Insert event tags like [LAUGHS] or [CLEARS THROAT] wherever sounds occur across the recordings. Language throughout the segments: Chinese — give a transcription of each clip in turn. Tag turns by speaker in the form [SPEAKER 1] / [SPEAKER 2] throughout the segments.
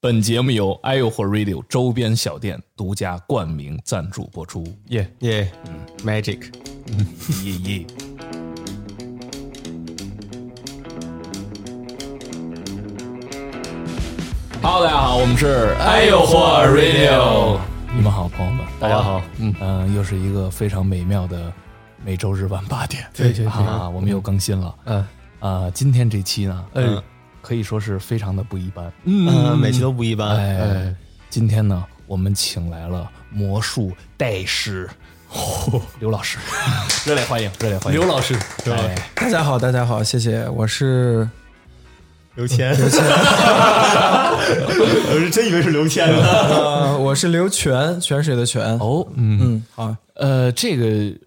[SPEAKER 1] 本节目由 Iowa Radio 周边小店独家冠名赞助播出。
[SPEAKER 2] 耶耶，Magic，
[SPEAKER 1] 耶耶。Hello，大家好，我们是 Iowa Radio。你们好，朋友们，大
[SPEAKER 2] 家好。
[SPEAKER 1] 嗯、呃又是一个非常美妙的每周日晚八点。
[SPEAKER 2] 对对对
[SPEAKER 1] 啊，我们又更新了。
[SPEAKER 2] 嗯
[SPEAKER 1] 啊，今天这期呢，
[SPEAKER 2] 嗯
[SPEAKER 1] 嗯，可以说是非常的不一般。
[SPEAKER 2] 嗯，每期都不一般。
[SPEAKER 1] 哎，今天呢，我们请来了魔术代师、哦、刘老师， [LAUGHS] 热烈欢迎，热烈欢迎
[SPEAKER 3] 刘老师，
[SPEAKER 1] 刘老师。
[SPEAKER 4] 大家好，大家好，谢谢，我是
[SPEAKER 2] 刘谦，刘谦， [LAUGHS] 我是真以为是刘谦呢。
[SPEAKER 4] 呃，我是刘泉，泉水的泉。
[SPEAKER 1] 哦，嗯，
[SPEAKER 4] 嗯，好，
[SPEAKER 1] 呃，这个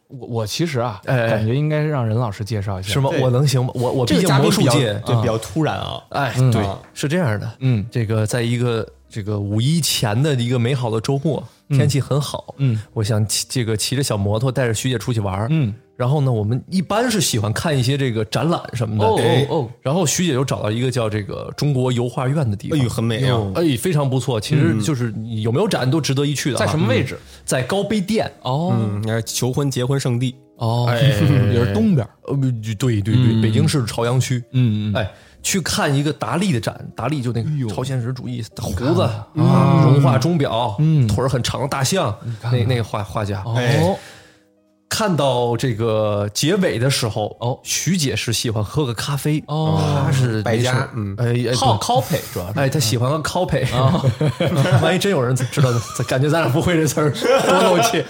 [SPEAKER 1] 我我其实啊，感觉应该让任老师介绍一下，
[SPEAKER 3] 是吗？
[SPEAKER 2] 对
[SPEAKER 3] 我能行吗？我我
[SPEAKER 2] 这
[SPEAKER 3] 毕
[SPEAKER 2] 个
[SPEAKER 3] 竟
[SPEAKER 2] 嘉
[SPEAKER 3] 魔
[SPEAKER 2] 宾
[SPEAKER 3] 术
[SPEAKER 2] 比较
[SPEAKER 3] 界，
[SPEAKER 2] 对比较突然啊。
[SPEAKER 3] 哎，对，是这样的，
[SPEAKER 1] 嗯，
[SPEAKER 3] 这个在一个这个五一前的一个美好的周末，天气很好，嗯，我想骑这个骑着小摩托带着徐姐出去玩，嗯，然后呢，我们一般是喜欢看一些这个展览什么的，
[SPEAKER 1] 哦
[SPEAKER 3] 哎
[SPEAKER 1] 哦哦，
[SPEAKER 3] 然后徐姐就找到一个叫这个中国油画院的地方，
[SPEAKER 2] 哎呦很美啊
[SPEAKER 3] 哟
[SPEAKER 1] 嗯
[SPEAKER 3] 哎，非常不错，其实就是你有没有展都值得一去的啊，
[SPEAKER 1] 在什么位置？
[SPEAKER 3] 在高碑店
[SPEAKER 1] 哦
[SPEAKER 2] 嗯，那是求婚结婚圣地，
[SPEAKER 1] 哦， [LAUGHS] 也是东边儿，
[SPEAKER 3] 呃，对对对，北京市朝阳区，
[SPEAKER 1] 嗯嗯
[SPEAKER 3] 哎，去看一个达利的展，达利就那个超现实主义，大胡子啊，融化钟表，嗯，腿儿很长的大象，那那个画画家。哎
[SPEAKER 1] 哦，
[SPEAKER 3] 看到这个结尾的时候，哦，徐姐是喜欢喝个咖啡，哦，她是
[SPEAKER 2] 百家
[SPEAKER 3] 没事
[SPEAKER 2] 嗯
[SPEAKER 3] 哎哎，
[SPEAKER 2] 靠
[SPEAKER 3] 不
[SPEAKER 2] copy 主要是。
[SPEAKER 3] 哎，她喜欢个 copy，万 [LAUGHS] 一真有人知道，感觉咱俩不会这词儿，多漏气。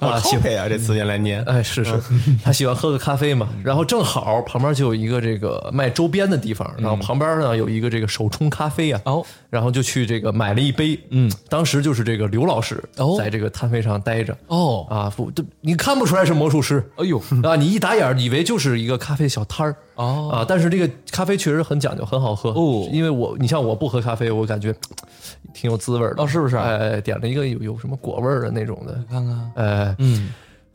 [SPEAKER 2] 哇 copy 啊，这词原来念。
[SPEAKER 3] 哎，是是，
[SPEAKER 1] 嗯
[SPEAKER 3] [LAUGHS] 他喜欢喝个咖啡嘛，然后正好旁边就有一个这个卖周边的地方，然后旁边呢有一个这个手冲咖啡啊，
[SPEAKER 1] 嗯哦，
[SPEAKER 3] 然后就去这个买了一杯，嗯，当时就是这个刘老师
[SPEAKER 1] 哦
[SPEAKER 3] 在这个摊位上待着，
[SPEAKER 1] 哦
[SPEAKER 3] 啊，不，这你看不出来是魔术师，
[SPEAKER 1] 哎呦，
[SPEAKER 3] 啊，你一打眼儿以为就是一个咖啡小摊儿
[SPEAKER 1] 哦
[SPEAKER 3] 啊，但是这个咖啡确实很讲究，很好喝
[SPEAKER 1] 哦
[SPEAKER 3] 因为我你像我不喝咖啡，我感觉嘖挺有滋味儿的
[SPEAKER 1] 哦是不是
[SPEAKER 3] 哎，哎点了一个有有什么果味儿的那种的，
[SPEAKER 1] 看看，
[SPEAKER 3] 呃，嗯，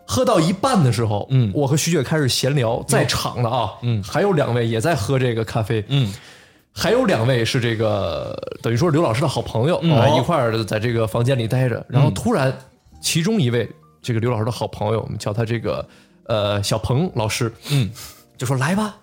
[SPEAKER 3] 喝到一半的时候，嗯，我和徐姐开始闲聊，在场的啊，嗯，还有两位也在喝这个咖啡，嗯。还有两位是这个，等于说是刘老师的好朋友、啊，一块儿在这个房间里待着。然后突然，其中一位这个刘老师的好朋友，我们叫他这个呃小鹏老师，
[SPEAKER 1] 嗯，
[SPEAKER 3] 就说来吧，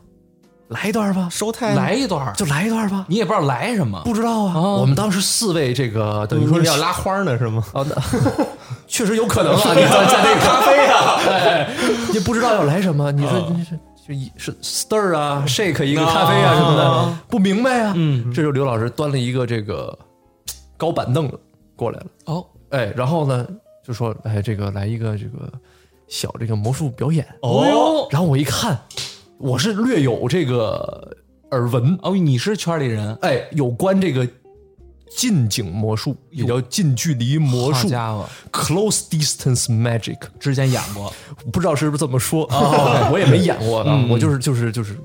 [SPEAKER 3] 来一段吧，
[SPEAKER 2] 收摊
[SPEAKER 1] 来一段儿，
[SPEAKER 3] 就来一段吧。
[SPEAKER 1] 你也不知道来什么，
[SPEAKER 3] 不知道啊，我们当时四位这个等于说是
[SPEAKER 2] 要拉花呢是吗？
[SPEAKER 3] 啊，那确实有可能 [LAUGHS] 啊！你在在那个咖啡啊，哎，你不知道要来什么，你说你是就一是 stir 啊，shake 一个咖啡啊什么的，不明白啊。嗯，这时候刘老师端了一个这个高板凳过来了，
[SPEAKER 1] 哦，
[SPEAKER 3] 哎，然后呢就说，哎，这个来一个这个小这个魔术表演
[SPEAKER 1] 哦
[SPEAKER 3] 然后我一看，我是略有这个耳闻，
[SPEAKER 1] 哦，你是圈里人，
[SPEAKER 3] 哎，有关这个近景魔术，也叫近距离魔
[SPEAKER 1] 好
[SPEAKER 3] 术。
[SPEAKER 1] 家伙，
[SPEAKER 3] Close distance magic，
[SPEAKER 1] 之前演过，
[SPEAKER 3] 不知道是不是这么说啊、
[SPEAKER 1] 哦
[SPEAKER 3] [LAUGHS] 我也没演过啊，
[SPEAKER 1] 嗯
[SPEAKER 3] 我就是就是就是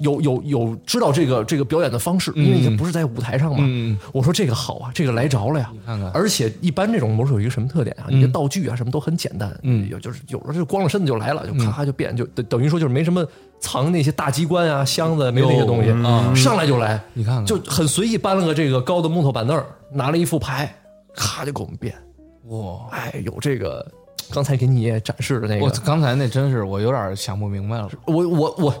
[SPEAKER 3] 有有有知道这个这个表演的方式，因为也不是在舞台上嘛。
[SPEAKER 1] 嗯
[SPEAKER 3] 我说这个好啊，这个来着了呀。
[SPEAKER 1] 看嗯看
[SPEAKER 3] 而且一般这种魔术有一个什么特点啊？你的道具啊什么都很简单，嗯，有就是有的就光着身子就来了，就咔
[SPEAKER 1] 嗯
[SPEAKER 3] 咔就变，就等等于说就是没什么藏那些大机关啊、箱子没有那些东西，上来就来，
[SPEAKER 1] 嗯你看看
[SPEAKER 3] 就很随意搬了个这个高的木头板凳儿，拿了一副牌，咔就给我们变。
[SPEAKER 1] 哇。
[SPEAKER 3] 哎，有这个刚才给你也展示的那
[SPEAKER 1] 我
[SPEAKER 3] 个，
[SPEAKER 1] 刚才那真是我有点想不明白了，
[SPEAKER 3] 我我我，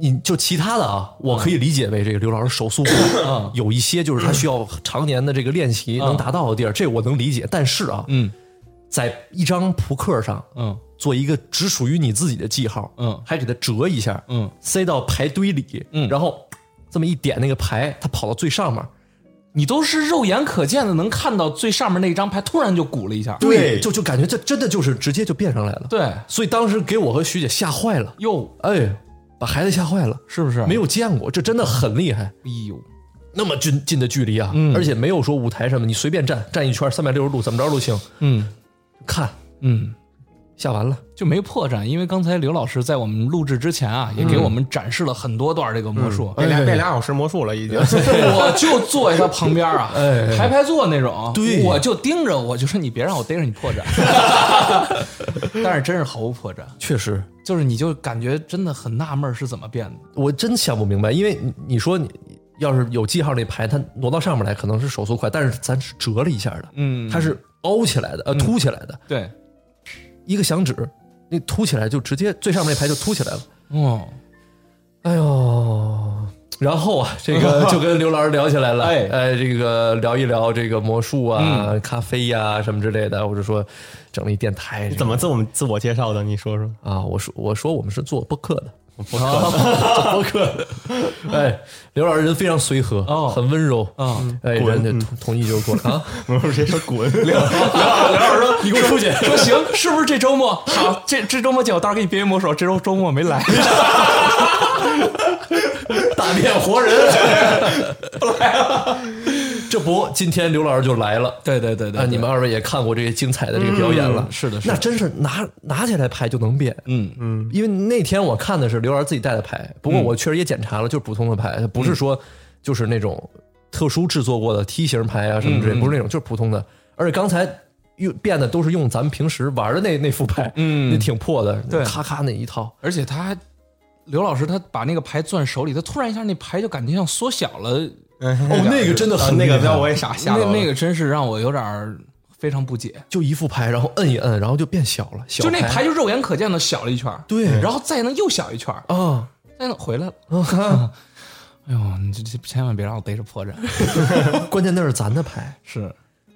[SPEAKER 3] 你就其他的啊，我可以理解为这个刘老师手 [CLEARS THROAT] 速啊有一些就是他需要常年的这个练习能达到的地儿，这我能理解。但是啊，
[SPEAKER 1] 嗯
[SPEAKER 3] 在一张扑克上
[SPEAKER 1] 嗯
[SPEAKER 3] 做一个只属于你自己的记号，
[SPEAKER 1] 嗯
[SPEAKER 3] 还给它折一下，
[SPEAKER 1] 嗯，
[SPEAKER 3] 塞到牌堆里，
[SPEAKER 1] 嗯
[SPEAKER 3] 然后这么一点那个牌，它跑到最上面，
[SPEAKER 1] 你都是肉眼可见的能看到最上面那一张牌突然就鼓了一下，
[SPEAKER 2] 对
[SPEAKER 3] 就就感觉这真的就是直接就变上来了。
[SPEAKER 1] 对，
[SPEAKER 3] 所以当时给我和徐姐吓坏了，
[SPEAKER 1] 哟，
[SPEAKER 3] 哎，把孩子吓坏了。
[SPEAKER 1] 是不啊是？
[SPEAKER 3] 没，有见过，这真的很厉害。
[SPEAKER 1] 哎呦，
[SPEAKER 3] 那么近近的距离啊，
[SPEAKER 1] 嗯
[SPEAKER 3] 而且没有说舞台什么，你随便站站一圈，三百六十度怎么着都行。
[SPEAKER 1] 嗯
[SPEAKER 3] 看
[SPEAKER 1] 嗯，
[SPEAKER 3] 下完了，
[SPEAKER 1] 就没破绽，因为刚才刘老师在我们录制之前啊，也给
[SPEAKER 3] 嗯
[SPEAKER 1] 我们展示了很多段这个魔术，
[SPEAKER 2] 哎变俩变俩小时魔术了已经。
[SPEAKER 1] [LAUGHS] 我就坐在他旁边啊，排排坐那种，
[SPEAKER 3] 哎对
[SPEAKER 1] 我就盯着，我就说你别让我逮着你破
[SPEAKER 3] [LAUGHS]
[SPEAKER 1] 绽，但是真是毫无破绽，
[SPEAKER 3] 确实，
[SPEAKER 1] 就是你就感觉真的很纳闷儿是怎么变的，
[SPEAKER 3] 我真想不明白，因为你你说你要是有记号那牌，它挪到上面来可能是手速快，但是咱是折了一下的，嗯，它是凹起来的，呃，凸起来
[SPEAKER 1] 嗯
[SPEAKER 3] 的，
[SPEAKER 5] 对，
[SPEAKER 3] 一个响指，那凸起来就直接最上面那牌就凸起来了。
[SPEAKER 5] 哦，
[SPEAKER 3] 哎呦，然后啊，这 [LAUGHS] 个就跟刘老师聊起来了，
[SPEAKER 5] 哎
[SPEAKER 3] 哎，这个聊一聊这个魔术啊、咖啡呀、什么之类的，或者说整理电台
[SPEAKER 2] [LAUGHS] 你怎
[SPEAKER 3] 么
[SPEAKER 2] 么自我自我介绍的？你说说。
[SPEAKER 3] 啊？我说我说我们是做播客的。播客，
[SPEAKER 1] 啊
[SPEAKER 3] 做播客，哎，刘老师人非常随和，
[SPEAKER 1] 哦
[SPEAKER 3] 很温柔，啊，哎，人
[SPEAKER 2] 滚
[SPEAKER 3] 家同同意就过来 [LAUGHS] 啊，
[SPEAKER 2] 我说直接说滚，
[SPEAKER 3] 你给我出去，
[SPEAKER 1] [LAUGHS] 说行，是不是这周末？好，这这周末姐我到时候给你编一魔手，这周周末没来，
[SPEAKER 3] 大变活 [LAUGHS] 人，不来了，这不，今天刘老师就来了，
[SPEAKER 1] [LAUGHS] 对对对对
[SPEAKER 3] 啊，你们二位也看过这个精彩的这个表演了，
[SPEAKER 1] 是的是
[SPEAKER 3] 那嗯真是拿拿起来牌就能变，嗯嗯，因为那天我看的是刘老师自己带的牌，不过我确实也检查了，就是普通的牌，不是说就是那种特殊制作过的梯形牌啊什么之类，不是那种，就是普通的，而且刚才。用变的都是用咱们平时玩的那那副牌，嗯，哦那挺破的，
[SPEAKER 1] 对
[SPEAKER 3] 咔咔那一套，
[SPEAKER 1] 而且他还刘老师他把那个牌攥手里，他突然一下那牌就感觉像缩小了，
[SPEAKER 3] 哦，那个真的
[SPEAKER 2] 啊
[SPEAKER 3] 很
[SPEAKER 2] 那个
[SPEAKER 3] 厉害
[SPEAKER 2] 让我也傻吓
[SPEAKER 1] 那
[SPEAKER 2] 到了。
[SPEAKER 1] 那个真是让我有点儿非常不解。
[SPEAKER 3] 就一副牌，然后摁一摁，然后就变小了，小
[SPEAKER 1] 就那
[SPEAKER 3] 牌
[SPEAKER 1] 牌就肉眼可见的小了一圈儿，
[SPEAKER 3] 对
[SPEAKER 1] 然后再能又小一圈儿，
[SPEAKER 3] 啊，
[SPEAKER 1] 再能回来了。 [LAUGHS] 哎呦，你这这千万别让我逮着破绽。
[SPEAKER 3] 关键那是咱的牌。
[SPEAKER 1] 是，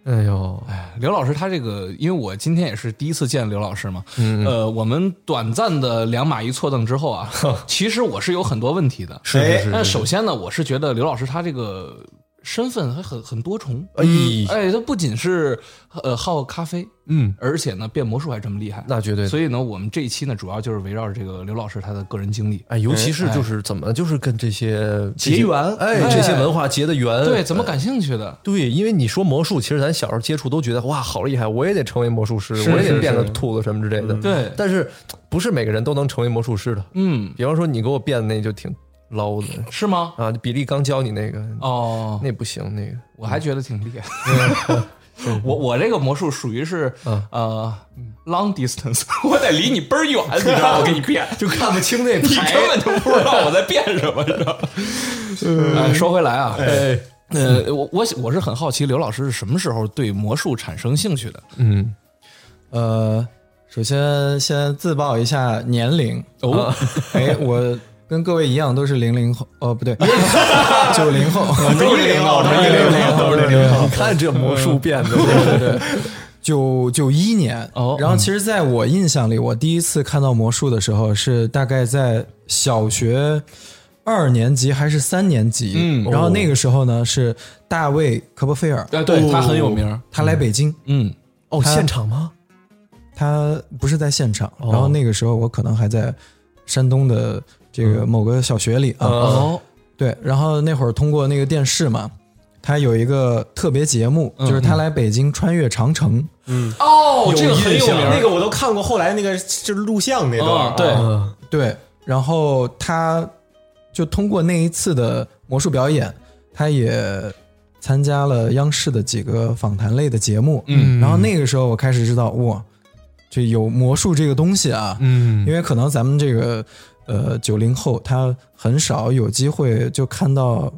[SPEAKER 3] 哎呦，
[SPEAKER 1] 哎，刘老师他这个，因为我今天也是第一次见刘老师嘛，
[SPEAKER 3] 嗯
[SPEAKER 1] 呃，我们短暂的两马一错蹬之后
[SPEAKER 3] [LAUGHS]
[SPEAKER 1] 啊，其实我是有很多问题的。哎
[SPEAKER 3] 是是是
[SPEAKER 1] 但首先呢，我是觉得刘老师他这个身份还很很多重，
[SPEAKER 3] 哎
[SPEAKER 1] 哎，他不仅是呃好咖啡，
[SPEAKER 3] 嗯，
[SPEAKER 1] 而且呢变魔术还这么厉害，
[SPEAKER 3] 那绝对的
[SPEAKER 1] 所以呢，我们这一期呢，主要就是围绕着这个刘老师他的个人经历，
[SPEAKER 3] 哎，尤其是就是怎么就是跟这些
[SPEAKER 1] 结缘
[SPEAKER 3] 哎，
[SPEAKER 1] 哎
[SPEAKER 3] 这些文化结的缘，
[SPEAKER 1] 对，怎么感兴趣的？
[SPEAKER 3] 对？因为你说魔术，其实咱小时候接触都觉得哇，好厉害，我也得成为魔术师，我也得变个兔子什么之类的。
[SPEAKER 1] 对
[SPEAKER 3] 但是不是每个人都能成为魔术师的。
[SPEAKER 1] 嗯，
[SPEAKER 3] 比方说你给我变的那就挺捞的
[SPEAKER 1] 是吗？
[SPEAKER 3] 啊，比利刚教你那个，
[SPEAKER 1] 哦，
[SPEAKER 3] 那不行，那个
[SPEAKER 1] 我还觉得挺厉害。 [LAUGHS] 我我这个魔术属于是呃 long distance，我 [LAUGHS] 得离你倍儿远，你知道吗？我给你变，
[SPEAKER 3] 就看不清那
[SPEAKER 1] 你根本就不知道我在变什么，你知 [LAUGHS] 道吗？呃说回来啊，
[SPEAKER 3] 哎，
[SPEAKER 1] 呃，我我我是很好奇刘老师是什么时候对魔术产生兴趣的？
[SPEAKER 3] 嗯，
[SPEAKER 1] 呃，首首先先自报报一一下下年龄哦，哎，我
[SPEAKER 6] 啊跟各位一样都是零零后，哦不对， [LAUGHS] 九零后， [LAUGHS]
[SPEAKER 2] 都是零后，都是零零
[SPEAKER 3] [LAUGHS]
[SPEAKER 2] 后，都是零后
[SPEAKER 3] 你。看这魔术变的，
[SPEAKER 6] 九九一年。
[SPEAKER 1] 哦
[SPEAKER 6] 然后其实在我印象里，我第一次看到魔术的时候是大概在小学二年级还是三年级。
[SPEAKER 1] 嗯
[SPEAKER 6] 然后那个时候呢是大卫科波菲尔，
[SPEAKER 1] 哎，对他很有名，
[SPEAKER 6] 他来北京，
[SPEAKER 1] 嗯，
[SPEAKER 3] 哦，
[SPEAKER 6] 他
[SPEAKER 3] 现场吗？
[SPEAKER 6] 他不是在现场。
[SPEAKER 1] 哦
[SPEAKER 6] 然后那个时候我可能还在山东的这个某个小学里啊。
[SPEAKER 1] 嗯哦，
[SPEAKER 6] 对，然后那会儿通过那个电视嘛，他有一个特别节目，就是他来北京穿越长城。
[SPEAKER 1] 哦，这个很有名，
[SPEAKER 2] 那个我都看过，后来那个就是录像那段
[SPEAKER 1] 嗯，
[SPEAKER 2] 儿，
[SPEAKER 1] 对，
[SPEAKER 6] 对，然后他就通过那一次的魔术表演，他也参加了央视的几个访谈类的节目。嗯，然后那个时候我开始知道，哇，这有魔术这个东西啊。
[SPEAKER 3] 嗯
[SPEAKER 6] 因为可能咱们这个呃九零后，他很少有机会就看到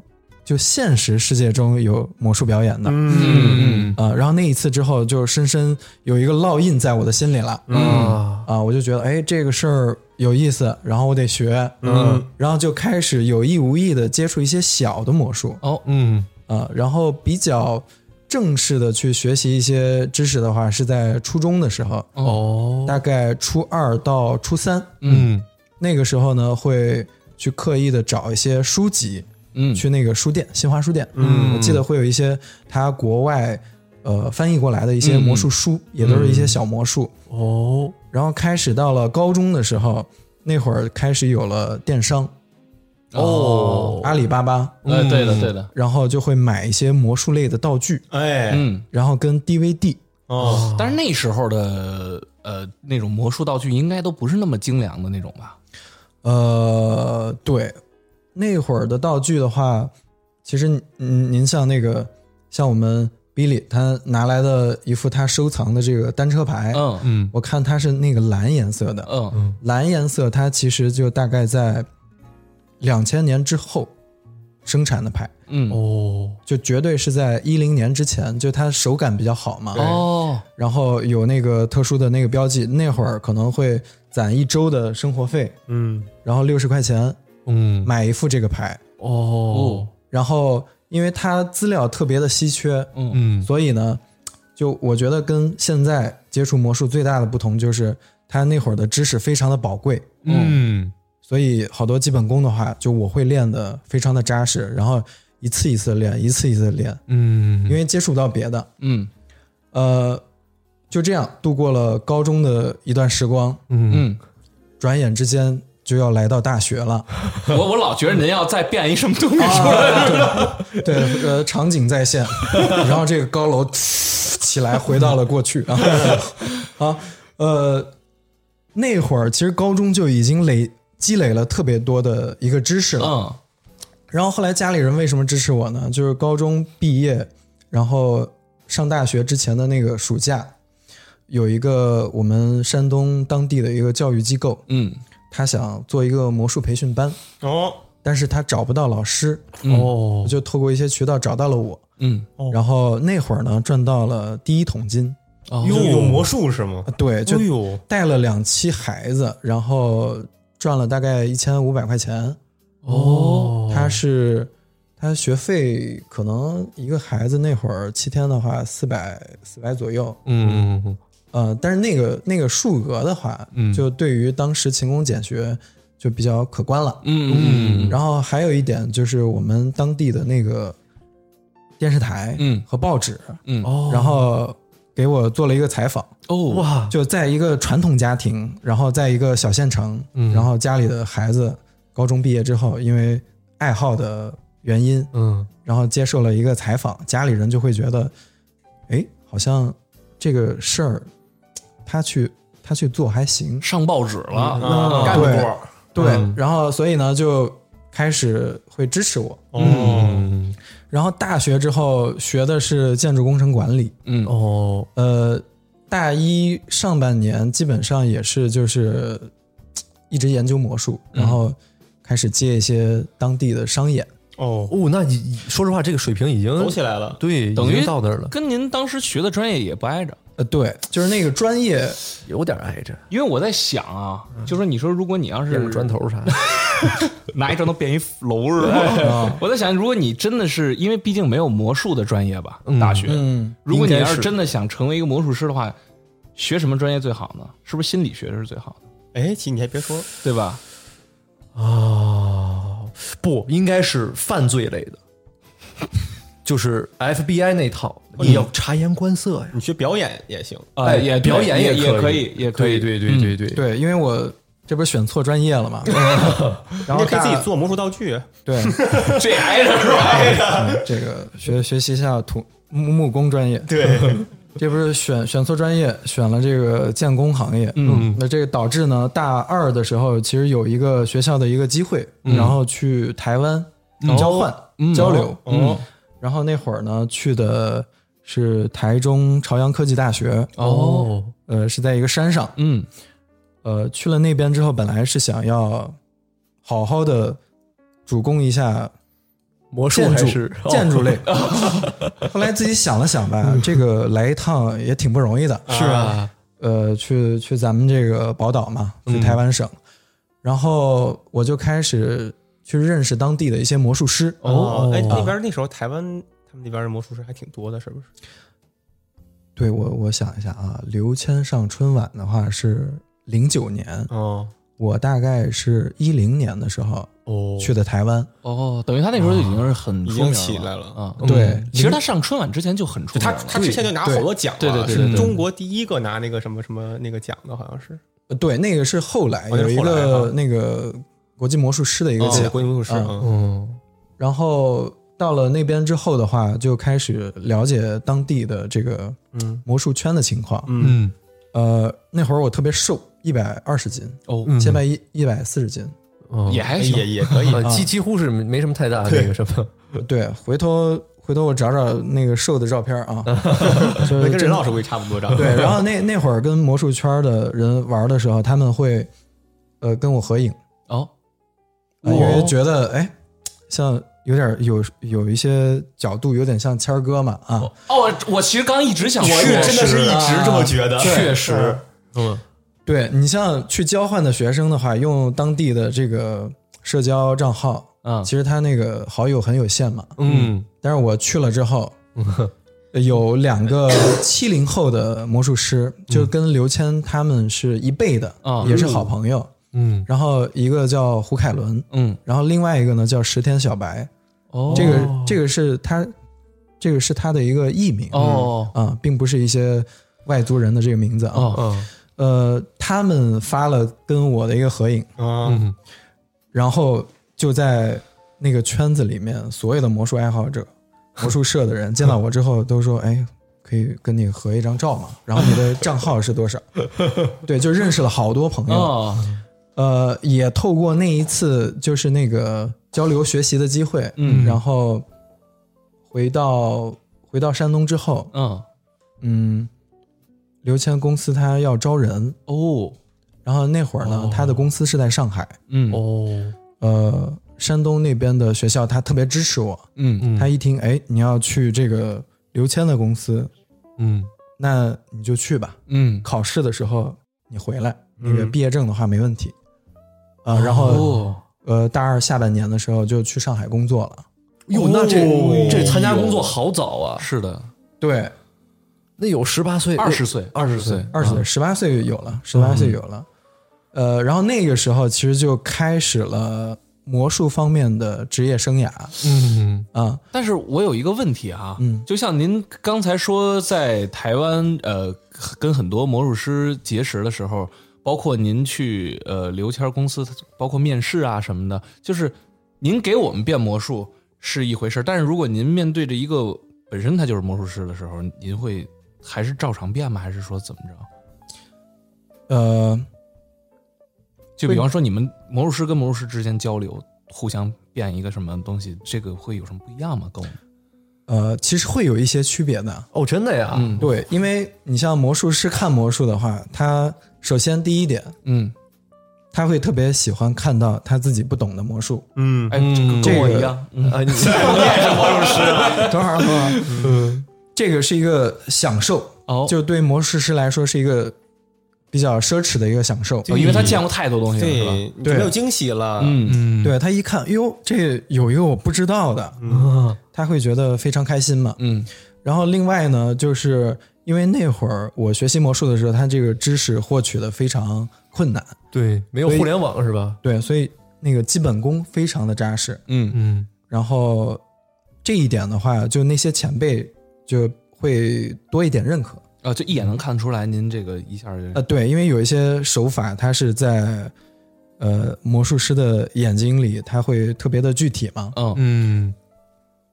[SPEAKER 6] 就现实世界中有魔术表演的。
[SPEAKER 3] 嗯
[SPEAKER 6] 啊、然后那一次之后，就深深有一个烙印在我的心里了。
[SPEAKER 3] 嗯啊，
[SPEAKER 6] 啊，我就觉得哎，这个事儿有意思，然后我得学，嗯，然后就开始有意无意的接触一些小的魔术
[SPEAKER 1] 哦
[SPEAKER 3] 嗯
[SPEAKER 6] 啊，然后比较正式的去学习一些知识的话，是在初中的时候，
[SPEAKER 3] 哦，
[SPEAKER 6] 大概初二到初三，
[SPEAKER 3] 嗯
[SPEAKER 6] 那个时候呢，会去刻意的找一些书籍，
[SPEAKER 1] 嗯
[SPEAKER 6] 去那个书店，新华书店，嗯，我记得会有一些他国外呃翻译过来的一些魔
[SPEAKER 1] 嗯
[SPEAKER 6] 术书，也都是一些小魔术哦。然后开始到了高中的时候，那会儿开始有了电商，
[SPEAKER 1] 哦，
[SPEAKER 6] 阿里巴巴，
[SPEAKER 1] 哎，对的，对的，
[SPEAKER 6] 然后就会买一些魔术类的道具，
[SPEAKER 2] 哎，
[SPEAKER 1] 嗯。
[SPEAKER 6] 然后跟 DVD。
[SPEAKER 2] 哦，
[SPEAKER 1] 但是那时候的呃那种魔术道具应该都不是那么精良的那种吧？
[SPEAKER 6] 呃，对，那会儿的道具的话，其实您您像那个像我们 Billy 他拿来的一副他收藏的这个单车牌，
[SPEAKER 1] 嗯嗯
[SPEAKER 3] 嗯
[SPEAKER 6] 我看它是那个蓝颜色的，
[SPEAKER 1] 嗯
[SPEAKER 6] 蓝颜色它其实就大概在两千年之后生产的牌，
[SPEAKER 1] 嗯
[SPEAKER 3] 哦
[SPEAKER 6] 就绝对是在一零年之前，就它手感比较好嘛。
[SPEAKER 1] 哦，
[SPEAKER 6] 然后有那个特殊的那个标记，那会儿可能会攒一周的生活费，
[SPEAKER 2] 嗯，
[SPEAKER 6] 然后六十块钱
[SPEAKER 3] 嗯
[SPEAKER 6] 买一副这个牌，
[SPEAKER 3] 哦
[SPEAKER 6] 然后因为它资料特别的稀缺，
[SPEAKER 3] 嗯
[SPEAKER 6] 所以呢，就我觉得跟现在接触魔术最大的不同就是，它那会儿的知识非常的宝贵，
[SPEAKER 3] 嗯
[SPEAKER 6] 所以好多基本功的话，就我会练的非常的扎实，然后一次一次地练，一次一次地练，
[SPEAKER 2] 哦
[SPEAKER 3] 嗯
[SPEAKER 6] 因为接触不到别的，
[SPEAKER 1] 嗯
[SPEAKER 6] 呃，就这样度过了高中的一段时光，
[SPEAKER 3] 嗯
[SPEAKER 1] 嗯，
[SPEAKER 6] 转眼之间就要来到大学
[SPEAKER 3] [LAUGHS]
[SPEAKER 6] 了。
[SPEAKER 1] 我我老觉得您要再变一什么东西出来，
[SPEAKER 6] 对，呃，场景
[SPEAKER 3] [LAUGHS]
[SPEAKER 6] 再现，然后这个高楼起来，回到了过
[SPEAKER 3] [LAUGHS]
[SPEAKER 6] 去啊啊，呃，那会儿其实高中就已经累积累了特别多的一个知识了。
[SPEAKER 1] 嗯
[SPEAKER 6] 然后后来家里人为什么支持我呢？就是高中毕业，然后上大学之前的那个暑假，有一个我们山东当地的一个教育机构，
[SPEAKER 1] 嗯
[SPEAKER 6] 他想做一个魔术培训班，
[SPEAKER 2] 哦，
[SPEAKER 6] 但是他找不到老师，
[SPEAKER 3] 哦
[SPEAKER 6] 就透过一些渠道找到了我。
[SPEAKER 1] 嗯，
[SPEAKER 6] 然后那会儿呢，赚到了第一桶金，
[SPEAKER 2] 又有魔术是吗？
[SPEAKER 6] 对，就
[SPEAKER 3] 哦
[SPEAKER 2] 哎呦，
[SPEAKER 6] 带了两期孩子，然后赚了大概一千五百块钱。
[SPEAKER 3] 哦
[SPEAKER 6] 他是他学费可能一个孩子那会儿七天的话四百四百左右，
[SPEAKER 3] 嗯嗯
[SPEAKER 6] 呃，但是那个那个数额的话，
[SPEAKER 3] 嗯
[SPEAKER 6] 就对于当时勤工俭学就比较可观了。
[SPEAKER 1] 嗯嗯
[SPEAKER 6] 然后还有一点就是我们当地的那个电视台，
[SPEAKER 1] 嗯
[SPEAKER 6] 和报纸，
[SPEAKER 1] 嗯
[SPEAKER 3] 哦
[SPEAKER 6] 然后给我做了一个采访。
[SPEAKER 1] 哦
[SPEAKER 3] 哇
[SPEAKER 6] 就在一个传统家庭，然后在一个小县城，
[SPEAKER 3] 嗯
[SPEAKER 6] 然后家里的孩子高中毕业之后，因为爱好的原因，
[SPEAKER 3] 嗯
[SPEAKER 6] 然后接受了一个采访，家里人就会觉得，哎，好像这个事儿他去他去做还行，
[SPEAKER 1] 上报纸了，
[SPEAKER 2] 啊
[SPEAKER 6] 干
[SPEAKER 2] 对
[SPEAKER 6] 过对，然后所以呢就开始会支持我。
[SPEAKER 2] 哦，
[SPEAKER 3] 嗯
[SPEAKER 6] 然后大学之后学的是建筑工程管理，
[SPEAKER 1] 嗯
[SPEAKER 3] 哦
[SPEAKER 6] 呃，大一上半年基本上也是就是嘖一直研究魔术，然后开始接一些当地的商演。
[SPEAKER 2] 哦，
[SPEAKER 3] 哦，那你说实话，这个水平已经
[SPEAKER 2] 走起来了，
[SPEAKER 3] 对，
[SPEAKER 1] 等
[SPEAKER 3] 已
[SPEAKER 1] 于
[SPEAKER 3] 经到那儿了，
[SPEAKER 1] 跟您当时学的专业也不挨着。
[SPEAKER 6] 呃，对，就是那个专业，
[SPEAKER 3] 有点挨着，
[SPEAKER 1] 因为我在想啊，就说你说如果你要
[SPEAKER 3] 变个
[SPEAKER 1] 是
[SPEAKER 3] 砖头啥的。
[SPEAKER 1] 拿一砖头变一楼是吧？哎我在想，如果你真的是因为毕竟没有魔术的专业吧，大学，
[SPEAKER 6] 嗯，
[SPEAKER 1] 如果你要
[SPEAKER 3] 应该
[SPEAKER 1] 是
[SPEAKER 3] 是
[SPEAKER 1] 真的想成为一个魔术师的话，学什么专业最好呢？是不是心理学是最好的，
[SPEAKER 2] 哎，其实你还别说，
[SPEAKER 1] 对吧？
[SPEAKER 3] 哦，不应该是犯罪类的，就是 FBI 那套，你要察言观色呀。
[SPEAKER 2] 你学表演也行，
[SPEAKER 1] 哦哎，也
[SPEAKER 3] 表演
[SPEAKER 1] 也
[SPEAKER 3] 也
[SPEAKER 1] 可
[SPEAKER 3] 以，
[SPEAKER 1] 也可以，嗯
[SPEAKER 3] 对对对对对，
[SPEAKER 6] 对，因为我这不是选错专业了嘛，然
[SPEAKER 2] 你
[SPEAKER 6] 后
[SPEAKER 2] 也可以
[SPEAKER 6] 大
[SPEAKER 2] 自己做魔术道具，啊
[SPEAKER 6] 对、
[SPEAKER 1] 这挨着是吧？
[SPEAKER 6] [LAUGHS] 嗯这个学学习一下土木木工专业，
[SPEAKER 2] 对，
[SPEAKER 6] 这不是选选错专业，选了这个建工行业。嗯，那这个导致呢，大二的时候其实有一个学校的一个机会，然后去台湾交换、交流。
[SPEAKER 2] 哦，
[SPEAKER 6] 然后那会儿呢，去的是台中朝阳科技大学。
[SPEAKER 3] 哦，
[SPEAKER 6] 呃，是在一个山上。
[SPEAKER 1] 嗯
[SPEAKER 6] 呃，去了那边之后，本来是想要好好的主攻一下
[SPEAKER 3] 魔术
[SPEAKER 6] 建
[SPEAKER 3] 还
[SPEAKER 6] 筑
[SPEAKER 3] 是
[SPEAKER 1] 哦
[SPEAKER 6] 建筑类，后来自己想了想吧，这个来一趟也挺不容易的。
[SPEAKER 3] 是啊，
[SPEAKER 6] 呃，去去咱们这个宝岛嘛，
[SPEAKER 2] 嗯
[SPEAKER 6] 去台湾省，然后我就开始去认识当地的一些魔术师。
[SPEAKER 2] 哦，哎，
[SPEAKER 3] 哦
[SPEAKER 2] 那边那时候台湾他们那边的魔术师还挺多的，是不是？
[SPEAKER 6] 对我，我想一下啊，刘谦上春晚的话是零九年，
[SPEAKER 2] 哦，
[SPEAKER 6] 我大概是一零年的时候
[SPEAKER 3] 哦
[SPEAKER 6] 去的台湾。
[SPEAKER 1] 哦，等于他那时候就已经是很
[SPEAKER 2] 已
[SPEAKER 1] 出名
[SPEAKER 2] 经
[SPEAKER 1] 了
[SPEAKER 2] 起来了
[SPEAKER 1] 啊。
[SPEAKER 6] 对，
[SPEAKER 1] 其实他上春晚之前就很出
[SPEAKER 2] 就
[SPEAKER 1] 名
[SPEAKER 2] 他
[SPEAKER 1] 了，
[SPEAKER 2] 他之前就拿好多奖了，
[SPEAKER 1] 对对对对对
[SPEAKER 2] 是中国第一个拿那个什么什么那个奖的，好像是
[SPEAKER 6] 呃对，那个是后来
[SPEAKER 2] 哦那
[SPEAKER 6] 有
[SPEAKER 2] 是
[SPEAKER 6] 一
[SPEAKER 2] 后来
[SPEAKER 6] 个
[SPEAKER 2] 啊
[SPEAKER 6] 那个国际魔术师的一个
[SPEAKER 2] 哦
[SPEAKER 6] 奖，
[SPEAKER 2] 国际魔术师，嗯
[SPEAKER 3] 嗯
[SPEAKER 6] 然后到了那边之后的话，就开始了解当地的这个
[SPEAKER 2] 嗯
[SPEAKER 6] 魔术圈的情况。
[SPEAKER 2] 嗯，
[SPEAKER 3] 嗯
[SPEAKER 6] 呃，那会儿我特别瘦，一百二十斤，
[SPEAKER 1] 哦
[SPEAKER 6] 现在一一百四十斤。
[SPEAKER 3] 哦
[SPEAKER 1] 也还
[SPEAKER 2] 哎也
[SPEAKER 1] 哎行，
[SPEAKER 2] 也可以，
[SPEAKER 3] 啊几几乎是没什么太大的那个什么，
[SPEAKER 6] 对，回头回头我找找那个瘦的照片啊，就
[SPEAKER 2] 那
[SPEAKER 6] 是
[SPEAKER 2] 跟
[SPEAKER 6] 真
[SPEAKER 2] 任老师估计差不多长，
[SPEAKER 6] 对。
[SPEAKER 2] [LAUGHS]
[SPEAKER 6] 然后那那会儿跟魔术圈的人玩的时候，他们会呃跟我合影，
[SPEAKER 1] 哦，
[SPEAKER 6] 哎呃因为觉得哎像有点有有一些角度有点像谦儿哥嘛啊，
[SPEAKER 1] 哦，我其实刚一直想
[SPEAKER 3] 我
[SPEAKER 1] 说，
[SPEAKER 3] 也
[SPEAKER 1] 是
[SPEAKER 3] 真的是一
[SPEAKER 6] 直
[SPEAKER 2] 啊
[SPEAKER 6] 这么
[SPEAKER 5] 觉得
[SPEAKER 3] 确实，嗯
[SPEAKER 6] 对你像去交换的学生的话，用当地的这个社交账号，
[SPEAKER 3] 嗯
[SPEAKER 6] 其实他那个好友很有限嘛，
[SPEAKER 3] 嗯
[SPEAKER 6] 但是我去了
[SPEAKER 3] [LAUGHS]
[SPEAKER 6] 之后，有两个七零后的魔术师，就跟刘谦他们是一辈的，
[SPEAKER 3] 啊
[SPEAKER 6] 也是好朋友。
[SPEAKER 3] 嗯
[SPEAKER 6] 然后一个叫胡凯伦，
[SPEAKER 3] 嗯，
[SPEAKER 6] 然后另外一个呢叫石天小白，
[SPEAKER 3] 哦
[SPEAKER 6] 这个这个是他，这个是他的一个艺名
[SPEAKER 3] 哦
[SPEAKER 6] 啊、并不是一些外族人的这个名字啊。
[SPEAKER 3] 哦嗯
[SPEAKER 6] 呃，他们发了跟我的一个合影，
[SPEAKER 2] 啊，
[SPEAKER 6] 然后就在那个圈子里面，所有的魔术爱好者、魔术社的人见到我之后都说：“哎，可以跟你合一张照吗？”然后你的账号是多少？对，就认识了好多
[SPEAKER 1] 嗯
[SPEAKER 6] 朋
[SPEAKER 1] 哦
[SPEAKER 6] 友。
[SPEAKER 3] 啊
[SPEAKER 6] 呃，也透过那一次就是那个交流学习的机会，
[SPEAKER 3] 嗯
[SPEAKER 6] 然后回到回到山东之后，
[SPEAKER 3] 嗯
[SPEAKER 6] 嗯，刘谦公司他要招人，
[SPEAKER 3] 哦
[SPEAKER 6] 然后那会儿呢，他的公司是在上海，
[SPEAKER 3] 嗯哦
[SPEAKER 6] 呃，山东那边的学校他特别支持我，
[SPEAKER 3] 嗯
[SPEAKER 6] 他一听，哎，你要去这个刘谦的公司，
[SPEAKER 3] 嗯
[SPEAKER 6] 那你就去吧。
[SPEAKER 3] 嗯
[SPEAKER 6] 考试的时候你回来，那
[SPEAKER 2] 嗯
[SPEAKER 6] 个毕业证的话没问题。啊、然后
[SPEAKER 3] 哦
[SPEAKER 6] 呃，大二下半年的时候就去上海工作了。
[SPEAKER 3] 哟那
[SPEAKER 1] 哦
[SPEAKER 3] 这这参加工作好早啊，
[SPEAKER 1] 是的，
[SPEAKER 6] 对，
[SPEAKER 3] 那有十八岁
[SPEAKER 1] 二十岁，
[SPEAKER 3] 二十岁
[SPEAKER 6] 二十岁，十八岁有了，十八岁有了。呃，然后那个时候其实就开始了魔术方面的职业生涯
[SPEAKER 3] 嗯
[SPEAKER 6] 啊。
[SPEAKER 1] 但是我有一个问题啊，
[SPEAKER 6] 嗯
[SPEAKER 1] 就像您刚才说，在台湾呃跟很多魔术师结识的时候，包括您去呃刘谦儿公司，包括面试啊什么的，就是您给我们变魔术是一回事儿，但是如果您面对着一个本身他就是魔术师的时候，您会还是照常变吗？还是说怎么着？
[SPEAKER 6] 呃，
[SPEAKER 1] 就比方说你们魔术师跟魔术师之间交流，互相变一个什么东西，这个会有什么不一样吗？跟我们
[SPEAKER 6] 呃，其实会有一些区别的。
[SPEAKER 3] 哦真的呀
[SPEAKER 1] 嗯
[SPEAKER 6] 对，因为你像魔术师看魔术的话，他首先第一点，
[SPEAKER 1] 嗯，
[SPEAKER 6] 他会特别喜欢看到他自己不懂的魔术。
[SPEAKER 2] 嗯，
[SPEAKER 1] 哎，这个跟我一样，嗯
[SPEAKER 3] 啊你
[SPEAKER 6] 等会儿，等会儿，嗯，这个是一个享受，
[SPEAKER 1] 哦
[SPEAKER 6] 就对魔术师来说是一个比较奢侈的一个享受。
[SPEAKER 1] 哦因为他见过太多东西了，是吧？
[SPEAKER 2] 对，你就没有惊喜了，
[SPEAKER 1] 嗯，
[SPEAKER 3] 嗯
[SPEAKER 6] 对他一看，哟，这有一个我不知道的，
[SPEAKER 3] 啊
[SPEAKER 6] 他会觉得非常开心嘛。
[SPEAKER 1] 嗯，
[SPEAKER 6] 然后另外呢，就是因为那会儿我学习魔术的时候，他这个知识获取的非常困难，
[SPEAKER 3] [LAUGHS] 对没有互联网是吧
[SPEAKER 6] 对，所以那个基本功非常的扎实。
[SPEAKER 3] 嗯
[SPEAKER 6] 然后这一点的话，就那些前辈就会多一点认可。
[SPEAKER 1] 啊，就一眼能看出来您这个一下就
[SPEAKER 6] 呃，对，因为有一些手法，它是在呃魔术师的眼睛里，它会特别的具体嘛。
[SPEAKER 1] 嗯
[SPEAKER 3] 嗯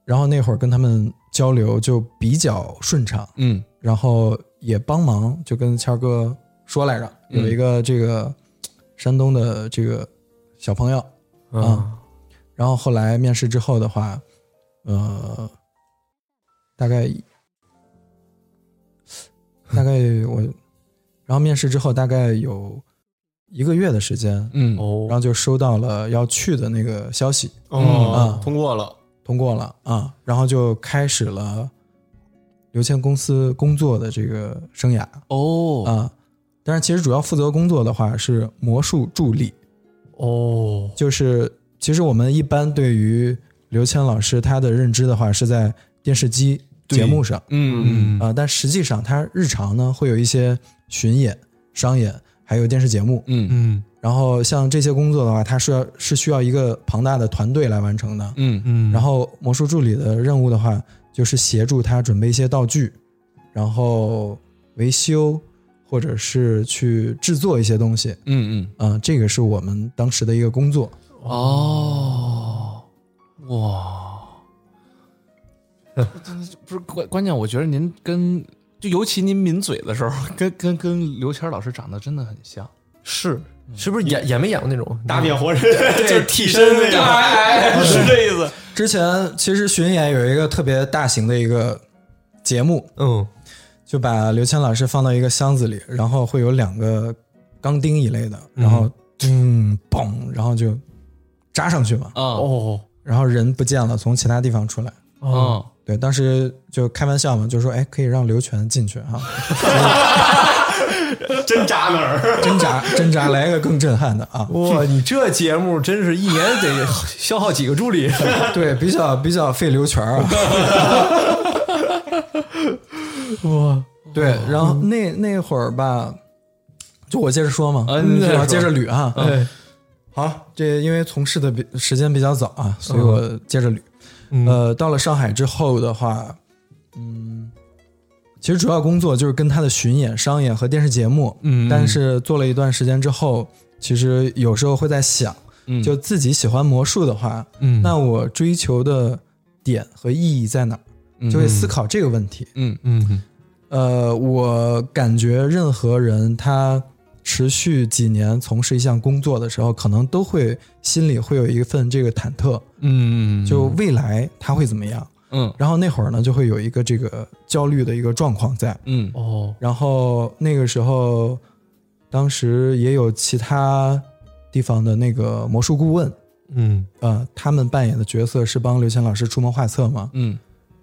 [SPEAKER 6] 然后那会儿跟他们交流就比较顺畅，
[SPEAKER 1] 嗯
[SPEAKER 6] 然后也帮忙，就跟谦儿哥说来着，
[SPEAKER 1] 嗯
[SPEAKER 6] 有一个这个山东的这个小朋友，
[SPEAKER 3] 啊
[SPEAKER 6] 然后后来面试之后的话，呃，大概大概我，然后面试之后大概有一个月的时间，
[SPEAKER 1] 嗯
[SPEAKER 6] 然
[SPEAKER 3] 哦
[SPEAKER 6] 后就收到了要去的那个消息，
[SPEAKER 2] 哦
[SPEAKER 6] 嗯，
[SPEAKER 2] 通过了，
[SPEAKER 6] 通过了啊，然后就开始了刘谦公司工作的这个生涯
[SPEAKER 1] 哦
[SPEAKER 6] 啊。但是其实主要负责工作的话是魔术助理，
[SPEAKER 1] 嗯
[SPEAKER 3] 哦
[SPEAKER 6] 就是其实我们一般对于刘谦老师他的认知的话是在电视机节目上
[SPEAKER 1] 嗯
[SPEAKER 6] 啊、但实际上他日常呢会有一些巡演、商演，还有电视节目。
[SPEAKER 1] 嗯
[SPEAKER 3] 嗯
[SPEAKER 6] 然后像这些工作的话，他是要是需要一个庞大的团队来完成的。
[SPEAKER 1] 嗯嗯
[SPEAKER 3] 嗯
[SPEAKER 6] 然后魔术助理的任务的话，就是协助他准备一些道具，然后维修或者是去制作一些东西。
[SPEAKER 1] 嗯嗯
[SPEAKER 6] 啊、这个是我们当时的一个工作。
[SPEAKER 1] 哦哇，不是关关键，我觉得您跟就尤其您抿嘴的时候，跟跟跟刘谦老师长得真的很像，
[SPEAKER 3] 是是不是演演没演过那种
[SPEAKER 2] 打扁活人， [LAUGHS] 就是替身那哎
[SPEAKER 1] 对
[SPEAKER 2] 个， [LAUGHS] 是这意思。
[SPEAKER 6] 之前其实巡演有一个特别大型的一个节目，
[SPEAKER 3] 嗯
[SPEAKER 6] 就把刘谦老师放到一个箱子里，然后会有两个钢钉一类的，然后咚嘣，然后就扎上去嘛。
[SPEAKER 1] 啊
[SPEAKER 3] 哦
[SPEAKER 6] 然后人不见了，从其他地方出来。
[SPEAKER 1] 嗯，
[SPEAKER 6] 对，当时就开玩笑嘛，就说哎，可以让刘全进去啊哈、
[SPEAKER 2] 真扎哪儿？
[SPEAKER 6] 挣扎挣扎来个更震撼的啊！
[SPEAKER 3] 哇，你这节目真是一年得消耗几个助理？
[SPEAKER 6] 对，比较比较费刘全儿啊。
[SPEAKER 3] 哇，
[SPEAKER 6] 对，然后那那会儿吧，就我接着说嘛，
[SPEAKER 3] 嗯
[SPEAKER 6] 然后接着捋啊。
[SPEAKER 3] [LAUGHS] 哎，
[SPEAKER 6] 好，这因为从事的比时间比较早啊，所以我接着捋。
[SPEAKER 3] 嗯
[SPEAKER 6] 呃，到了上海之后的话，嗯，其实主要工作就是跟他的巡演、商演和电视节目。
[SPEAKER 3] 嗯
[SPEAKER 6] 但是做了一段时间之后，其实有时候会在想，
[SPEAKER 1] 嗯
[SPEAKER 6] 就自己喜欢魔术的话，
[SPEAKER 3] 嗯
[SPEAKER 6] 那我追求的点和意义在哪
[SPEAKER 1] 嗯
[SPEAKER 6] 儿？就会思考这个问题。
[SPEAKER 3] 嗯
[SPEAKER 6] 呃，我感觉任何人他持续几年从事一项工作的时候，可能都会心里会有一份这个忐忑，
[SPEAKER 3] 嗯，
[SPEAKER 6] 就未来他会怎么样？
[SPEAKER 1] 嗯，
[SPEAKER 6] 然后那会儿呢，就会有一个这个焦虑的一个状况在。
[SPEAKER 1] 嗯
[SPEAKER 3] 哦，
[SPEAKER 6] 然后那个时候，当时也有其他地方的那个魔术顾问，
[SPEAKER 3] 嗯
[SPEAKER 6] 呃，他们扮演的角色是帮刘谦老师出谋划策嘛。
[SPEAKER 1] 嗯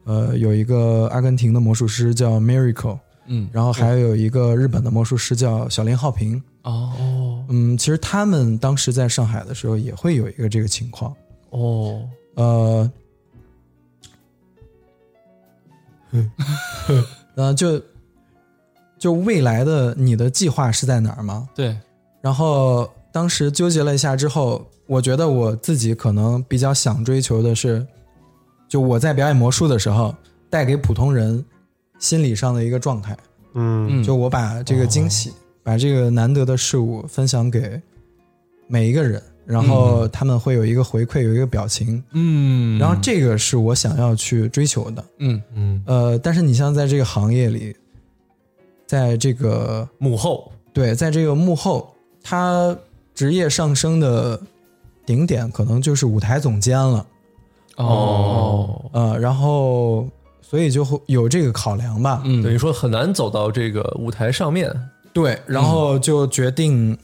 [SPEAKER 6] 呃，有一个阿根廷的魔术师叫 Miracle，
[SPEAKER 1] 嗯
[SPEAKER 6] 然后还有一个日本的魔术师叫小林浩平。
[SPEAKER 1] 哦
[SPEAKER 6] 嗯，其实他们当时在上海的时候也会有一个这个情况。
[SPEAKER 3] 哦，
[SPEAKER 6] 呃， [LAUGHS] 呃，就就未来的你的计划是在哪儿吗？
[SPEAKER 1] 对，
[SPEAKER 6] 然后当时纠结了一下之后，我觉得我自己可能比较想追求的是，就我在表演魔术的时候带给普通人心理上的一个状态。
[SPEAKER 2] 嗯，
[SPEAKER 6] 就我把这个惊喜，把这个难得的事物分享给每一个人，然后他们会有一个回馈，有一个表情，
[SPEAKER 1] 嗯
[SPEAKER 6] 然后这个是我想要去追求的。
[SPEAKER 1] 嗯
[SPEAKER 3] 嗯，
[SPEAKER 6] 呃，但是你像在这个行业里，在这个
[SPEAKER 3] 幕后，
[SPEAKER 6] 对，在这个幕后，他职业上升的顶点可能就是舞台总监了，
[SPEAKER 3] 哦，
[SPEAKER 6] 呃，然后所以就会有这个考量吧，嗯，
[SPEAKER 3] 等于说很难走到这个舞台上面。
[SPEAKER 6] 对，然后就决定，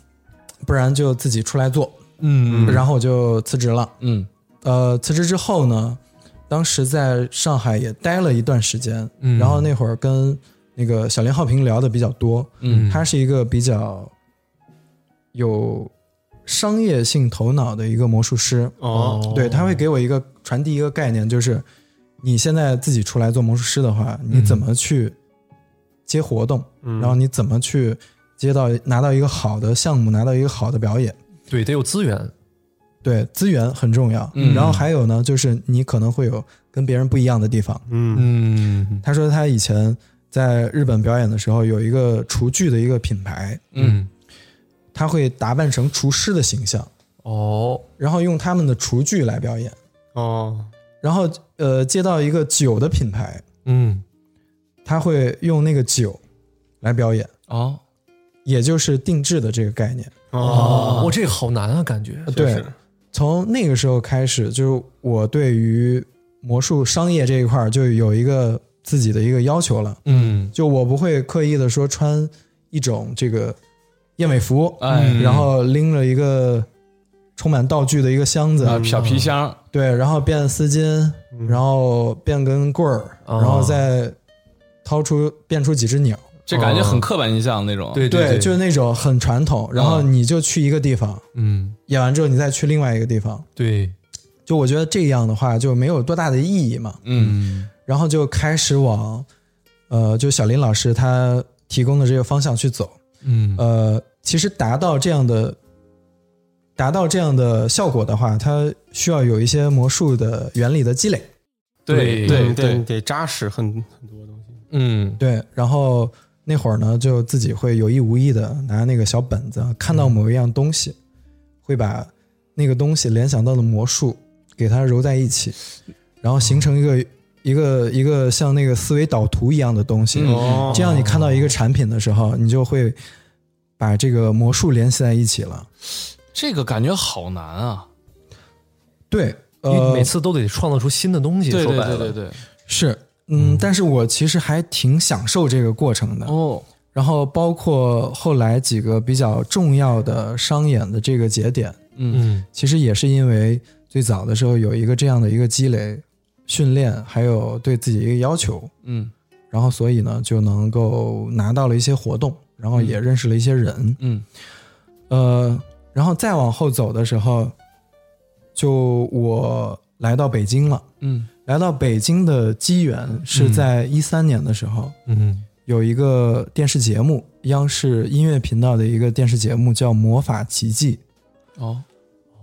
[SPEAKER 6] 不然就自己出来做，
[SPEAKER 3] 嗯
[SPEAKER 6] 然后我就辞职了。
[SPEAKER 1] 嗯
[SPEAKER 6] 呃，辞职之后呢，当时在上海也待了一段时间，
[SPEAKER 3] 嗯
[SPEAKER 6] 然后那会儿跟那个小林浩平聊的比较多，
[SPEAKER 1] 嗯
[SPEAKER 6] 他是一个比较有商业性头脑的一个魔术师，
[SPEAKER 2] 哦，
[SPEAKER 6] 对，他会给我一个传递一个概念，就是你现在自己出来做魔术师的话，你怎么去接活动，
[SPEAKER 2] 嗯
[SPEAKER 6] 然后你怎么去接到拿到一个好的项目，拿到一个好的表演。
[SPEAKER 3] 对得有资源。
[SPEAKER 6] 对，资源很重要。
[SPEAKER 1] 嗯
[SPEAKER 6] 然后还有呢，就是你可能会有跟别人不一样的地方。
[SPEAKER 2] 嗯
[SPEAKER 3] 嗯
[SPEAKER 6] 他说他以前在日本表演的时候，有一个厨具的一个品牌，
[SPEAKER 1] 嗯
[SPEAKER 6] 他会打扮成厨师的形象，
[SPEAKER 3] 哦，
[SPEAKER 6] 然后用他们的厨具来表演。
[SPEAKER 2] 哦，
[SPEAKER 6] 然后呃，接到一个酒的品牌，
[SPEAKER 3] 嗯
[SPEAKER 6] 他会用那个酒来表演，
[SPEAKER 1] 哦
[SPEAKER 6] 也就是定制的这个概念。
[SPEAKER 3] 哦，我这个好难啊，感觉。
[SPEAKER 6] 对，从那个时候开始，就是我对于魔术商业这一块儿就有一个自己的一个要求了。
[SPEAKER 3] 嗯
[SPEAKER 6] 就我不会刻意的说穿一种这个燕尾服，
[SPEAKER 1] 哎
[SPEAKER 6] 然后拎了一个充满道具的一个箱子，
[SPEAKER 3] 嗯
[SPEAKER 1] 啊小皮箱
[SPEAKER 6] 对，然后变丝巾，然后变根棍儿，
[SPEAKER 3] 哦
[SPEAKER 6] 然后再掏出变出几只鸟，
[SPEAKER 1] 这感觉很刻板印象那种。
[SPEAKER 3] 对对，哦
[SPEAKER 6] 就是那种很传统。然后你就去一个地方
[SPEAKER 3] 嗯
[SPEAKER 6] 演完之后，你再去另外一个地方。
[SPEAKER 3] 对，
[SPEAKER 6] 就我觉得这样的话就没有多大的意义嘛，
[SPEAKER 1] 嗯
[SPEAKER 6] 然后就开始往，呃，就小林老师他提供的这个方向去走。
[SPEAKER 3] 嗯
[SPEAKER 6] 呃，其实达到这样的达到这样的效果的话，它需要有一些魔术的原理的积累。
[SPEAKER 3] 对
[SPEAKER 1] 对
[SPEAKER 2] 对对，
[SPEAKER 1] 对
[SPEAKER 2] 得扎实很很多东西。
[SPEAKER 3] 嗯
[SPEAKER 6] 对，然后那会儿呢，就自己会有意无意的拿那个小本子，看到某一样东西，会把那个东西联想到的魔术给它揉在一起，然后形成一个。一个一个像那个思维导图一样的东西，
[SPEAKER 3] 嗯
[SPEAKER 2] 哦
[SPEAKER 6] 嗯这样你看到一个产品的时候，你就会把这个魔术联系在一起了。
[SPEAKER 1] 这个感觉好难啊！
[SPEAKER 6] 对，
[SPEAKER 3] 因为
[SPEAKER 6] 呃，
[SPEAKER 3] 每次都得创造出新的东西。
[SPEAKER 1] 对
[SPEAKER 3] 说
[SPEAKER 1] 对
[SPEAKER 3] 白
[SPEAKER 1] 对
[SPEAKER 3] 了
[SPEAKER 1] 对，对，
[SPEAKER 6] 是，嗯，但是我其实还挺享受这个过程的。
[SPEAKER 1] 哦，
[SPEAKER 6] 然后包括后来几个比较重要的商演的这个节点，
[SPEAKER 3] 嗯
[SPEAKER 6] 其实也是因为最早的时候有一个这样的一个积累、训练，还有对自己一个要求，
[SPEAKER 1] 嗯
[SPEAKER 6] 然后所以呢就能够拿到了一些活动，然后也认识了一些人，
[SPEAKER 1] 嗯
[SPEAKER 6] 呃，然后再往后走的时候，就我来到北京了。
[SPEAKER 1] 嗯
[SPEAKER 6] 来到北京的机缘是在一三年的时候，
[SPEAKER 3] 嗯
[SPEAKER 6] 有一个电视节目，央视音乐频道的一个电视节目叫《魔法奇迹》。
[SPEAKER 1] 哦，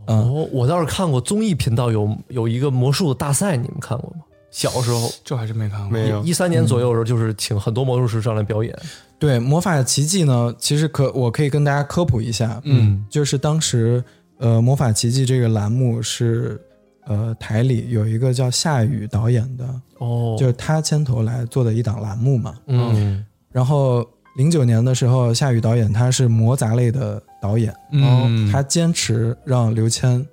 [SPEAKER 6] 嗯，
[SPEAKER 3] 哦，我倒是看过综艺频道有有一个魔术大赛，你们看过吗？小时候
[SPEAKER 1] 这还真没看过。
[SPEAKER 2] 没有
[SPEAKER 3] 一三年左右的时候，就是请很多魔术师上来表演。
[SPEAKER 6] 对，《魔法奇迹》呢，其实可我可以跟大家科普一下，
[SPEAKER 3] 嗯
[SPEAKER 6] 就是当时呃，《魔法奇迹》这个栏目是呃台里有一个叫夏雨导演的，
[SPEAKER 3] 哦，
[SPEAKER 6] 就是他牵头来做的一档栏目嘛。
[SPEAKER 3] 嗯
[SPEAKER 6] 然后零九年的时候，夏雨导演他是魔杂类的导演，
[SPEAKER 1] 嗯
[SPEAKER 6] 他坚持让刘谦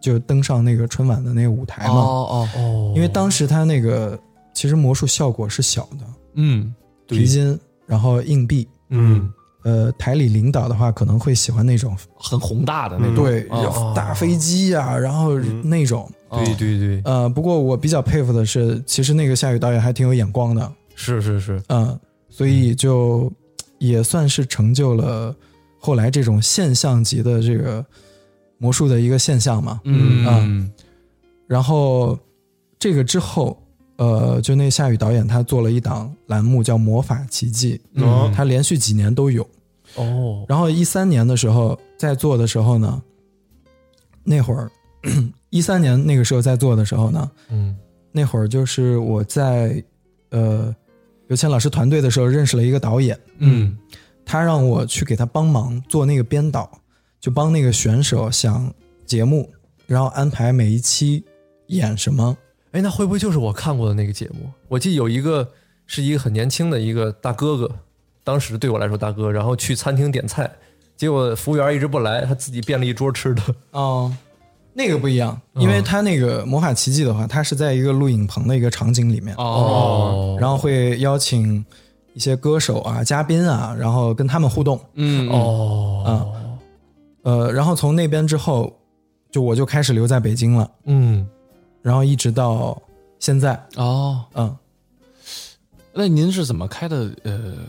[SPEAKER 6] 就登上那个春晚的那个舞台嘛，
[SPEAKER 1] 哦哦，
[SPEAKER 3] 哦，
[SPEAKER 6] 因为当时他那个其实魔术效果是小的，
[SPEAKER 1] 嗯
[SPEAKER 6] 皮筋，然后硬币。
[SPEAKER 3] 嗯
[SPEAKER 6] 呃，台里领导的话可能会喜欢那种，
[SPEAKER 1] 很宏大的那种。
[SPEAKER 6] 对，
[SPEAKER 1] 哦嗯
[SPEAKER 6] 打飞机啊，然后那种，
[SPEAKER 3] 嗯对对对，
[SPEAKER 6] 呃，不过我比较佩服的是，其实那个夏雨导演还挺有眼光的，
[SPEAKER 3] 是是是，
[SPEAKER 6] 嗯，所以就也算是成就了后来这种现象级的这个魔术的一个现象嘛。
[SPEAKER 1] 嗯
[SPEAKER 6] 嗯然后这个之后，呃，就那夏雨导演他做了一档栏目叫《魔法奇迹》，
[SPEAKER 1] 嗯
[SPEAKER 6] 他连续几年都有。
[SPEAKER 3] 哦，
[SPEAKER 6] 然后一三年的时候在做的时候呢，那会儿 [CLEARS THROAT] 一三年那个时候在做的时候呢，
[SPEAKER 3] 嗯
[SPEAKER 6] 那会儿就是我在呃刘谦老师团队的时候认识了一个导演。
[SPEAKER 3] 嗯
[SPEAKER 6] 他让我去给他帮忙做那个编导，就帮那个选手想节目，然后安排每一期演什么。
[SPEAKER 3] 哎，那会不会就是我看过的那个节目？我记得有一个是一个很年轻的一个大哥哥，当时对我来说大哥，然后去餐厅点菜，结果服务员一直不来，他自己变了一桌吃的。
[SPEAKER 6] 哦，那个不一样，
[SPEAKER 1] 嗯
[SPEAKER 6] 因为他那个《魔法奇迹》的话，他是在一个录影棚的一个场景里面，
[SPEAKER 1] 哦
[SPEAKER 6] 然后会邀请一些歌手啊、嘉宾啊，然后跟他们互动。
[SPEAKER 1] 嗯哦
[SPEAKER 3] 哦，
[SPEAKER 6] 嗯，呃，然后从那边之后，就我就开始留在北京了，
[SPEAKER 3] 嗯，
[SPEAKER 6] 然后一直到现在，
[SPEAKER 1] 哦，
[SPEAKER 6] 嗯。
[SPEAKER 1] 那您是怎么开的？呃，跟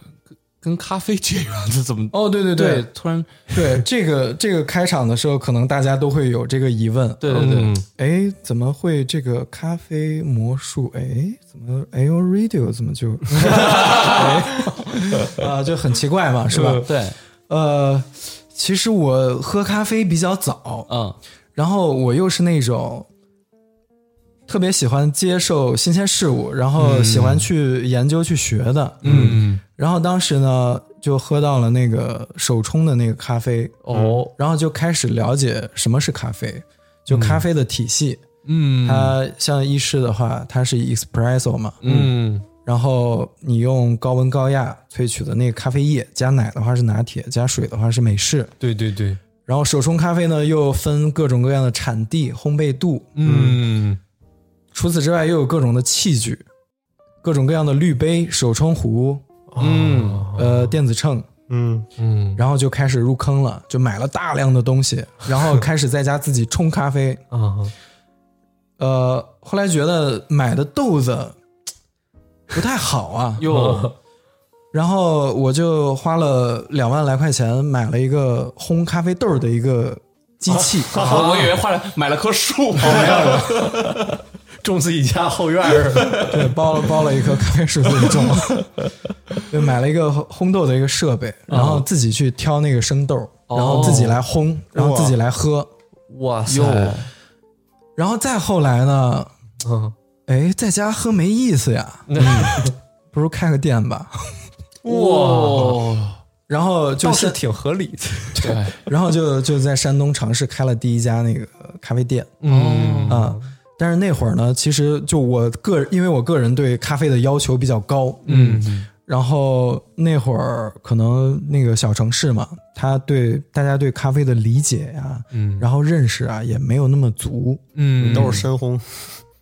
[SPEAKER 1] 跟咖啡结缘的？怎么？
[SPEAKER 6] 哦，对对
[SPEAKER 1] 对，突然
[SPEAKER 6] 对这个这个开场的时候，可能大家都会有这个疑问，
[SPEAKER 1] 对对对，
[SPEAKER 6] 哎，怎么会这个咖啡魔术？哎，怎么 a o radio 怎么就， [LAUGHS] 哎 [LAUGHS] 啊，就很奇怪嘛，是吧？
[SPEAKER 1] 对，
[SPEAKER 6] 呃，其实我喝咖啡比较早，
[SPEAKER 1] 嗯
[SPEAKER 6] 然后我又是那种特别喜欢接受新鲜事物，然后喜欢去研究去学的，
[SPEAKER 1] 嗯
[SPEAKER 6] 然后当时呢，就喝到了那个手冲的那个咖啡，
[SPEAKER 3] 哦，
[SPEAKER 6] 然后就开始了解什么是咖啡，就咖啡的体系。
[SPEAKER 1] 嗯
[SPEAKER 6] 它像意式的话，它是 espresso 嘛，
[SPEAKER 3] 嗯，
[SPEAKER 6] 然后你用高温高压萃取的那个咖啡液，加奶的话是拿铁，加水的话是美式。
[SPEAKER 3] 对对对，
[SPEAKER 6] 然后手冲咖啡呢，又分各种各样的产地、烘焙度，
[SPEAKER 3] 嗯
[SPEAKER 6] 除此之外又有各种的器具，各种各样的滤杯、手冲壶、
[SPEAKER 1] 嗯
[SPEAKER 6] 呃电子秤，
[SPEAKER 2] 嗯，
[SPEAKER 3] 嗯，
[SPEAKER 6] 然后就开始入坑了，就买了大量的东西，然后开始在家自己冲咖啡。
[SPEAKER 3] 啊，
[SPEAKER 6] 呃，后来觉得买的豆子不太好啊，
[SPEAKER 1] 哟
[SPEAKER 6] 然后我就花了两万来块钱买了一个烘咖啡豆的一个机器， [LAUGHS]
[SPEAKER 1] 我以为花了买了棵树，
[SPEAKER 3] 种自己 [LAUGHS] 家后院儿，
[SPEAKER 6] 对，包了包了一棵咖啡树自己种，对，买了一个烘豆的一个设备，然
[SPEAKER 3] 嗯
[SPEAKER 6] 后自己去挑那个生豆，然后自己
[SPEAKER 3] 哦
[SPEAKER 6] 来烘，然后自己来喝，
[SPEAKER 3] 哇塞，
[SPEAKER 6] 然后再后来呢，
[SPEAKER 3] 嗯，
[SPEAKER 6] 哎，在家喝没意思呀， [LAUGHS] 不如开个店吧。
[SPEAKER 1] 哇，
[SPEAKER 6] 然后就
[SPEAKER 3] 倒是
[SPEAKER 6] 先，
[SPEAKER 3] 挺合理的。
[SPEAKER 1] 对，
[SPEAKER 6] 然后就就在山东尝试开了第一家那个咖啡店
[SPEAKER 3] 嗯
[SPEAKER 6] 啊、但是那会儿呢，其实就我个，因为我个人对咖啡的要求比较高，
[SPEAKER 3] 嗯
[SPEAKER 6] 然后那会儿可能那个小城市嘛，他对大家对咖啡的理解呀、
[SPEAKER 3] 嗯
[SPEAKER 6] 然后认识啊，也没有那么足。
[SPEAKER 3] 嗯
[SPEAKER 2] 都是深烘，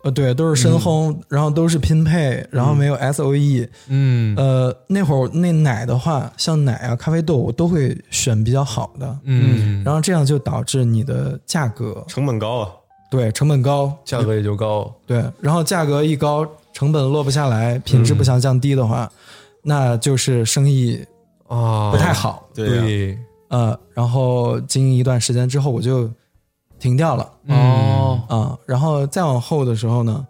[SPEAKER 6] 呃，对，都是深烘，然后都是拼配，然后没有 SOE。
[SPEAKER 3] 嗯
[SPEAKER 6] 呃，那会儿那奶的话，像奶啊、咖啡豆，我都会选比较好的。
[SPEAKER 3] 嗯，
[SPEAKER 6] 然后这样就导致你的价格
[SPEAKER 2] 成本高啊，
[SPEAKER 6] 对成本高，
[SPEAKER 3] 价格也就高。
[SPEAKER 6] 对，然后价格一高，成本落不下来，品
[SPEAKER 3] 嗯
[SPEAKER 6] 质不想降低的话，那就是生意
[SPEAKER 3] 啊，
[SPEAKER 6] 不太好。
[SPEAKER 2] 呀
[SPEAKER 3] 对
[SPEAKER 6] 呃，然后经营一段时间之后，我就停掉了
[SPEAKER 3] 哦，
[SPEAKER 6] 啊、然后再往后的时候呢，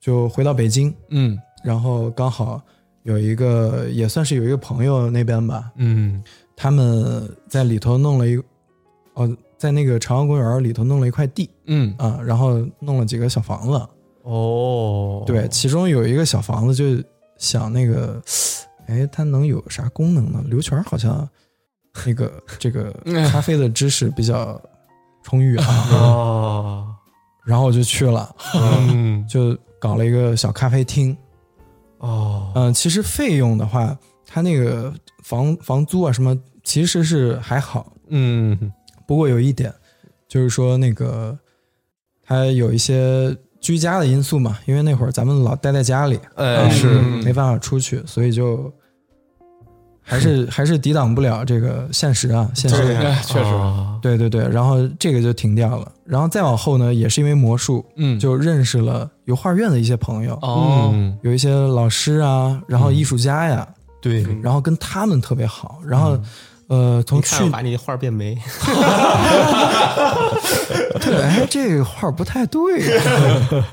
[SPEAKER 6] 就回到北京，
[SPEAKER 3] 嗯
[SPEAKER 6] 然后刚好有一个也算是有一个朋友那边吧，
[SPEAKER 3] 嗯
[SPEAKER 6] 他们在里头弄了一哦，在那个朝阳公园里头弄了一块地
[SPEAKER 3] 嗯，
[SPEAKER 6] 啊、然后弄了几个小房子。
[SPEAKER 3] 哦，
[SPEAKER 6] 对，其中有一个小房子，就想那个，哎，它能有啥功能呢？刘全儿好像那个 [LAUGHS] 这个咖啡的知识比较充
[SPEAKER 3] [LAUGHS]
[SPEAKER 6] 裕啊，
[SPEAKER 3] 哦啊，
[SPEAKER 6] 然后我就去了，
[SPEAKER 3] 嗯
[SPEAKER 6] 就搞了一个小咖啡厅。
[SPEAKER 3] 哦，
[SPEAKER 6] 嗯、其实费用的话，它那个房房租啊什么，其实是还好，
[SPEAKER 3] 嗯
[SPEAKER 6] 不过有一点就是说那个它有一些居家的因素嘛，因为那会儿咱们老待在家里。
[SPEAKER 3] 哎
[SPEAKER 6] 但
[SPEAKER 3] 是，
[SPEAKER 6] 没办法出去，所以就还是还是抵挡不了这个现实啊，现实。
[SPEAKER 2] 对
[SPEAKER 1] 哎确实，
[SPEAKER 3] 啊
[SPEAKER 6] 对对对，然后这个就停掉了，然后再往后呢，也是因为魔术，
[SPEAKER 3] 嗯
[SPEAKER 6] 就认识了油画院的一些朋友，
[SPEAKER 1] 哦，
[SPEAKER 3] 嗯
[SPEAKER 6] 有一些老师啊，然后艺术家呀，
[SPEAKER 3] 对
[SPEAKER 6] 然后跟他们特别好，然后、呃，从
[SPEAKER 2] 你
[SPEAKER 6] 去
[SPEAKER 2] 看我把你画变没，
[SPEAKER 6] 对，哎，这个画不太对呀、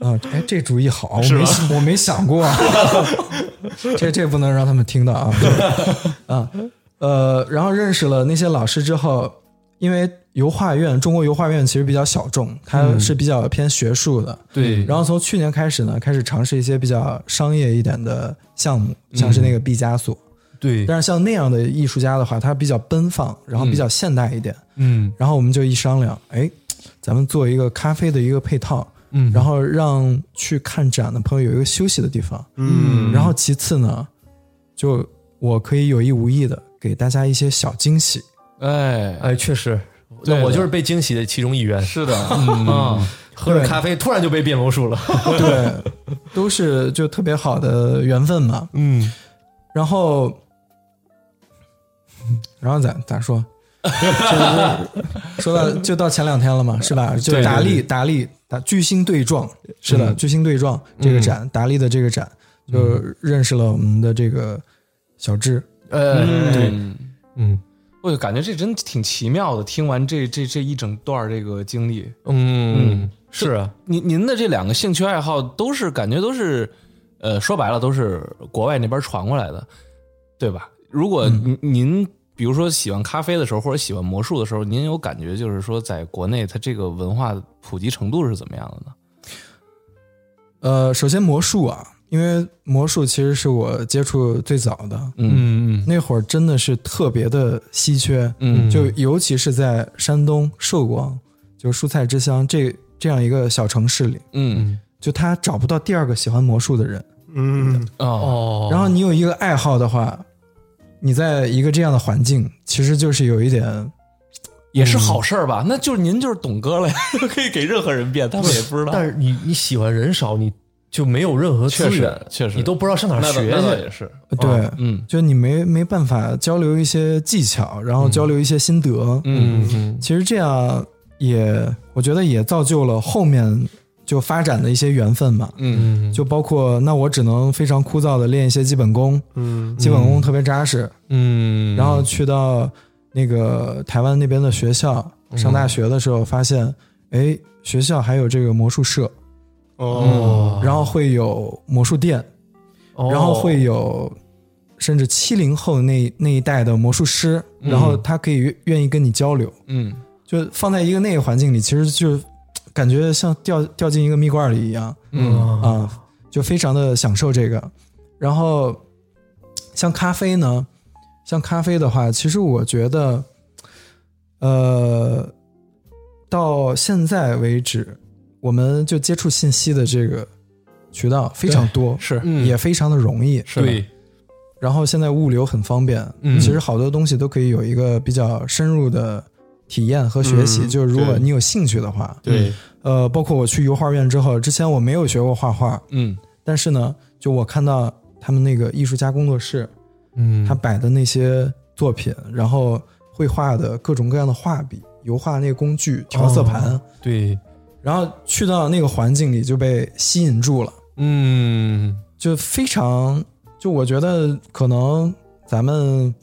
[SPEAKER 6] [LAUGHS] 啊，哎，这主意好，我没想我没想过、啊 [LAUGHS] 这这不能让他们听到啊，啊，呃，然后认识了那些老师之后，因为油画院，中国油画院其实比较小众，它是比较偏学术的。
[SPEAKER 3] 对，
[SPEAKER 6] 然后从去年开始呢，开始尝试一些比较商业一点的项目，像是那个毕加索。
[SPEAKER 3] 对，
[SPEAKER 6] 但是像那样的艺术家的话，他比较奔放，然后比较现代一点。
[SPEAKER 3] 嗯
[SPEAKER 6] 然后我们就一商量，哎，咱们做一个咖啡的一个配套，
[SPEAKER 3] 嗯
[SPEAKER 6] 然后让去看展的朋友有一个休息的地方，
[SPEAKER 2] 嗯
[SPEAKER 6] 然后其次呢，就我可以有意无意的给大家一些小惊喜，
[SPEAKER 1] 哎，
[SPEAKER 3] 哎，确实，那
[SPEAKER 1] 对
[SPEAKER 3] 我
[SPEAKER 1] 的
[SPEAKER 3] 就是被惊喜的其中一员。
[SPEAKER 1] 是的，嗯，
[SPEAKER 3] 喝着
[SPEAKER 6] 对
[SPEAKER 3] 咖啡，突然就被变魔术了。
[SPEAKER 6] [LAUGHS] 对，都是就特别好的缘分嘛。
[SPEAKER 3] 嗯，
[SPEAKER 6] 然后，然后咋咋说？ [LAUGHS] 就是说到就到前两天了
[SPEAKER 3] [LAUGHS]
[SPEAKER 6] 嘛，是吧？就
[SPEAKER 3] 对
[SPEAKER 6] 达
[SPEAKER 3] 对嗯
[SPEAKER 6] 利达利达巨星对撞，是的，巨星对撞这个展，达利的这个展，就
[SPEAKER 3] 嗯
[SPEAKER 6] 认识了我们的这个小智。
[SPEAKER 3] 呃，对，
[SPEAKER 1] 嗯
[SPEAKER 3] 嗯
[SPEAKER 1] 哎我就感觉这真挺奇妙的。听完这这这一整段儿这个经历，
[SPEAKER 3] 嗯，是啊，
[SPEAKER 1] 您您的这两个兴趣爱好都是感觉都是，呃，说白了都是国外那边传过来的，对吧？如果
[SPEAKER 3] 嗯
[SPEAKER 1] 您您比如说喜欢咖啡的时候，或者喜欢魔术的时候，您有感觉就是说，在国内它这个文化普及程度是怎么样的呢？
[SPEAKER 6] 呃，首先魔术啊，因为魔术其实是我接触最早的，
[SPEAKER 1] 嗯
[SPEAKER 3] 嗯嗯
[SPEAKER 6] 那会儿真的是特别的稀缺，
[SPEAKER 1] 嗯
[SPEAKER 6] 就尤其是在山东寿光，就蔬菜之乡这这样一个小城市里，
[SPEAKER 1] 嗯
[SPEAKER 6] 就他找不到第二个喜欢魔术的人。
[SPEAKER 2] 嗯，
[SPEAKER 1] 哦
[SPEAKER 3] 哦，
[SPEAKER 6] 然后你有一个爱好的话，你在一个这样的环境，其实就是有一点，
[SPEAKER 1] 哦也是好事儿吧？那就是您就是懂哥了呀， [LAUGHS] 可以给任何人变，他们也不知道。
[SPEAKER 3] 但是你你喜欢人少，你就没有任何资
[SPEAKER 1] 确实
[SPEAKER 3] 源，
[SPEAKER 1] 确实
[SPEAKER 3] 你都不知道上哪儿
[SPEAKER 1] 那倒
[SPEAKER 3] 学
[SPEAKER 1] 那倒
[SPEAKER 3] 去。
[SPEAKER 1] 也是，
[SPEAKER 6] 对，
[SPEAKER 1] 嗯
[SPEAKER 6] 就你没没办法交流一些技巧，然后交流一些心得。
[SPEAKER 1] 嗯
[SPEAKER 3] 嗯
[SPEAKER 6] 其实这样也，我觉得也造就了后面就发展的一些缘分嘛。
[SPEAKER 1] 嗯
[SPEAKER 3] 嗯，
[SPEAKER 6] 就包括那我只能非常枯燥的练一些基本功，
[SPEAKER 2] 嗯
[SPEAKER 6] 基本功特别扎实，
[SPEAKER 3] 嗯，
[SPEAKER 6] 然后去到那个台湾那边的学校
[SPEAKER 2] 嗯
[SPEAKER 6] 上大学的时候，发现哎，学校还有这个魔术社，
[SPEAKER 3] 嗯
[SPEAKER 2] 哦，
[SPEAKER 6] 然后会有魔术店，
[SPEAKER 3] 哦
[SPEAKER 6] 嗯然后会有甚至七零后那那一代的魔术师，
[SPEAKER 2] 嗯
[SPEAKER 6] 然后他可以愿愿意跟你交流，
[SPEAKER 1] 嗯
[SPEAKER 6] 就放在一个那个环境里，其实就感觉像掉掉进一个蜜罐里一样
[SPEAKER 1] 嗯
[SPEAKER 6] 啊、就非常的享受这个。然后像咖啡呢，像咖啡的话，其实我觉得，呃，到现在为止，我们就接触信息的这个渠道非常多，
[SPEAKER 1] 是
[SPEAKER 3] 嗯
[SPEAKER 6] 也非常的容易。
[SPEAKER 1] 是的
[SPEAKER 3] 对，
[SPEAKER 6] 然后现在物流很方便，
[SPEAKER 3] 嗯
[SPEAKER 6] 其实好多东西都可以有一个比较深入的体验和学习。
[SPEAKER 2] 嗯
[SPEAKER 6] 就是如果
[SPEAKER 2] 对
[SPEAKER 6] 你有兴趣的话，
[SPEAKER 2] 对，
[SPEAKER 6] 呃，包括我去油画院之后，之前我没有学过画画，
[SPEAKER 1] 嗯，
[SPEAKER 6] 但是呢，就我看到他们那个艺术家工作室，
[SPEAKER 3] 嗯
[SPEAKER 6] 他摆的那些作品，然后绘画的各种各样的画笔、油画那个工具、调色盘，
[SPEAKER 1] 哦
[SPEAKER 3] 对，
[SPEAKER 6] 然后去到那个环境里就被吸引住了，
[SPEAKER 3] 嗯，
[SPEAKER 6] 就非常，就我觉得可能咱们，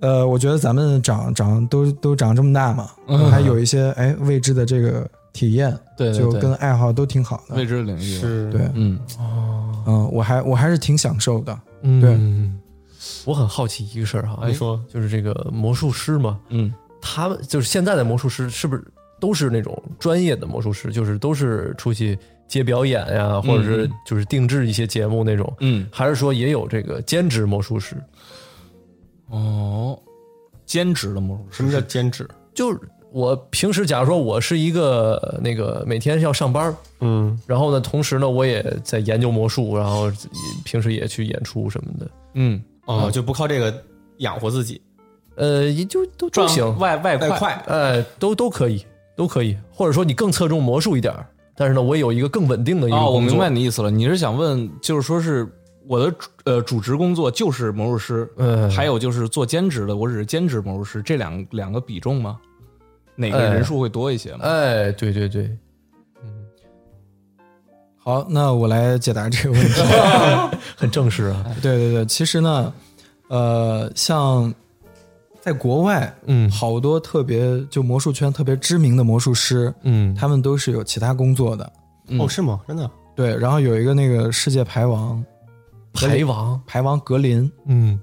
[SPEAKER 6] 呃，我觉得咱们长长都都长这么大嘛，还有一些哎未知的这个体验，
[SPEAKER 1] 嗯对对
[SPEAKER 6] 就
[SPEAKER 1] 对
[SPEAKER 6] 跟爱好都挺好的
[SPEAKER 1] 未，知领域，
[SPEAKER 2] 是，
[SPEAKER 6] 对，
[SPEAKER 1] 嗯，
[SPEAKER 6] 嗯，我还我还是挺享受的，
[SPEAKER 3] 嗯，我很好奇一个事儿哈，
[SPEAKER 1] 哎
[SPEAKER 2] 你说
[SPEAKER 3] 就是这个魔术师嘛，
[SPEAKER 1] 嗯，
[SPEAKER 3] 他们就是现在的魔术师是不是都是那种专业的魔术师，就是都是出去接表演呀、或者是就是定制一些节目那种，
[SPEAKER 1] 嗯，
[SPEAKER 3] 还是说也有这个兼职魔术师？
[SPEAKER 1] 哦，兼职的魔术师，
[SPEAKER 2] 什么叫兼职？
[SPEAKER 3] 就是我平时假如说我是一个呃那个每天要上班儿，
[SPEAKER 2] 嗯，
[SPEAKER 3] 然后呢，同时呢我也在研究魔术，然后自己平时也去演出什么的，
[SPEAKER 1] 嗯，
[SPEAKER 2] 哦，就不靠这个养活自己，
[SPEAKER 3] 呃，也就都都
[SPEAKER 1] 赚
[SPEAKER 3] 行，
[SPEAKER 1] 外外
[SPEAKER 2] 外
[SPEAKER 1] 快，
[SPEAKER 2] 快，
[SPEAKER 3] 呃，都都可以，都可以，或者说你更侧重魔术一点儿，但是呢，我有一个更稳定的一个
[SPEAKER 1] 哦，我
[SPEAKER 3] 工
[SPEAKER 1] 明
[SPEAKER 3] 作
[SPEAKER 1] 白，你意思了，你是想问，就是说是我的主呃主职工作就是魔术师，
[SPEAKER 3] 嗯，
[SPEAKER 1] 还有就是做兼职的，我只是兼职魔术师，这两两个比重吗？哪个人数会多一些吗？
[SPEAKER 3] 哎，对对对，
[SPEAKER 6] 好，那我来解答这个问题。
[SPEAKER 3] 很正式啊，
[SPEAKER 6] 对对对，其实呢，呃，像在国外，
[SPEAKER 3] 嗯
[SPEAKER 6] 好多特别就魔术圈特别知名的魔术师，
[SPEAKER 3] 嗯，
[SPEAKER 6] 他们都是有其他工作的。
[SPEAKER 2] 哦，是吗？真的？
[SPEAKER 6] 对，然后有一个那个世界牌王，
[SPEAKER 3] 牌王，
[SPEAKER 6] 牌王格林，
[SPEAKER 3] 嗯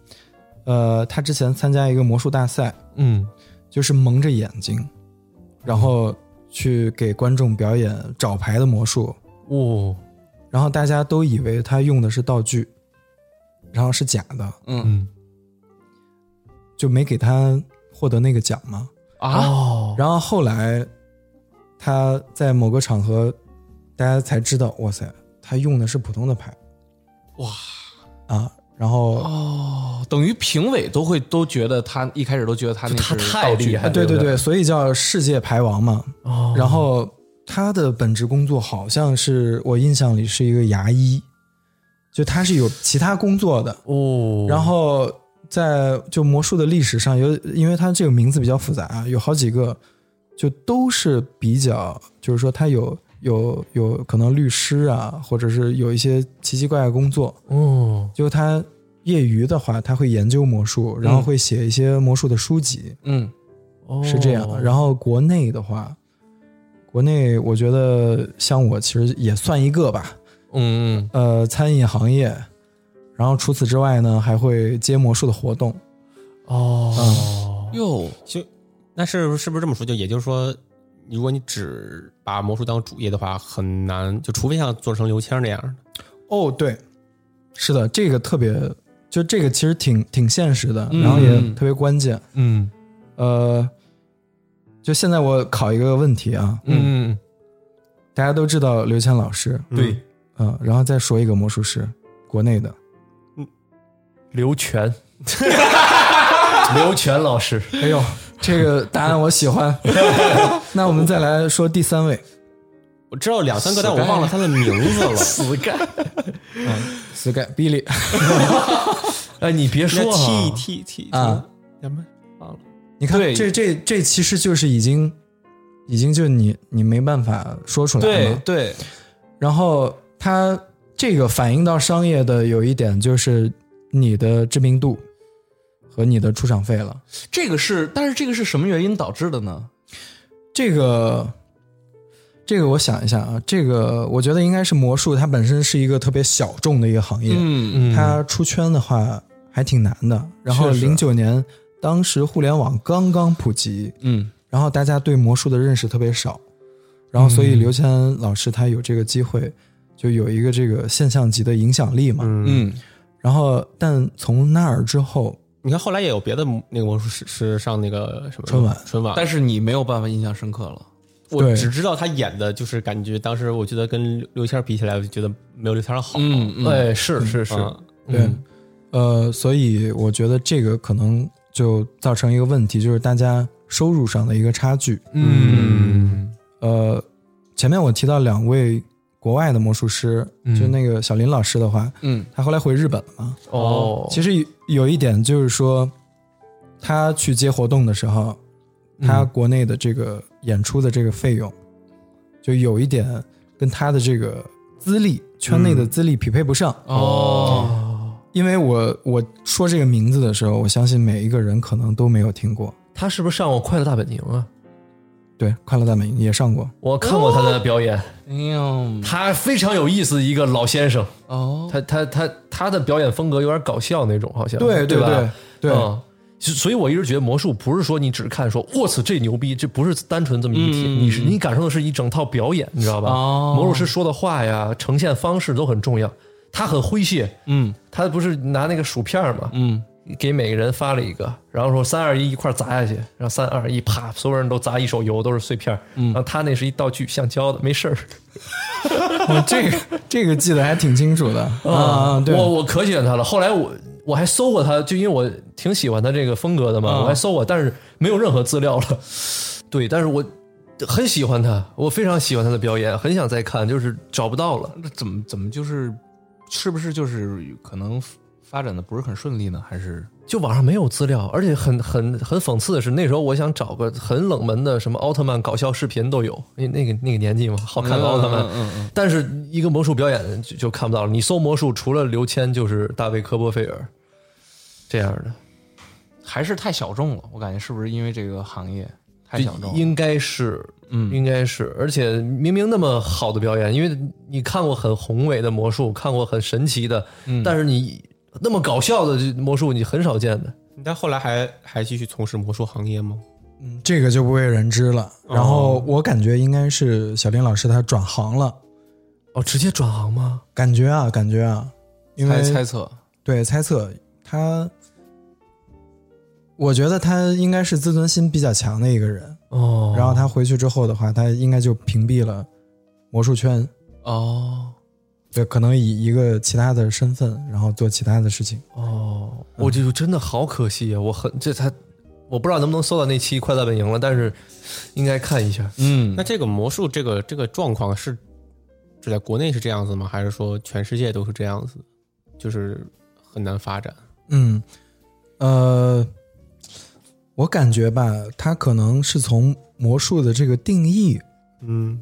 [SPEAKER 6] 呃，他之前参加一个魔术大赛，
[SPEAKER 3] 嗯，
[SPEAKER 6] 就是蒙着眼睛，然后去给观众表演找牌的魔术，
[SPEAKER 3] 哦，
[SPEAKER 6] 然后大家都以为他用的是道具，然后是假的，
[SPEAKER 1] 嗯
[SPEAKER 3] 嗯
[SPEAKER 6] 就没给他获得那个奖嘛。
[SPEAKER 1] 啊，
[SPEAKER 3] 哦，
[SPEAKER 6] 然后后来他在某个场合，大家才知道，哇塞，他用的是普通的牌，哇啊！然后、
[SPEAKER 1] 哦，等于评委都会都觉得他一开始都觉得他那
[SPEAKER 3] 他
[SPEAKER 1] 是
[SPEAKER 3] 太
[SPEAKER 1] 道具
[SPEAKER 3] 厉害了，
[SPEAKER 6] 哎对
[SPEAKER 3] 对
[SPEAKER 6] 对对，所以叫世界牌王嘛。
[SPEAKER 3] 哦
[SPEAKER 6] 然后他的本职工作好像是我印象里是一个牙医，就他是有其他工作的。
[SPEAKER 3] 哦，
[SPEAKER 6] 然后在就魔术的历史上有，因为它这个名字比较复杂啊，有好几个，就都是比较，就是说它有有有可能律师啊，或者是有一些奇奇怪怪的工作。
[SPEAKER 3] 哦，
[SPEAKER 6] 就他业余的话，他会研究魔术，然后会写一些魔术的书籍，
[SPEAKER 1] 嗯，
[SPEAKER 6] 是这
[SPEAKER 3] 哦
[SPEAKER 6] 样的。然后国内的话，国内我觉得像我其实也算一个吧，
[SPEAKER 3] 嗯
[SPEAKER 6] 呃，餐饮行业。然后除此之外呢，还会接魔术的活动，
[SPEAKER 3] 嗯，哦，
[SPEAKER 1] 哟，
[SPEAKER 2] 就那是是不是这么说？就也就是说，如果你只把魔术当主业的话，很难，就除非像做成刘谦那样的。
[SPEAKER 6] 哦，对，是的，这个特别，就这个其实挺挺现实的，
[SPEAKER 1] 嗯
[SPEAKER 6] 然后也特别关键。
[SPEAKER 3] 嗯
[SPEAKER 6] 呃，就现在我考一个问题啊，
[SPEAKER 3] 嗯，
[SPEAKER 6] 大家都知道刘谦老师，
[SPEAKER 3] 对，
[SPEAKER 6] 嗯、然后再说一个魔术师，国内的，
[SPEAKER 3] 刘全，刘全老师，
[SPEAKER 6] 哎呦，这个答案我喜欢。 [LAUGHS] 那我们再来说第三位
[SPEAKER 2] 我知道两三个，但我忘了他的名字了。
[SPEAKER 3] 死干！
[SPEAKER 6] ，Sky Billy
[SPEAKER 3] 哎，你别说
[SPEAKER 2] 那 T
[SPEAKER 3] 啊，
[SPEAKER 2] T T
[SPEAKER 6] 啊，，
[SPEAKER 2] 什么？
[SPEAKER 6] 你看
[SPEAKER 1] 对
[SPEAKER 6] 这这这其实就是已经已经就你你没办法说出来了，
[SPEAKER 1] 对嗯对，
[SPEAKER 6] 然后它这个反映到商业的有一点就是你的知名度和你的出场费了。
[SPEAKER 1] 这个是，但是这个是什么原因导致的呢？
[SPEAKER 6] 这个，这个我想一下啊，这个我觉得应该是魔术，它本身是一个特别小众的一个行业，
[SPEAKER 1] 嗯
[SPEAKER 6] 它出圈的话还挺难的。然后
[SPEAKER 1] 确实
[SPEAKER 6] 零九年，当时互联网刚刚普及，
[SPEAKER 1] 嗯
[SPEAKER 6] 然后大家对魔术的认识特别少，然后所
[SPEAKER 1] 嗯
[SPEAKER 6] 以刘谦老师他有这个机会，就有一个这个现象级的影响力嘛。
[SPEAKER 2] 嗯，
[SPEAKER 1] 嗯
[SPEAKER 6] 然后，但从那儿之后，
[SPEAKER 2] 你看后来也有别的那个魔术师是上那个什么
[SPEAKER 6] 春晚
[SPEAKER 2] 春晚，
[SPEAKER 1] 但是你没有办法印象深刻了。
[SPEAKER 2] 我
[SPEAKER 6] 对
[SPEAKER 2] 只知道他演的，就是感觉当时我觉得跟刘刘谦儿比起来，我就觉得没有刘谦儿好。
[SPEAKER 1] 嗯嗯，
[SPEAKER 3] 哎，是是是，
[SPEAKER 2] 嗯
[SPEAKER 6] 对，呃，所以我觉得这个可能就造成一个问题，就是大家收入上的一个差距。
[SPEAKER 1] 嗯
[SPEAKER 6] 呃，前面我提到两位国外的魔术师，就那个小林老师的话，
[SPEAKER 1] 嗯，
[SPEAKER 6] 他后来回日本了嘛。
[SPEAKER 3] 哦，
[SPEAKER 6] 其实有有一点就是说，他去接活动的时候，他国内的这个演出的这个费用，就有一点跟他的这个资历圈内的资历匹配不上。
[SPEAKER 1] 嗯哦，
[SPEAKER 6] 因为我我说这个名字的时候，我相信每一个人可能都没有听过。
[SPEAKER 3] 他是不是上过《快乐大本营》啊？
[SPEAKER 6] 对，《快乐大本营》也上过，
[SPEAKER 3] 我看过他的表演，
[SPEAKER 1] 哎呦，
[SPEAKER 3] 哦他非常有意思，一个老先生。
[SPEAKER 1] 哦，
[SPEAKER 3] 他他他他的表演风格有点搞笑那种，好像
[SPEAKER 6] 对
[SPEAKER 3] 对
[SPEAKER 6] 对
[SPEAKER 3] 吧？
[SPEAKER 6] 对
[SPEAKER 3] 嗯所所以，我一直觉得魔术不是说你只看说“我操，这牛逼”，这不是单纯这么一体，你是你感受的是一整套表演，你知道吧？
[SPEAKER 1] 嗯哦
[SPEAKER 3] 魔术师说的话呀，呈现方式都很重要。他很诙谐，
[SPEAKER 1] 嗯
[SPEAKER 3] 他不是拿那个薯片嘛，
[SPEAKER 1] 嗯，
[SPEAKER 3] 给每个人发了一个，然后说三二一一块砸下去，然后三二一啪，所有人都砸一手油，都是碎片。嗯，然后他那是一道具，橡胶的，没事儿。
[SPEAKER 6] 我这个这个记得还挺清楚的啊、对，
[SPEAKER 3] 我我可喜欢他了。后来我我还搜过他，就因为我挺喜欢他这个风格的嘛，我还搜过，但是没有任何资料了。 [LAUGHS] 对，但是我很喜欢他，我非常喜欢他的表演，很想再看，就是找不到了。
[SPEAKER 1] 那怎么怎么就是，是不是就是可能发展的不是很顺利呢？还是
[SPEAKER 3] 就网上没有资料，而且很很很讽刺的是，那时候我想找个很冷门的什么奥特曼搞笑视频都有，那那个那个年纪嘛，好看的奥特曼。
[SPEAKER 1] 嗯
[SPEAKER 3] 但是一个魔术表演就就看不到了。你搜魔术，除了刘谦就是大卫科波菲尔这样的。
[SPEAKER 1] 还是太小众了？我感觉是不是因为这个行业太
[SPEAKER 3] 就
[SPEAKER 1] 小众了？
[SPEAKER 3] 应该是，嗯，应该是。而且明明那么好的表演，因为你看过很宏伟的魔术，看过很神奇的，
[SPEAKER 2] 嗯
[SPEAKER 3] 但是你那么搞笑的魔术，你很少见的。
[SPEAKER 2] 你但后来还还继续从事魔术行业吗？
[SPEAKER 6] 嗯这个就不为人知了。然后我感觉应该是小林老师他转行了，
[SPEAKER 3] 哦，直接转行吗？
[SPEAKER 6] 感觉啊，感觉啊，因为
[SPEAKER 1] 猜猜测，
[SPEAKER 6] 对猜测他，我觉得他应该是自尊心比较强的一个人。
[SPEAKER 3] 哦，
[SPEAKER 6] 然后他回去之后的话，他应该就屏蔽了魔术圈，
[SPEAKER 1] 哦，
[SPEAKER 6] 对，可能以一个其他的身份，然后做其他的事情。
[SPEAKER 3] 哦，我就真的好可惜啊！我很这才，我不知道能不能搜到那期《快乐本营》了，但是应该看一下。
[SPEAKER 1] 嗯
[SPEAKER 2] 那这个魔术这个这个状况是只在国内是这样子吗？还是说全世界都是这样子？就是很难发展。
[SPEAKER 6] 嗯，呃，我感觉吧，他可能是从魔术的这个定义，
[SPEAKER 2] 嗯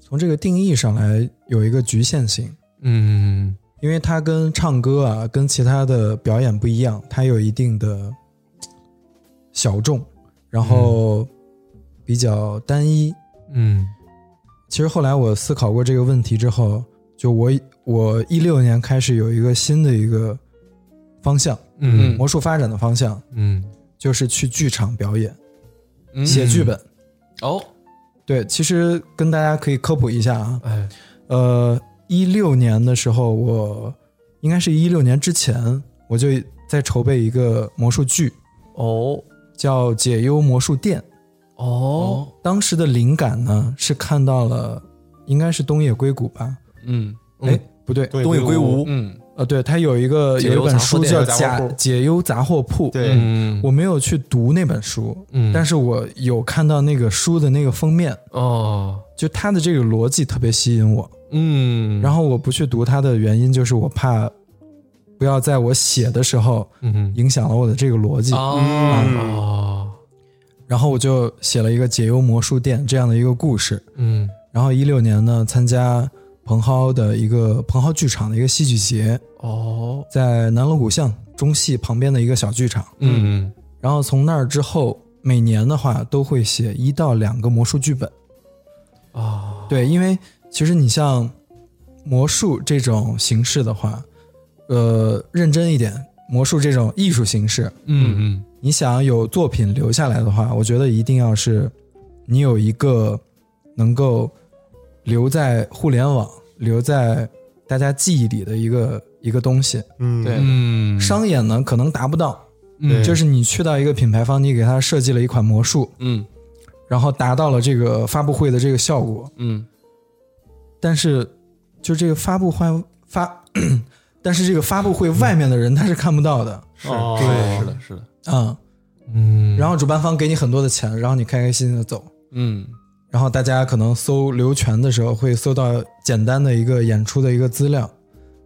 [SPEAKER 6] 从这个定义上来有一个局限性，
[SPEAKER 2] 嗯
[SPEAKER 6] 因为它跟唱歌啊，跟其他的表演不一样，它有一定的小众，然后比较单一。
[SPEAKER 2] 嗯
[SPEAKER 6] 其实后来我思考过这个问题之后，就我我一六年开始有一个新的一个方向，
[SPEAKER 2] 嗯
[SPEAKER 6] 魔术发展的方向
[SPEAKER 2] 嗯
[SPEAKER 6] 就是去剧场表演，
[SPEAKER 1] 嗯
[SPEAKER 6] 写剧本。
[SPEAKER 1] 哦，
[SPEAKER 6] 对，其实跟大家可以科普一下啊，
[SPEAKER 3] 哎，
[SPEAKER 6] 呃，一六年的时候，我应该是一六年之前，我就在筹备一个魔术剧，
[SPEAKER 3] 哦
[SPEAKER 6] 叫《解忧魔术店》。
[SPEAKER 3] 哦，
[SPEAKER 6] 当时的灵感呢是看到了，应该是东野圭吾吧？
[SPEAKER 1] 嗯
[SPEAKER 6] 哎、不对，
[SPEAKER 2] 东
[SPEAKER 3] 东野
[SPEAKER 2] 野圭
[SPEAKER 3] 圭
[SPEAKER 2] 吾
[SPEAKER 3] 吾，
[SPEAKER 1] 嗯，
[SPEAKER 6] 呃，对他有一个
[SPEAKER 3] 解
[SPEAKER 6] 有
[SPEAKER 3] 忧
[SPEAKER 6] 一本
[SPEAKER 3] 杂货
[SPEAKER 6] 书
[SPEAKER 3] 店
[SPEAKER 6] 叫《
[SPEAKER 2] 杂货
[SPEAKER 6] 假
[SPEAKER 2] 铺
[SPEAKER 6] 解忧杂货铺》，
[SPEAKER 2] 对
[SPEAKER 3] 嗯
[SPEAKER 6] 我没有去读那本书，
[SPEAKER 3] 嗯，
[SPEAKER 6] 但是我有看到那个书的那个封面，
[SPEAKER 3] 哦，
[SPEAKER 6] 就它的这个逻辑特别吸引我。
[SPEAKER 3] 嗯，
[SPEAKER 6] 然后我不去读它的原因就是我怕不要在我写的时候
[SPEAKER 3] 嗯
[SPEAKER 6] 影响了我的这个逻辑，
[SPEAKER 1] 哦，
[SPEAKER 3] 哼，哦，
[SPEAKER 6] 然后我就写了一个解忧魔术店这样的一个故事。
[SPEAKER 3] 嗯
[SPEAKER 6] 然后一六年呢，参加蓬蒿的一个蓬蒿剧场的一个戏剧节，
[SPEAKER 3] 哦，
[SPEAKER 6] 在南锣鼓巷中戏旁边的一个小剧场。
[SPEAKER 3] 嗯
[SPEAKER 6] 然后从那儿之后，每年的话都会写一到两个魔术剧本。
[SPEAKER 3] 啊，
[SPEAKER 6] 对，因为其实你像魔术这种形式的话，呃，认真一点，魔术这种艺术形式，
[SPEAKER 3] 嗯嗯。
[SPEAKER 6] 你想有作品留下来的话，我觉得一定要是你有一个能够留在互联网、留在大家记忆里的一个一个东西。
[SPEAKER 2] 嗯
[SPEAKER 1] 对
[SPEAKER 3] 嗯
[SPEAKER 6] 商演呢，可能达不到，
[SPEAKER 1] 嗯
[SPEAKER 2] 对
[SPEAKER 6] 就是你去到一个品牌方，你给他设计了一款魔术，
[SPEAKER 1] 嗯
[SPEAKER 6] 然后达到了这个发布会的这个效果，
[SPEAKER 1] 嗯
[SPEAKER 6] 但是就这个发布会 [CLEARS THROAT] 发，但是这个发布会外面的人他是看不到的，
[SPEAKER 1] 是
[SPEAKER 2] 哦
[SPEAKER 1] 是的是的是的，
[SPEAKER 6] 嗯嗯，然后主办方给你很多的钱，然后你开开心心的走，
[SPEAKER 1] 嗯
[SPEAKER 6] 然后大家可能搜刘全的时候会搜到简单的一个演出的一个资料，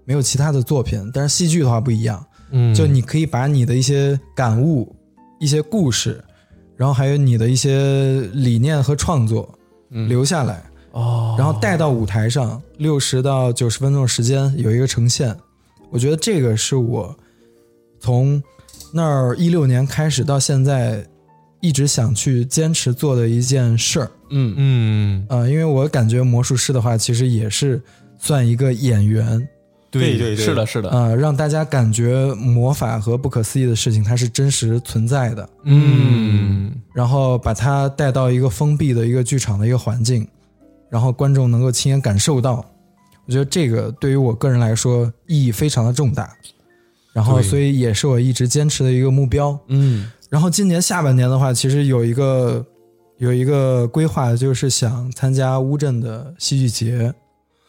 [SPEAKER 6] 没有其他的作品。但是戏剧的话不一样，
[SPEAKER 2] 嗯
[SPEAKER 6] 就你可以把你的一些感悟、一些故事，然后还有你的一些理念和创作留下来，
[SPEAKER 3] 哦，
[SPEAKER 6] 然后带到舞台上，六十到九十分钟的时间有一个呈现。我觉得这个是我从那儿一六年开始到现在一直想去坚持做的一件事儿。
[SPEAKER 1] 嗯
[SPEAKER 2] 嗯，
[SPEAKER 6] 呃，因为我感觉魔术师的话，其实也是算一个演员，
[SPEAKER 2] 对对对，嗯
[SPEAKER 1] 是的，，是的，
[SPEAKER 6] 呃，让大家感觉魔法和不可思议的事情它是真实存在的，
[SPEAKER 1] 嗯
[SPEAKER 2] 嗯
[SPEAKER 6] 然后把它带到一个封闭的一个剧场的一个环境，然后观众能够亲眼感受到，我觉得这个对于我个人来说意义非常的重大，然后
[SPEAKER 2] 对
[SPEAKER 6] 所以也是我一直坚持的一个目标。
[SPEAKER 1] 嗯
[SPEAKER 6] 然后今年下半年的话，其实有一个有一个规划，就是想参加乌镇的戏剧节。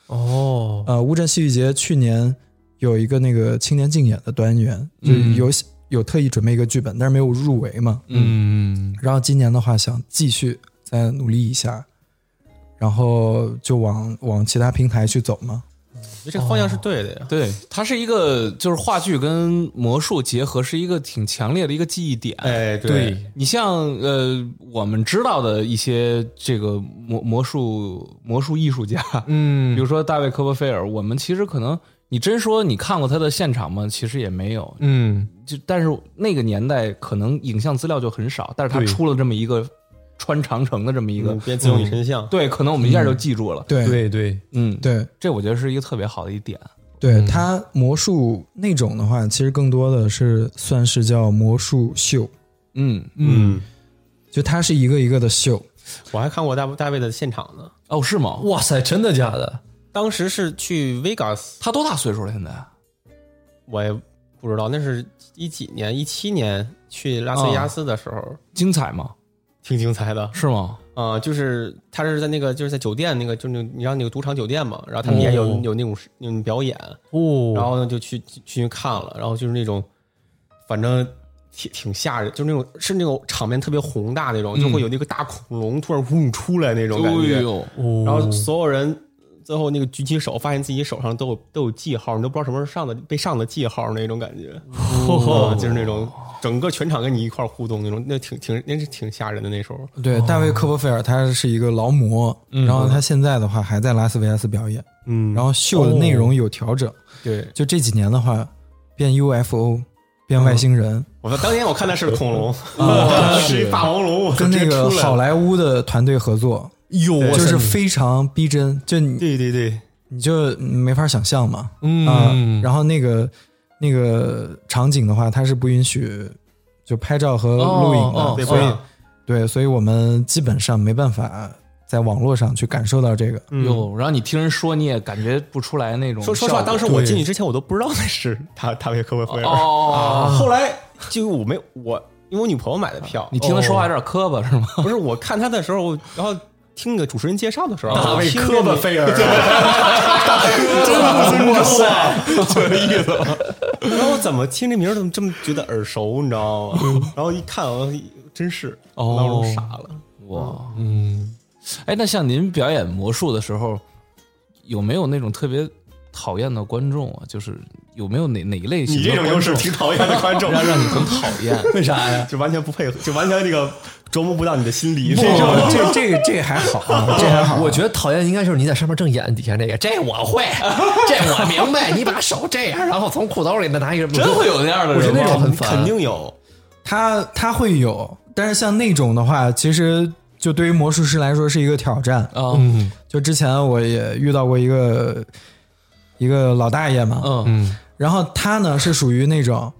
[SPEAKER 3] 哦，
[SPEAKER 6] 呃，乌镇戏剧节去年有一个那个青年竞演的表演员，就是
[SPEAKER 2] 嗯
[SPEAKER 6] 有、有特意准备一个剧本，但是没有入围嘛。
[SPEAKER 2] 嗯
[SPEAKER 6] 然后今年的话，想继续再努力一下，然后就往往其他平台去走嘛。
[SPEAKER 2] 所以这个方向是对的呀。
[SPEAKER 1] 对，它是一个就是话剧跟魔术结合，是一个挺强烈的一个记忆点。
[SPEAKER 2] 哎，
[SPEAKER 1] 对，你像呃，我们知道的一些这个魔魔术魔术艺术家，[LAUGHS]
[SPEAKER 2] 嗯
[SPEAKER 1] 比如说大卫科波菲尔，我们其实可能你真说你看过他的现场吗？其实也没有，
[SPEAKER 2] 嗯，
[SPEAKER 1] 就但是那个年代可能影像资料就很少，但是他
[SPEAKER 2] 对
[SPEAKER 1] 出了这么一个穿长城的这么一
[SPEAKER 2] 一
[SPEAKER 1] 个，
[SPEAKER 2] 嗯边自由女神像，
[SPEAKER 1] 对，可能我们一下就记住了。
[SPEAKER 3] 嗯
[SPEAKER 6] 对
[SPEAKER 3] 对对，
[SPEAKER 1] 嗯，，
[SPEAKER 6] 对
[SPEAKER 1] 这我觉得是一个特别好的一点。
[SPEAKER 6] 对，它魔术那种的话，其实更多的是算是叫魔术秀，
[SPEAKER 1] 嗯，
[SPEAKER 2] 嗯，
[SPEAKER 6] 就它是一个一个的秀。
[SPEAKER 2] 我还看过大大卫的现场呢。
[SPEAKER 1] 哦，是吗？
[SPEAKER 3] 哇塞，真的假的？
[SPEAKER 2] 当时是去 Vegas，
[SPEAKER 1] 他多大岁数了？现在？
[SPEAKER 2] 我也不知道，那是一几年，一七年去拉斯维加斯的时
[SPEAKER 3] 啊
[SPEAKER 2] 候，
[SPEAKER 1] 精彩吗？
[SPEAKER 2] 挺精彩的。
[SPEAKER 1] 是吗？
[SPEAKER 2] 啊、就是他是在那个就是在酒店那个就是那你知道那个赌场酒店嘛，然后他们也有、
[SPEAKER 3] 哦
[SPEAKER 2] 有那种那种表演，
[SPEAKER 3] 哦，
[SPEAKER 2] 然后呢就去去去看了，然后就是那种反正挺挺吓人，就是那种是那种场面特别宏大那种，就
[SPEAKER 3] 嗯
[SPEAKER 2] 会有那个大恐龙突然嗡出来那种感觉，
[SPEAKER 1] 哎呦，
[SPEAKER 2] 然后所有人最后那个举起手，发现自己手上都有都有记号，你都不知道什么时候上的被上的记号那种感觉，嗯 [LAUGHS] 就是那种整个全场跟你一块儿互动那种，那挺挺那是挺吓人的那时候。
[SPEAKER 6] 对，大卫科波菲尔他是一个劳模，然后他现在的话还在拉斯维加斯表演，
[SPEAKER 2] 嗯
[SPEAKER 6] 然后秀的内容有调整。
[SPEAKER 2] 哦对嗯
[SPEAKER 6] 就这几年的话，变 UFO，变外星人，
[SPEAKER 2] 我当年我看的是恐龙，啊 [LAUGHS] 是一霸王龙，我
[SPEAKER 6] 跟那
[SPEAKER 2] 直接
[SPEAKER 6] 个
[SPEAKER 2] 出来
[SPEAKER 6] 好莱坞的团队合作，
[SPEAKER 2] 哟，我
[SPEAKER 6] 就是非常逼真，就你
[SPEAKER 2] 对对对，
[SPEAKER 6] 你就没法想象嘛。啊、
[SPEAKER 2] 嗯
[SPEAKER 6] 然后那个那个场景的话，它是不允许就拍照和录影的，
[SPEAKER 1] 哦
[SPEAKER 2] 对，
[SPEAKER 6] 所以、
[SPEAKER 2] 吧？
[SPEAKER 6] 对，所以我们基本上没办法在网络上去感受到这个。
[SPEAKER 1] 哟，然后你听人说你也感觉不出来那种
[SPEAKER 2] 嗯说说实话，
[SPEAKER 1] 效果
[SPEAKER 2] 当时我进去之前我都不知道那是他他维科威菲尔，
[SPEAKER 1] 哦，
[SPEAKER 2] 啊后来就我没我因为我女朋友买的票，哦
[SPEAKER 1] 你听他说话有点磕巴是吗？ [LAUGHS]
[SPEAKER 2] 不是我看他的时候，我然后听那个主持人介绍的时候，
[SPEAKER 3] 大卫
[SPEAKER 2] 听
[SPEAKER 3] 科
[SPEAKER 2] 见
[SPEAKER 3] 巴
[SPEAKER 2] 你
[SPEAKER 3] 菲尔，
[SPEAKER 2] [LAUGHS] 啊
[SPEAKER 3] 真不尊重啊！
[SPEAKER 2] 然后我怎么听这名儿怎么这么觉得耳熟，你知道吗？然后一看，我真是，
[SPEAKER 1] 哦
[SPEAKER 2] 当时我傻了。
[SPEAKER 1] 哇，嗯，哎，那像您表演魔术的时候，有没有那种特别讨厌的观众啊？就是有没有哪哪一类型
[SPEAKER 2] 你这
[SPEAKER 1] 的
[SPEAKER 2] 种
[SPEAKER 1] 观
[SPEAKER 2] 就是
[SPEAKER 1] 众
[SPEAKER 2] 挺讨厌的观众，让让你很讨
[SPEAKER 1] 讨
[SPEAKER 2] [LAUGHS]
[SPEAKER 1] 厌？
[SPEAKER 2] 为啥呀？就完全不配合，就完全那个琢磨不到你的心理。
[SPEAKER 6] 这
[SPEAKER 2] 那种
[SPEAKER 6] 哦这这个这个还好
[SPEAKER 1] [LAUGHS]
[SPEAKER 6] 啊，这还好。
[SPEAKER 3] 我觉得讨厌应该就是你在上面正演，底下那个，这我
[SPEAKER 1] [LAUGHS]
[SPEAKER 3] 会，这我明白。你把手这样，然后从裤兜里拿一个，
[SPEAKER 1] 真会有那样的
[SPEAKER 3] 我觉
[SPEAKER 1] 人
[SPEAKER 3] 得那种
[SPEAKER 1] 吗？
[SPEAKER 3] 很烦，
[SPEAKER 2] 肯定有，
[SPEAKER 6] 他他会有，但是像那种的话，其实就对于魔术师来说是一个挑战。
[SPEAKER 1] 啊，
[SPEAKER 2] 嗯
[SPEAKER 6] 就之前我也遇到过一个一个老大爷嘛，
[SPEAKER 1] 嗯
[SPEAKER 3] 嗯
[SPEAKER 6] 然后他呢是属于那种，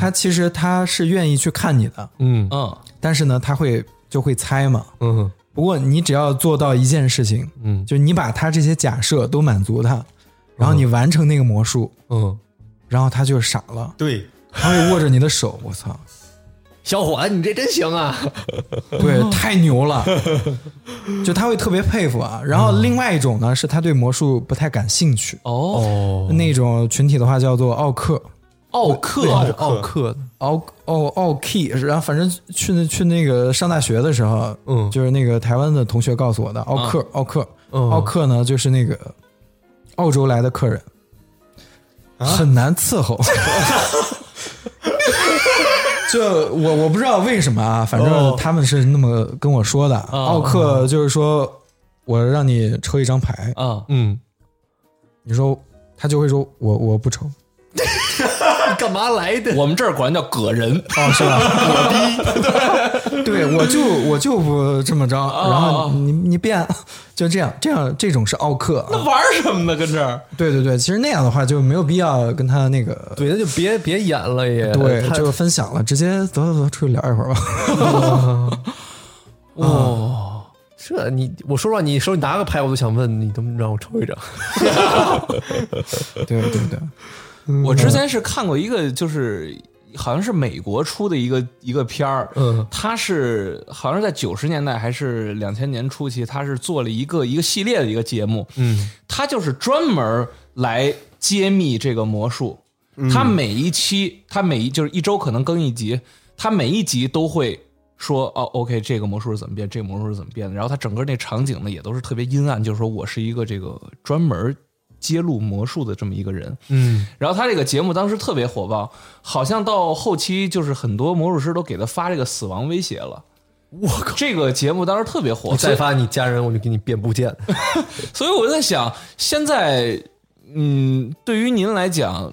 [SPEAKER 6] 他其实他是愿意去看你的，
[SPEAKER 3] 嗯
[SPEAKER 1] 嗯
[SPEAKER 6] 但是呢他会就会猜嘛。
[SPEAKER 3] 嗯
[SPEAKER 6] 不过你只要做到一件事情，
[SPEAKER 3] 嗯
[SPEAKER 6] 就你把他这些假设都满足他，然后你完成那个魔术，
[SPEAKER 3] 嗯，
[SPEAKER 6] 然后他就傻了，
[SPEAKER 2] 对，
[SPEAKER 6] 他会握着你的手，我操，
[SPEAKER 3] 小伙子，你这真行啊！
[SPEAKER 6] 对，太牛了，就他会特别佩服啊。然后另外一种呢，是他对魔术不太感兴趣，
[SPEAKER 1] 哦，
[SPEAKER 6] 那种群体的话叫做奥克，
[SPEAKER 1] 奥克
[SPEAKER 6] 对他是奥克的，奥奥奥 key，然哦后反正去那去那个上大学的时候，
[SPEAKER 3] 嗯啊
[SPEAKER 6] 就是那个台湾的同学告诉我的，奥克奥克
[SPEAKER 3] 嗯
[SPEAKER 6] 奥克呢，就是那个澳洲来的客人，
[SPEAKER 3] 啊
[SPEAKER 6] 很难伺候。 [LAUGHS] 就我我不知道为什么啊，反正
[SPEAKER 3] 哦
[SPEAKER 6] 他们是那么跟我说的。奥克就是说，我让你抽一张牌，
[SPEAKER 1] 啊，
[SPEAKER 2] 嗯，
[SPEAKER 6] 你说他就会说我我不抽，
[SPEAKER 3] 干嘛来的？
[SPEAKER 1] 我们这儿管叫葛人，
[SPEAKER 6] 哦，是吧？
[SPEAKER 1] [LAUGHS]
[SPEAKER 6] 我逼，对，我就我就不这么着，
[SPEAKER 1] 哦
[SPEAKER 6] 然后你你变，就这样，这样这种是奥克啊，
[SPEAKER 1] 玩什么呢？跟这儿
[SPEAKER 6] 对对对，其实那样的话就没有必要跟他那个。
[SPEAKER 3] 对，那就别别演了也。
[SPEAKER 6] 对，
[SPEAKER 3] 他
[SPEAKER 6] 就分享了，直接走走走，出去聊一会儿吧。
[SPEAKER 3] 这你，我说实话，你手里拿个牌，我都想问你，能不能让我抽一张？
[SPEAKER 6] [LAUGHS] 对对对，
[SPEAKER 1] 我之前是看过一个，就是好像是美国出的一个一个片儿，
[SPEAKER 3] 嗯，
[SPEAKER 1] 它是好像是在九十年代还是两千年初期，它是做了一个一个系列的一个节目，嗯，它就是专门来揭秘这个魔术，它每一期，它每一就是一周可能更一集，它每一集都会。说哦，OK，这个魔术是怎么变？这个魔术是怎么变的？然后它整个那场景呢，也都是特别阴暗，就是说我是一个这个专门揭露魔术的这么一个人。
[SPEAKER 3] 嗯，
[SPEAKER 1] 然后他这个节目当时特别火爆，好像到后期就是很多魔术师都给他发这个死亡威胁了。我靠！这个节目当时特别火，
[SPEAKER 3] 我
[SPEAKER 1] 所
[SPEAKER 3] 再
[SPEAKER 1] 以
[SPEAKER 3] 发你家人，我就给你变不见。
[SPEAKER 1] 所以我就在想，现在嗯，对于您来讲，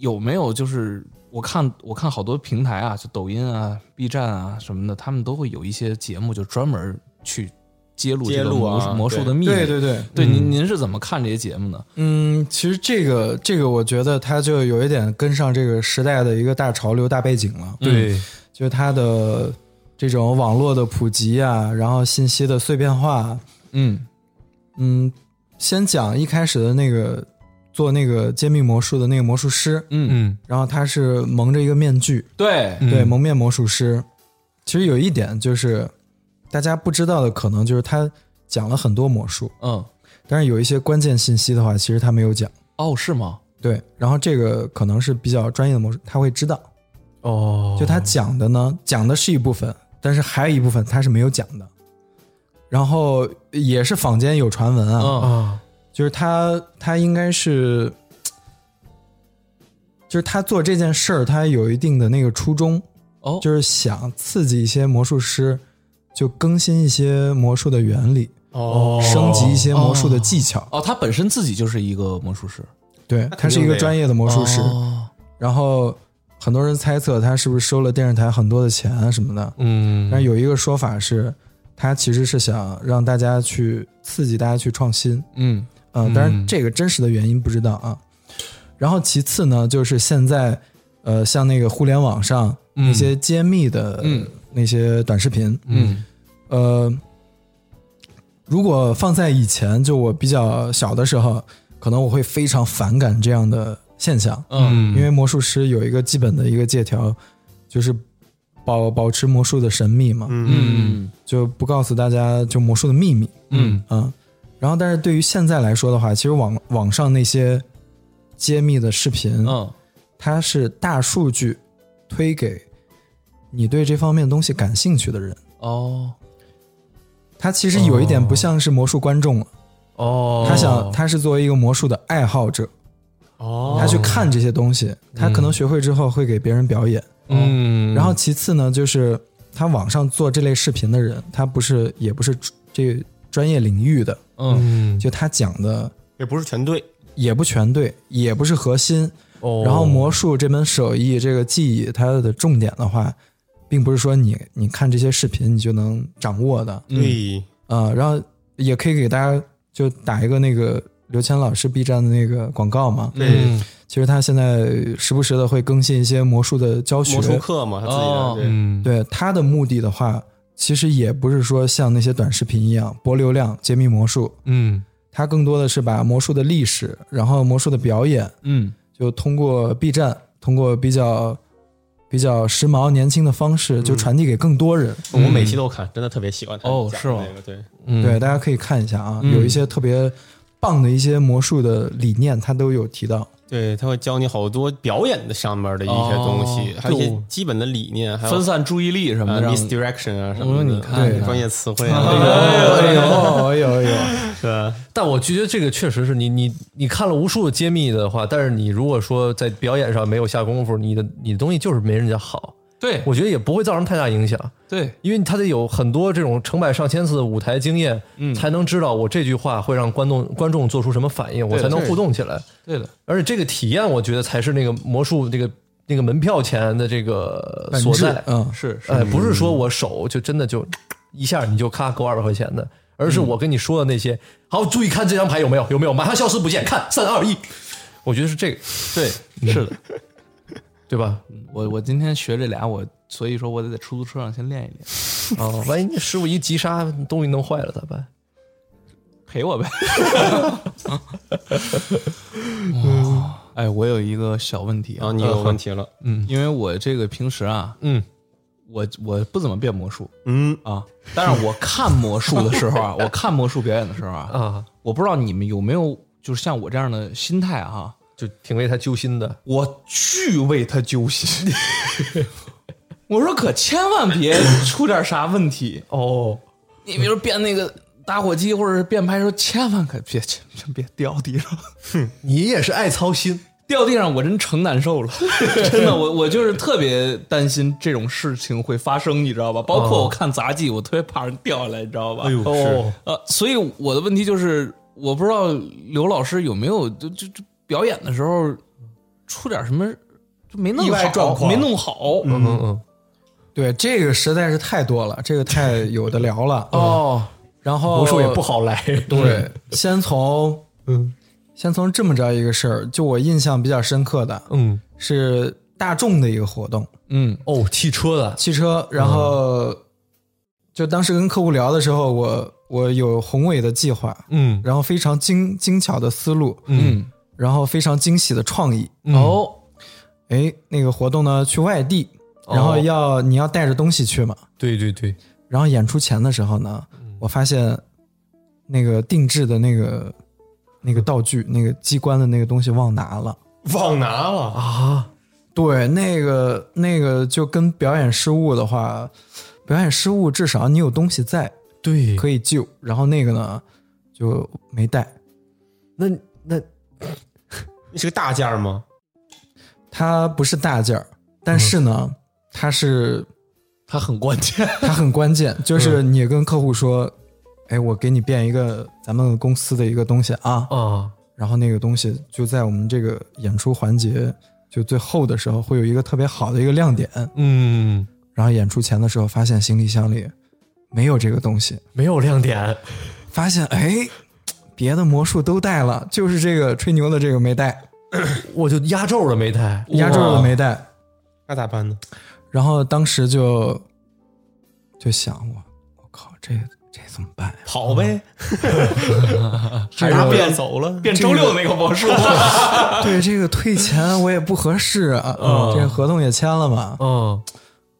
[SPEAKER 1] 有没有就是我看我看好多平台啊，就抖音啊、B 站啊什么的，他们都会有一些节目，就专门去揭露这
[SPEAKER 2] 揭
[SPEAKER 1] 个
[SPEAKER 2] 露
[SPEAKER 1] 魔
[SPEAKER 2] 啊
[SPEAKER 1] 术魔术的秘密。
[SPEAKER 6] 对对对，
[SPEAKER 1] 对，您您是怎么看这些节目呢？
[SPEAKER 6] 嗯，其实这个这个，我觉得它就有一点跟上这个时代的一个大潮流、大背景了。
[SPEAKER 1] 嗯
[SPEAKER 3] 对，
[SPEAKER 6] 就是它的这种网络的普及啊，然后信息的碎片化，
[SPEAKER 1] 嗯
[SPEAKER 6] 嗯，先讲一开始的那个做那个揭秘魔术的那个魔术师，
[SPEAKER 1] 嗯，
[SPEAKER 3] 嗯，
[SPEAKER 6] 然后他是蒙着一个面具，
[SPEAKER 1] 对，
[SPEAKER 6] 对，蒙面魔术师。其实有一点就是大家不知道的，可能就是他讲了很多魔术，
[SPEAKER 1] 嗯，
[SPEAKER 6] 但是有一些关键信息的话，其实他没有讲。
[SPEAKER 1] 哦，是吗？
[SPEAKER 6] 对，然后这个可能是比较专业的魔术，他会知道。
[SPEAKER 3] 哦，
[SPEAKER 6] 就他讲的呢，讲的是一部分，但是还有一部分他是没有讲的。然后也是坊间有传闻啊，
[SPEAKER 1] 嗯
[SPEAKER 3] 啊，
[SPEAKER 6] 就是他他应该是，就是他做这件事儿，他有一定的那个初衷，
[SPEAKER 1] 哦
[SPEAKER 6] 就是想刺激一些魔术师，就更新一些魔术的原理，
[SPEAKER 2] 哦
[SPEAKER 6] 升级一些魔术的技巧。
[SPEAKER 1] 哦，他本身自己就是一个魔术师，
[SPEAKER 6] 对，他
[SPEAKER 2] 肯定
[SPEAKER 6] 是一
[SPEAKER 2] 的
[SPEAKER 6] 个
[SPEAKER 2] 呀
[SPEAKER 6] 专业的魔术师，
[SPEAKER 1] 哦
[SPEAKER 6] 然后很多人猜测他是不是收了电视台很多的钱啊什么
[SPEAKER 2] 哦
[SPEAKER 6] 的。
[SPEAKER 3] 嗯，
[SPEAKER 6] 但有一个说法是，他其实是想让大家去刺激大家去创新，
[SPEAKER 1] 嗯
[SPEAKER 6] 嗯，当然这个真实的原因不知道啊。然后其次呢，就是现在呃，像那个互联网上
[SPEAKER 2] 嗯
[SPEAKER 6] 一些揭秘的、
[SPEAKER 1] 嗯
[SPEAKER 6] 那些短视频，
[SPEAKER 1] 嗯
[SPEAKER 6] 呃，如果放在以前，就我比较小的时候，可能我会非常反感这样的现象，
[SPEAKER 1] 嗯
[SPEAKER 6] 因为魔术师有一个基本的一个借条，就是保保持魔术的神秘嘛，
[SPEAKER 1] 嗯
[SPEAKER 6] 就不告诉大家就魔术的秘密，
[SPEAKER 1] 嗯
[SPEAKER 6] 嗯，然后但是对于现在来说的话，其实网网上那些揭秘的视频，
[SPEAKER 1] 嗯
[SPEAKER 6] 它是大数据推给你对这方面东西感兴趣的人，
[SPEAKER 1] 哦
[SPEAKER 6] 它其实有一点不像是魔术观众了，
[SPEAKER 3] 哦，
[SPEAKER 6] 他想他是作为一个魔术的爱好者，
[SPEAKER 2] 哦
[SPEAKER 6] 他去看这些东西，他可能学会之后会给别人表演，
[SPEAKER 3] 嗯，
[SPEAKER 6] 然后其次呢，就是他网上做这类视频的人，他不是也不是这个专业领域的，
[SPEAKER 1] 嗯
[SPEAKER 6] 就他讲的
[SPEAKER 2] 也不是全对，
[SPEAKER 6] 也不全对，也不是核心。
[SPEAKER 3] 哦，
[SPEAKER 6] 然后魔术这门手艺，这个技艺，它的重点的话，并不是说你你看这些视频你就能掌握的，
[SPEAKER 2] 对，
[SPEAKER 6] 啊。然后也可以给大家就打一个那个刘谦老师 B 站的那个广告嘛。
[SPEAKER 2] 对，
[SPEAKER 6] 其实他现在时不时的会更新一些魔术的教学
[SPEAKER 2] 魔，术课嘛，他自
[SPEAKER 1] 哦
[SPEAKER 2] 己的对，
[SPEAKER 3] 嗯，
[SPEAKER 6] 对他的目的的话，其实也不是说像那些短视频一样博流量、揭秘魔术，
[SPEAKER 3] 嗯，
[SPEAKER 6] 他更多的是把魔术的历史，然后魔术的表演，
[SPEAKER 1] 嗯
[SPEAKER 6] 就通过 B 站，通过比较比较时髦、年轻的方
[SPEAKER 3] 嗯
[SPEAKER 6] 式，就传递给更多人。
[SPEAKER 2] 我每期都看，真的特别喜欢他
[SPEAKER 1] 哦
[SPEAKER 2] 讲
[SPEAKER 1] 是吗
[SPEAKER 3] 嗯
[SPEAKER 2] 那个对，
[SPEAKER 6] 对，大家可以看一下啊，有一些特别棒的一些魔术的理念，他都有提到。
[SPEAKER 2] 对，他会教你好多表演的上面的一些东西，还有一些基本的理念，还有
[SPEAKER 1] 分散注意力什么
[SPEAKER 2] 呃
[SPEAKER 1] 的，让
[SPEAKER 2] misdirection 啊什么的，你
[SPEAKER 1] 看
[SPEAKER 2] 专业词汇啊，
[SPEAKER 6] 哎呦哎呦哎呦！
[SPEAKER 2] 对，
[SPEAKER 3] 但我觉得这个确实是你你你看了无数揭秘的话，但是你如果说在表演上没有下功夫，你的你的东西就是没人家好，
[SPEAKER 1] 对
[SPEAKER 3] 我觉得也不会造成太大影响，
[SPEAKER 1] 对，
[SPEAKER 3] 因为他得有很多这种成百上千次的舞台经验，
[SPEAKER 1] 嗯
[SPEAKER 3] 才能知道我这句话会让观众观众做出什么反应，我才能互动起来。
[SPEAKER 1] 对的，
[SPEAKER 3] 而且这个体验，我觉得才是那个魔术这个那个门票钱的这个所在。
[SPEAKER 6] 嗯，
[SPEAKER 1] 是是
[SPEAKER 3] 哎，不是说我手就真的就一下你就咔给我二百块钱的，而是我跟你说的那些，好，注意看这张牌有没有有没有，马上消失不见，看三二一，我觉得是这个，
[SPEAKER 1] 对是的。
[SPEAKER 3] 对吧？
[SPEAKER 1] 我我今天学这俩，我所以说我得在出租车上先练一练，
[SPEAKER 3] 哦，万一你师傅一急刹，东西弄坏了咋办？
[SPEAKER 1] 陪我呗。哇，哎，我有一个小问题啊嗯
[SPEAKER 2] 然后，你有问题了，
[SPEAKER 1] 因为我这个平时啊，
[SPEAKER 3] 嗯，
[SPEAKER 1] 我我不怎么变魔术
[SPEAKER 2] 嗯，
[SPEAKER 1] 啊，但是我看魔术的时候啊，我看魔术表演的时候啊，
[SPEAKER 3] 啊，
[SPEAKER 1] 我不知道你们有没有就是像我这样的心态啊，
[SPEAKER 3] 就挺为他揪心的。
[SPEAKER 1] 我巨为他揪心。 [LAUGHS] 我说可千万别出点啥问题，
[SPEAKER 3] 哦，
[SPEAKER 1] 你比如变那个打火机或者是变拍的时候，千万可别千万别掉地上， [LAUGHS]
[SPEAKER 3] 你也是爱操心，
[SPEAKER 1] 掉地上我真成难受了， [LAUGHS] 真的，我我就是特别担心这种事情会发生，你知道吧？包括我看杂技，我特别怕人掉下来，你知道吧？哦哎呦，
[SPEAKER 3] 哦，
[SPEAKER 1] 呃，所以我的问题就是，我不知道刘老师有没有就就就表演的时候出点什么就没弄
[SPEAKER 2] 意外状
[SPEAKER 1] 好，
[SPEAKER 2] 况
[SPEAKER 1] 没弄好，
[SPEAKER 3] 嗯嗯嗯，
[SPEAKER 6] 对，这个实在是太多了，这个太有的聊了。
[SPEAKER 3] [LAUGHS] 哦，
[SPEAKER 6] 然后
[SPEAKER 3] 魔术也不好来，
[SPEAKER 6] 对，先从嗯，先从这么着一个事儿，就我印象比较深刻的
[SPEAKER 3] 嗯
[SPEAKER 6] 是大众的一个活动，
[SPEAKER 1] 嗯
[SPEAKER 3] 哦，汽车的，
[SPEAKER 6] 汽车，然后就当时跟客户聊的时候，我我有宏伟的计划，
[SPEAKER 3] 嗯
[SPEAKER 6] 然后非常精精巧的思路，
[SPEAKER 1] 嗯
[SPEAKER 6] 然后非常惊喜的创意。
[SPEAKER 3] 哦，
[SPEAKER 6] 哎，那个活动呢去外地，然后要、你要带着东西去嘛，
[SPEAKER 3] 对对对，
[SPEAKER 6] 然后演出前的时候呢，
[SPEAKER 2] 嗯
[SPEAKER 6] 我发现那个定制的那个那个道具、那个机关的那个东西忘拿了。
[SPEAKER 2] 忘拿了啊，
[SPEAKER 6] 对，那个那个就跟表演失误的话，表演失误至少你有东西在
[SPEAKER 3] 对，
[SPEAKER 6] 可以救，然后那个呢就没带。
[SPEAKER 3] 那那
[SPEAKER 2] 你是个大件儿吗？
[SPEAKER 6] 它不是大件儿，但是呢，它是
[SPEAKER 1] 嗯它很关键。
[SPEAKER 6] [LAUGHS]
[SPEAKER 1] 嗯
[SPEAKER 6] 它很关
[SPEAKER 1] [LAUGHS]
[SPEAKER 6] 键，就是你跟客户说，哎，我给你变一个咱们公司的一个东西啊，
[SPEAKER 1] 哦
[SPEAKER 3] 啊，
[SPEAKER 6] 然后那个东西就在我们这个演出环节就最后的时候会有一个特别好的一个亮点，
[SPEAKER 3] 嗯，
[SPEAKER 6] 然后演出前的时候发现行李箱里没有这个东西，
[SPEAKER 3] 没有亮点，
[SPEAKER 6] 发现哎，别的魔术都带了，就是这个吹牛的这个没带，
[SPEAKER 3] 我就压轴了没带，
[SPEAKER 6] 压轴的没带，
[SPEAKER 2] 那咋办呢？
[SPEAKER 6] 然后当时就就想我，我靠，这这怎么办呀？
[SPEAKER 2] 跑呗，
[SPEAKER 6] 还
[SPEAKER 2] 他变走了，变周六那个魔术，
[SPEAKER 6] [LAUGHS] 对这个退钱我也不合适啊，这合同也签了嘛。
[SPEAKER 3] 嗯，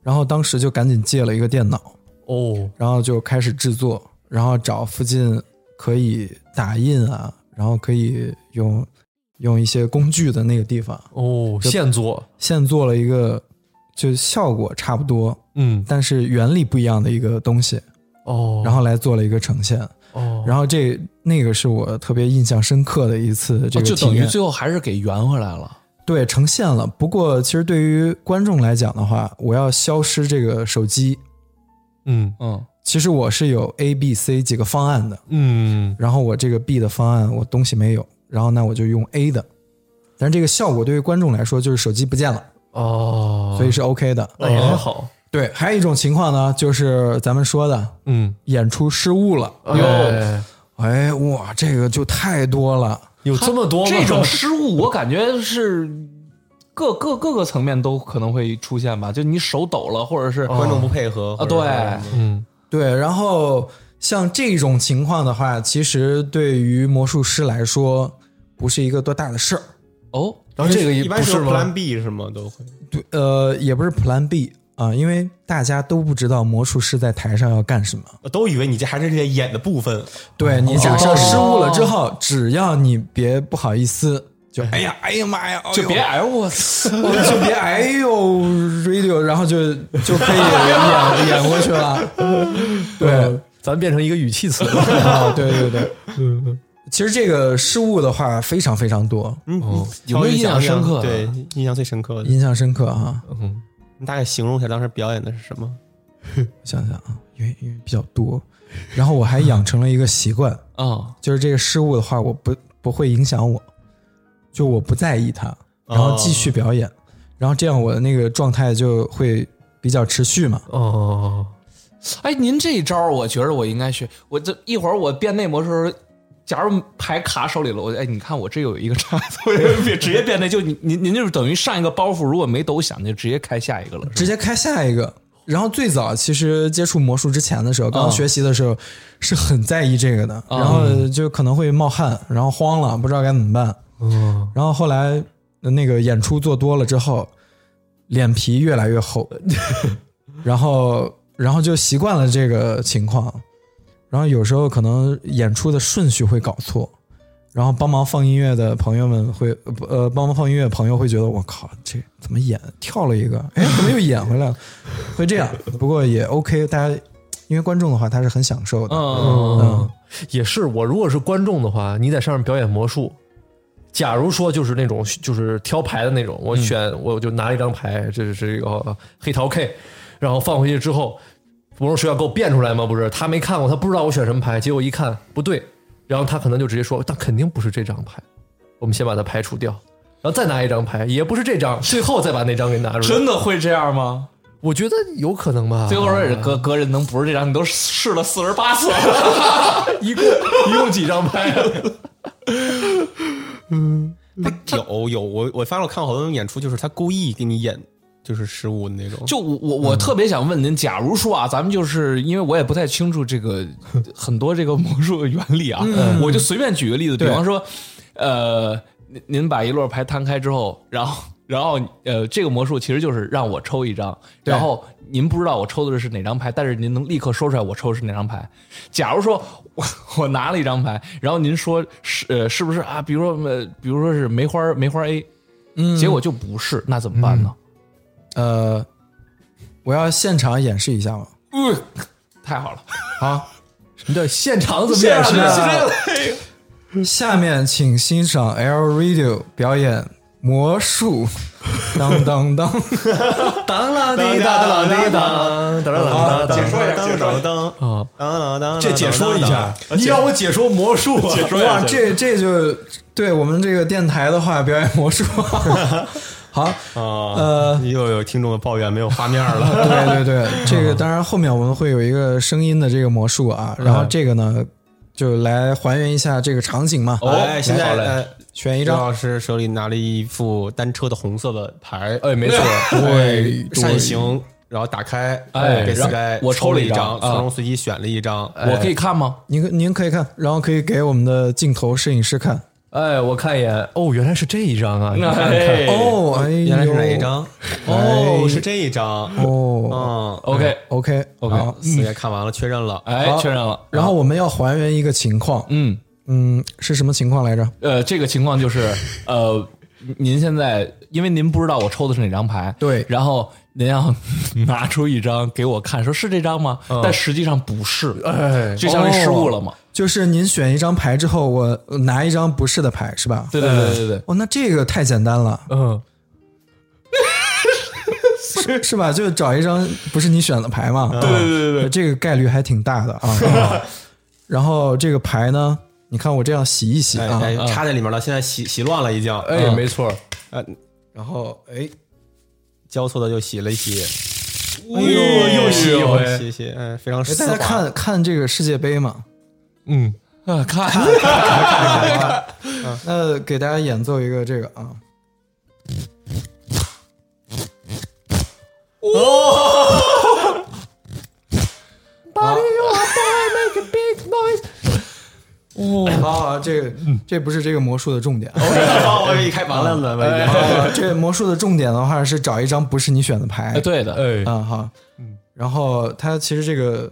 [SPEAKER 6] 然后当时就赶紧借了一个电脑，
[SPEAKER 3] 哦，
[SPEAKER 6] 然后就开始制作，然后找附近可以打印啊，然后可以用用一些工具的那个地方，
[SPEAKER 3] 哦，现做，
[SPEAKER 6] 现做了一个就效果差不多，
[SPEAKER 3] 嗯，
[SPEAKER 6] 但是原理不一样的一个东西，
[SPEAKER 3] 哦，
[SPEAKER 6] 然后来做了一个呈现。
[SPEAKER 3] 哦，
[SPEAKER 6] 然后这那个是我特别印象深刻的一次这个
[SPEAKER 1] 哦就
[SPEAKER 6] 体
[SPEAKER 1] 等于
[SPEAKER 6] 验，
[SPEAKER 1] 最后还是给圆回来了。
[SPEAKER 6] 对呈现了。不过其实对于观众来讲的话，我要消失这个手机，
[SPEAKER 3] 嗯
[SPEAKER 1] 嗯，
[SPEAKER 6] 其实我是有 A、B、C 几个方案的，
[SPEAKER 3] 嗯，
[SPEAKER 6] 然后我这个 B 的方案我东西没有，然后那我就用 A 的。但是这个效果对于观众来说就是手机不见了，
[SPEAKER 3] 哦，
[SPEAKER 6] 所以是 OK 的。
[SPEAKER 3] 那也还好，
[SPEAKER 6] 对，还有一种情况呢，就是咱们说的
[SPEAKER 3] 嗯，
[SPEAKER 6] 演出失误了。
[SPEAKER 3] 有
[SPEAKER 6] 哎，哇，这个就太多了。
[SPEAKER 3] 有这么多吗？
[SPEAKER 1] 这种失误我感觉是各各各个层面都可能会出现吧，就你手抖了，或者是
[SPEAKER 2] 哦观众不配
[SPEAKER 1] 哦
[SPEAKER 2] 合
[SPEAKER 1] 啊对
[SPEAKER 3] 嗯，
[SPEAKER 6] 对，然后像这种情况的话，其实对于魔术师来说不是一个多大的事儿。
[SPEAKER 1] 哦，
[SPEAKER 3] 然后这个
[SPEAKER 2] 一
[SPEAKER 3] 也
[SPEAKER 2] 般
[SPEAKER 3] 不
[SPEAKER 2] 是
[SPEAKER 3] 是
[SPEAKER 2] 有 Plan
[SPEAKER 3] 吗？
[SPEAKER 2] B 是吗？都会
[SPEAKER 6] 对，呃，也不是 Plan B，啊、因为大家都不知道魔术师在台上要干什么。
[SPEAKER 2] 我都以为你这还是在演的部分，
[SPEAKER 6] 对你假设失误了之后，只要你别不好意思，就哦哎呀，哎呀妈呀，就别哎我， [LAUGHS] 就别哎呦 radio，然后就就可以演演过去了。对，
[SPEAKER 3] 咱变成一个语气词了。
[SPEAKER 6] 啊，对对对，其实这个失误的话非常非常多，
[SPEAKER 2] 嗯，
[SPEAKER 1] 有没有印象深刻的
[SPEAKER 2] 对，印象最深刻的，
[SPEAKER 6] 印象深刻啊。
[SPEAKER 2] 你大概形容一下当时表演的是什么？
[SPEAKER 6] 想想啊，因为因为比较多，然后我还养成了一个习惯，
[SPEAKER 1] 啊，
[SPEAKER 6] 就是这个失误的话，我不不会影响我，就我不在意它，然后继续表演，然后这样我的那个状态就会比较持续嘛。
[SPEAKER 3] 哦，
[SPEAKER 1] 哎，您这一招儿，我觉得我应该学。我这一会儿我变内魔的时候，假如牌卡手里了，我哎，你看我这有一个叉子，我就别直接变内。就您您您就是等于上一个包袱如果没抖响，就直接开下一个了。
[SPEAKER 6] 直接开下一个。然后最早其实接触魔术之前的时候，刚学习的时候是很在意这个的，然后就可能会冒汗，然后慌了，不知道该怎么办。然后后来那个演出做多了之后，脸皮越来越厚，然后然后就习惯了这个情况，然后有时候可能演出的顺序会搞错。然后帮忙放音乐的朋友们会，呃不呃，帮忙放音乐的朋友会觉得我靠，这怎么演跳了一个，哎，怎么又演回来了？ [LAUGHS] 会这样，不过也 OK，大家因为观众的话，他是很享受的，
[SPEAKER 3] 嗯，也是。我如果是观众的话，你在上面表演魔术，假如说就是那种就是挑牌的那种，
[SPEAKER 1] 嗯
[SPEAKER 3] 我选、我就拿一张牌，这是这个黑桃 K，然后放回去之后，魔术师要给我变出来吗？不是，他没看过，他不知道我选什么牌，结果一看不对，然后他可能就直接说，那肯定不是这张牌，我们先把它排除掉。然后再拿一张牌，也不是这张，最后再把那张给拿出来。
[SPEAKER 1] 真的会这样吗？
[SPEAKER 3] 我觉得有可能吧。
[SPEAKER 1] 最后也是隔隔人能不是这张，你都试了四十八次了。
[SPEAKER 3] 一共 [LAUGHS] 一共几张牌？啊
[SPEAKER 2] 有有，我我发现我看好多人演出，就是他故意给你演就是失误的那种，
[SPEAKER 1] 就我我我特别想问您，假如说啊，咱们就是因为我也不太清楚这个很多这个魔术的原理啊，我就随便举个例子，比方说，呃，您您把一摞牌摊开之后，然后 [LAUGHS] 然后呃，这个魔术其实就是让我抽一张，然后您不知道我抽的是哪张牌，但是您能立刻说出来我抽的是哪张牌。假如说 [LAUGHS] 我我拿了一张牌，然后您说是呃是不是啊？比如说呃比如说是梅花梅花 A，嗯，结果就不是，那怎么办呢？
[SPEAKER 6] 呃，我要现场演示一下嘛。
[SPEAKER 1] [LAUGHS] 太好了。
[SPEAKER 6] 好，
[SPEAKER 3] 你得现场怎么演示啊？
[SPEAKER 6] 下面请欣赏 L Radio 表演魔术，当当
[SPEAKER 3] [LAUGHS]
[SPEAKER 6] 当，
[SPEAKER 3] 当啦滴当啦滴当，当啦当。
[SPEAKER 2] 说一下，解说当啊当当，
[SPEAKER 6] 嗯
[SPEAKER 2] 这解说一下，
[SPEAKER 3] 你让我解说魔术啊？
[SPEAKER 6] 哇，这这就对我们这个电台的话，表演魔术。 [LAUGHS] 好，
[SPEAKER 2] 啊，又有听众的抱怨没有画面了，
[SPEAKER 6] 对对
[SPEAKER 2] [LAUGHS]
[SPEAKER 6] 对，这个当然后面我们会有一个声音的这个魔术啊，然
[SPEAKER 2] 嗯
[SPEAKER 6] 后这个呢就来还原一下这个场景嘛。
[SPEAKER 2] 哎，现在呃，
[SPEAKER 6] 选一
[SPEAKER 2] 刘
[SPEAKER 6] 张，
[SPEAKER 2] 老师手里拿了一副单车的红色的牌，
[SPEAKER 3] 哎，没错，
[SPEAKER 2] 对，扇形，然后打开，
[SPEAKER 1] 哎
[SPEAKER 2] 给
[SPEAKER 1] 然后
[SPEAKER 2] Sky
[SPEAKER 1] 我抽
[SPEAKER 2] 了
[SPEAKER 1] 了一张啊
[SPEAKER 2] 张，从中随机选了一张，
[SPEAKER 3] 哎
[SPEAKER 1] 我可以看吗？
[SPEAKER 6] 您可您可以看，然后可以给我们的镜头摄影师看。
[SPEAKER 3] 哎，我看一眼，哦，原来是这一张啊！你看看
[SPEAKER 6] 哦，哎呦，
[SPEAKER 2] 原来是哪一张？哦，是这一张，
[SPEAKER 6] 哦
[SPEAKER 2] 嗯，
[SPEAKER 1] ，OK，
[SPEAKER 6] ，OK OK
[SPEAKER 2] 四爷看完了，确认了，
[SPEAKER 1] 哎，确认了。
[SPEAKER 6] 然后我们要还原一个情况，
[SPEAKER 1] 嗯，
[SPEAKER 6] 嗯，是什么情况来着？
[SPEAKER 1] 呃，这个情况就是，呃，您现在因为您不知道我抽的是哪张牌，
[SPEAKER 6] 对
[SPEAKER 1] 然后您要 [LAUGHS] 拿出一张给我看，说是这张吗？但实际上不是，
[SPEAKER 3] 嗯哎，
[SPEAKER 1] 就相当于失误了嘛。
[SPEAKER 6] 就是您选一张牌之后，我呃拿一张不是的牌，是吧？
[SPEAKER 1] 对对对对对，
[SPEAKER 6] 哦，那这个太简单了，
[SPEAKER 3] 嗯，
[SPEAKER 6] [LAUGHS] 是是吧？就找一张不是你选的牌嘛。对对对对，这个概率还挺大的 [LAUGHS] 啊。然后这个牌呢，你看我这样洗一洗
[SPEAKER 2] 哎
[SPEAKER 6] 啊，
[SPEAKER 2] 哎，插在里面了，现在洗洗乱了已经，
[SPEAKER 1] 嗯
[SPEAKER 2] 嗯
[SPEAKER 3] 哎，没错，
[SPEAKER 6] 然后哎，
[SPEAKER 2] 交错的就洗了一洗，
[SPEAKER 3] 哎呦，又是一回，
[SPEAKER 2] 洗洗，哎，非常
[SPEAKER 6] 哎
[SPEAKER 2] 丝
[SPEAKER 6] 大家
[SPEAKER 2] 滑。
[SPEAKER 6] 看看这个世界杯嘛。
[SPEAKER 3] 嗯，
[SPEAKER 1] 啊，看， [LAUGHS]
[SPEAKER 6] 嗯那给大家演奏一个这个啊。
[SPEAKER 1] 哦
[SPEAKER 6] 啊，这个
[SPEAKER 1] 嗯
[SPEAKER 6] 这不是这个魔术的重点。
[SPEAKER 2] 哦我一开完了呢，我已经
[SPEAKER 6] 啊这个魔术的重点的话是找一张不是你选的牌
[SPEAKER 1] 哎，，对嗯的，
[SPEAKER 3] 哎，
[SPEAKER 6] 啊哈，然后它其实这个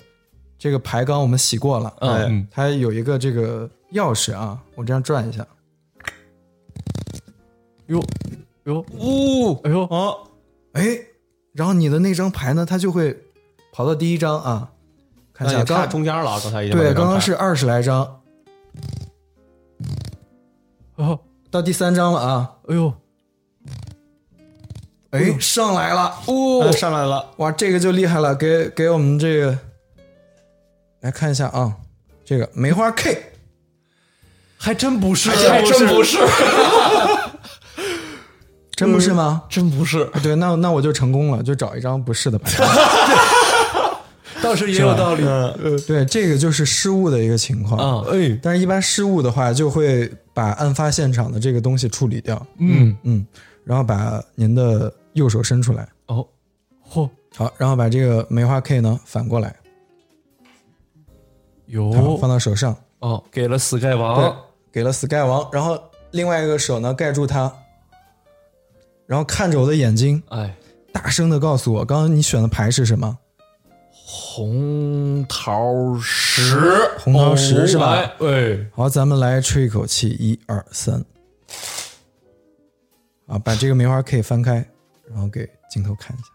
[SPEAKER 6] 这个牌刚我们洗过了，
[SPEAKER 3] 哎
[SPEAKER 6] 嗯，它有一个这个钥匙啊，我这样转一下，
[SPEAKER 3] 哟哟，呜，哎呦，
[SPEAKER 2] 哦，
[SPEAKER 6] 哎，然后你的那张牌呢，它就会跑到第一张啊，看一
[SPEAKER 2] 那
[SPEAKER 6] 下
[SPEAKER 2] 你看
[SPEAKER 6] 刚
[SPEAKER 2] 中间了啊，刚才已经把
[SPEAKER 6] 对，
[SPEAKER 2] 这张
[SPEAKER 6] 刚刚
[SPEAKER 2] 牌
[SPEAKER 6] 是二十来张，
[SPEAKER 3] 哦，
[SPEAKER 6] 到第三张了啊，
[SPEAKER 3] 哎呦，
[SPEAKER 2] 嗯
[SPEAKER 6] 哎，上来了，哦
[SPEAKER 2] 哎，上来了，
[SPEAKER 6] 哇，这个就厉害了，给给我们这个来看一下啊，这个梅花 K。
[SPEAKER 3] 还真不是，啊
[SPEAKER 1] 还真不是，
[SPEAKER 6] 真不是吗？
[SPEAKER 1] 真不是，
[SPEAKER 2] 嗯
[SPEAKER 6] 对，那那我就成功了，就找一张不是的牌。
[SPEAKER 2] [LAUGHS]
[SPEAKER 3] 倒是也有道理。
[SPEAKER 6] 对，这个就是失误的一个情
[SPEAKER 2] 啊
[SPEAKER 6] 况。
[SPEAKER 1] 嗯，
[SPEAKER 3] 哎，
[SPEAKER 6] 但是，一般失误的话，就会把案发现场的这个东西处理掉。
[SPEAKER 3] 嗯
[SPEAKER 6] 嗯，然后把您的右手伸出来。
[SPEAKER 3] 哦，嚯，
[SPEAKER 6] 好，然后把这个梅花 K 呢反过来，好
[SPEAKER 3] 哟，
[SPEAKER 6] 放到手上，
[SPEAKER 3] 哦，给了 Sky
[SPEAKER 6] 对
[SPEAKER 3] 王，，
[SPEAKER 6] 给了 Sky 王，然后另外一个手呢盖住它，然后看着我的眼睛，
[SPEAKER 1] 哎，
[SPEAKER 6] 大声的告诉我，刚刚你选的牌是什么？
[SPEAKER 1] 红桃十，
[SPEAKER 6] 红桃十是吧
[SPEAKER 1] 哎
[SPEAKER 3] 哎，
[SPEAKER 6] 好，咱们来吹一口气，一二三，啊，把这个梅花 K 翻开，然后给镜头看一下。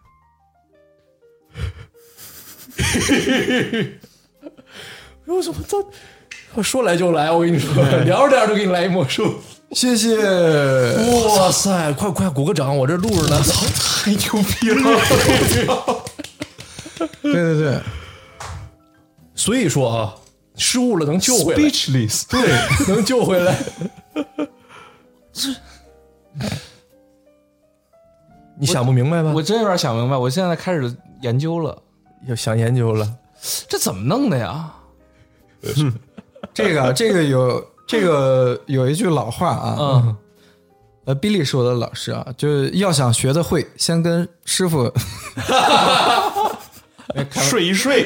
[SPEAKER 3] 哟，怎么这说来就来？我跟你说， [LAUGHS] 聊着聊着就给你来一魔术。
[SPEAKER 6] 谢谢。
[SPEAKER 3] 哇塞，快快鼓个掌，我这录着呢。操，太牛逼了！
[SPEAKER 6] 对对对，
[SPEAKER 3] 所以说啊，失误了能救回来，speechless，对，能救回 [LAUGHS] 来。你想不明白吧？
[SPEAKER 1] 我真有点想明白，我现在开始研究了，
[SPEAKER 3] 要想研究了，
[SPEAKER 1] 这怎么弄的呀？
[SPEAKER 6] 这个这个有这个有一句老话啊，
[SPEAKER 1] 嗯，
[SPEAKER 6] 呃比利是我的老师啊，就是要想学得会，先跟师傅
[SPEAKER 2] 睡一睡，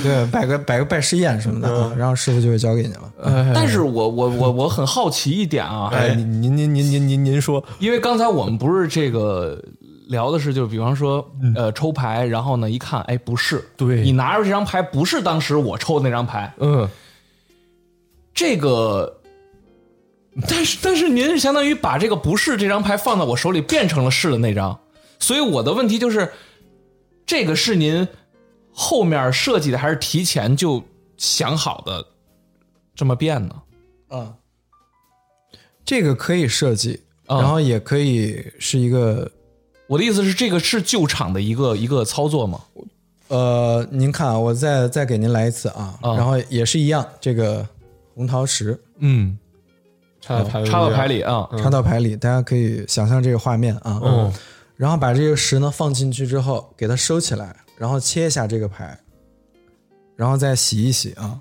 [SPEAKER 6] 对摆个摆个拜师宴什么的啊，然后师傅就会教给你了。
[SPEAKER 1] 但是我我我我很好奇一点啊，
[SPEAKER 3] 哎，您您您您您您说，
[SPEAKER 1] 因为刚才我们不是这个聊的是，就是比方说，
[SPEAKER 6] 嗯
[SPEAKER 1] 呃，抽牌，然后呢一看，哎，不是，
[SPEAKER 3] 对
[SPEAKER 1] 你拿着这张牌不是当时我抽的那张牌，
[SPEAKER 3] 嗯，
[SPEAKER 1] 这个，但是但是您是相当于把这个不是这张牌放到我手里变成了是的那张，所以我的问题就是，这个是您后面设计的还是提前就想好的这么变呢？
[SPEAKER 6] 啊，这个可以设计，
[SPEAKER 1] 啊
[SPEAKER 6] 然后也可以是一个
[SPEAKER 1] 我的意思是，这个是救场的一个一个操作吗？
[SPEAKER 6] 呃，您看啊，我再再给您来一次啊，然后也是一样，这个红桃十
[SPEAKER 1] 嗯，
[SPEAKER 2] 插到牌
[SPEAKER 1] 插到牌，里啊，
[SPEAKER 6] 插到牌里，大家可以想象这个画面啊，嗯，然后把这个十呢放进去之后，给它收起来，然后切一下这个牌，然后再洗一洗啊，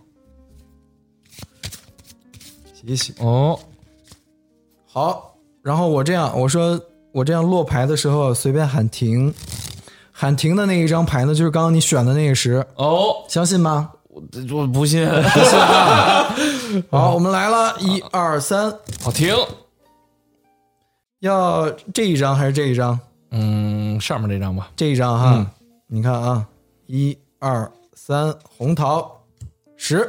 [SPEAKER 6] 洗一洗，
[SPEAKER 1] 哦，
[SPEAKER 6] 好，然后我这样，我说我这样落牌的时候随便喊停，喊停的那一张牌呢，就是刚刚你选的那个十，
[SPEAKER 1] 哦，
[SPEAKER 6] 相信吗？
[SPEAKER 1] 我不信，
[SPEAKER 6] 好，我们来了，一二三。
[SPEAKER 1] [LAUGHS] 好停。
[SPEAKER 6] 要这一张还是这一张？
[SPEAKER 1] 嗯，上面这张吧。
[SPEAKER 6] 这一张哈，你看啊，一二三，红桃十，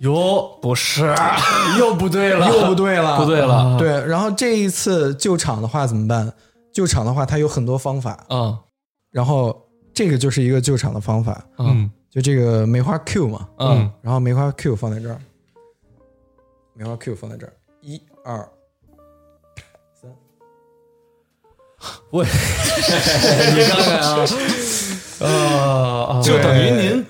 [SPEAKER 3] 哟，不是，又不对了，
[SPEAKER 6] [LAUGHS] 又不对了，
[SPEAKER 1] 不对了
[SPEAKER 6] 对，然后这一次救场的话怎么办？救场的话，它有很多方法，
[SPEAKER 1] 嗯
[SPEAKER 6] 然后这个就是一个救场的方法，
[SPEAKER 1] 嗯
[SPEAKER 6] 就这个梅花 Q 嘛，
[SPEAKER 1] 嗯，
[SPEAKER 6] 然后梅花 Q 放在这儿，梅花 Q 放在这儿，一二，
[SPEAKER 1] 你看看啊，
[SPEAKER 3] 啊啊！
[SPEAKER 1] 就等于您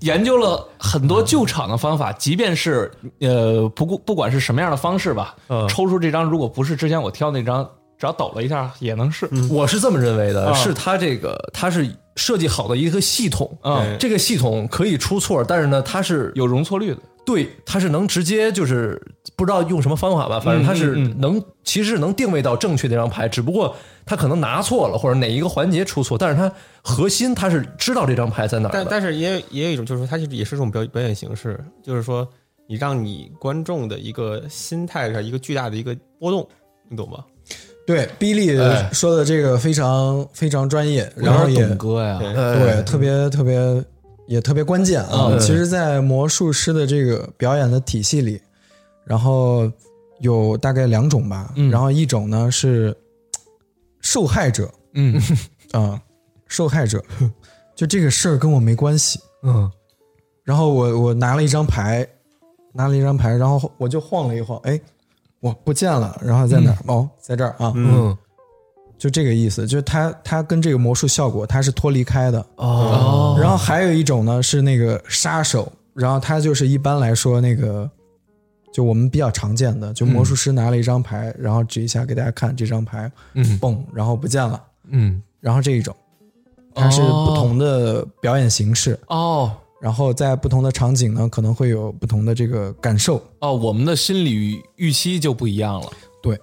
[SPEAKER 1] 研究了很多救场的方法，即便是呃，不顾不管是什么样的方式吧，
[SPEAKER 3] 嗯
[SPEAKER 1] 抽出这张，如果不是之前我挑那张，只要抖了一下也能是。
[SPEAKER 3] 我是这么认为的，是它这个它是设计好的一个系统，
[SPEAKER 1] 嗯
[SPEAKER 3] 这个系统可以出错，但是呢，它是
[SPEAKER 1] 有容错率的，
[SPEAKER 3] 对，它是能直接就是不知道用什么方法吧，反正它是能，其实是能定位到正确那张牌，只不过它可能拿错了，或者哪一个环节出错，但是它核心它是知道这张牌在哪儿
[SPEAKER 2] 但
[SPEAKER 3] 的。
[SPEAKER 2] 但是也也有一种，就是说，它就是也是一种表表演形式，就是说，你让你观众的一个心态上一个巨大的一个波动，你懂吗？
[SPEAKER 6] 对，比利
[SPEAKER 3] 哎
[SPEAKER 6] 说的这个非常非常专业，然后
[SPEAKER 5] 我
[SPEAKER 6] 也
[SPEAKER 5] 是董哥呀，
[SPEAKER 3] 呃
[SPEAKER 2] 对
[SPEAKER 6] 对，特别特别也特别关键啊。
[SPEAKER 3] 哎嗯
[SPEAKER 6] 其实，在魔术师的这个表演的体系里，然后有大概两种吧，
[SPEAKER 3] 嗯
[SPEAKER 6] 然后一种呢是嘖受害者，
[SPEAKER 5] 嗯
[SPEAKER 6] [LAUGHS] 啊、受害者，就这个事儿跟我没关系，
[SPEAKER 3] 嗯，
[SPEAKER 6] 然后我我拿了一张牌，拿了一张牌，然后我就晃了一晃，哎，我不见了，然后在哪儿？哦，在这儿啊，
[SPEAKER 3] 嗯
[SPEAKER 6] 就这个意思，就是它它跟这个魔术效果它是脱离开的。
[SPEAKER 3] 哦，
[SPEAKER 6] 然后还有一种呢是那个杀手，然后他就是一般来说那个，就我们比较常见的，就魔术师拿了一张牌，然后指一下给大家看这张牌，
[SPEAKER 3] 嗯
[SPEAKER 6] 蹦，然后不见了，
[SPEAKER 3] 嗯
[SPEAKER 6] 然后这一种，它是不同的表演形式，
[SPEAKER 1] 哦
[SPEAKER 6] 然后在不同的场景呢可能会有不同的这个感受。
[SPEAKER 1] 哦，我们的心理预期就不一样了。
[SPEAKER 6] 对，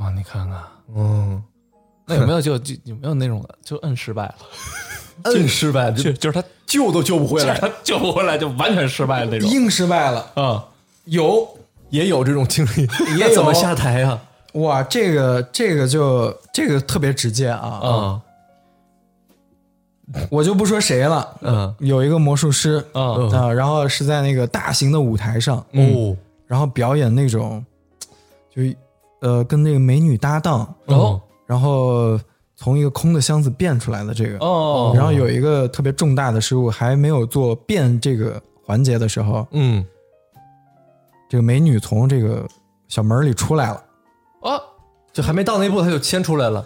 [SPEAKER 1] 哇，你看看，
[SPEAKER 3] 嗯，
[SPEAKER 1] 那有没有就就有没有那种就摁失败了？
[SPEAKER 3] 摁失败就
[SPEAKER 1] 就就是他
[SPEAKER 3] 救都救
[SPEAKER 1] [LAUGHS]
[SPEAKER 3] 不回来，
[SPEAKER 1] 他救不回来，就完全失败的那种。
[SPEAKER 6] 硬失败了，
[SPEAKER 1] 啊，
[SPEAKER 6] 有
[SPEAKER 3] 也有这种经历，
[SPEAKER 6] 也
[SPEAKER 3] 那
[SPEAKER 6] 有
[SPEAKER 3] 怎么下台啊？
[SPEAKER 6] 哇，这个这个就这个特别直接啊，
[SPEAKER 1] 哦
[SPEAKER 3] 啊
[SPEAKER 6] 我就不说谁了，
[SPEAKER 3] 嗯
[SPEAKER 6] 有一个魔术师啊、
[SPEAKER 3] 嗯
[SPEAKER 6] 然后是在那个大型的舞台上，
[SPEAKER 3] 哦
[SPEAKER 6] 然后表演那种，就呃跟那个美女搭档，
[SPEAKER 3] 哦
[SPEAKER 6] 然后从一个空的箱子变出来的这个，
[SPEAKER 3] 嗯
[SPEAKER 1] 哦
[SPEAKER 6] 然后有一个特别重大的失误，还没有做变这个环节的时候，
[SPEAKER 3] 嗯
[SPEAKER 6] 这个美女从这个小门里出来了，
[SPEAKER 3] 啊，就还没到那一步他就先出来了，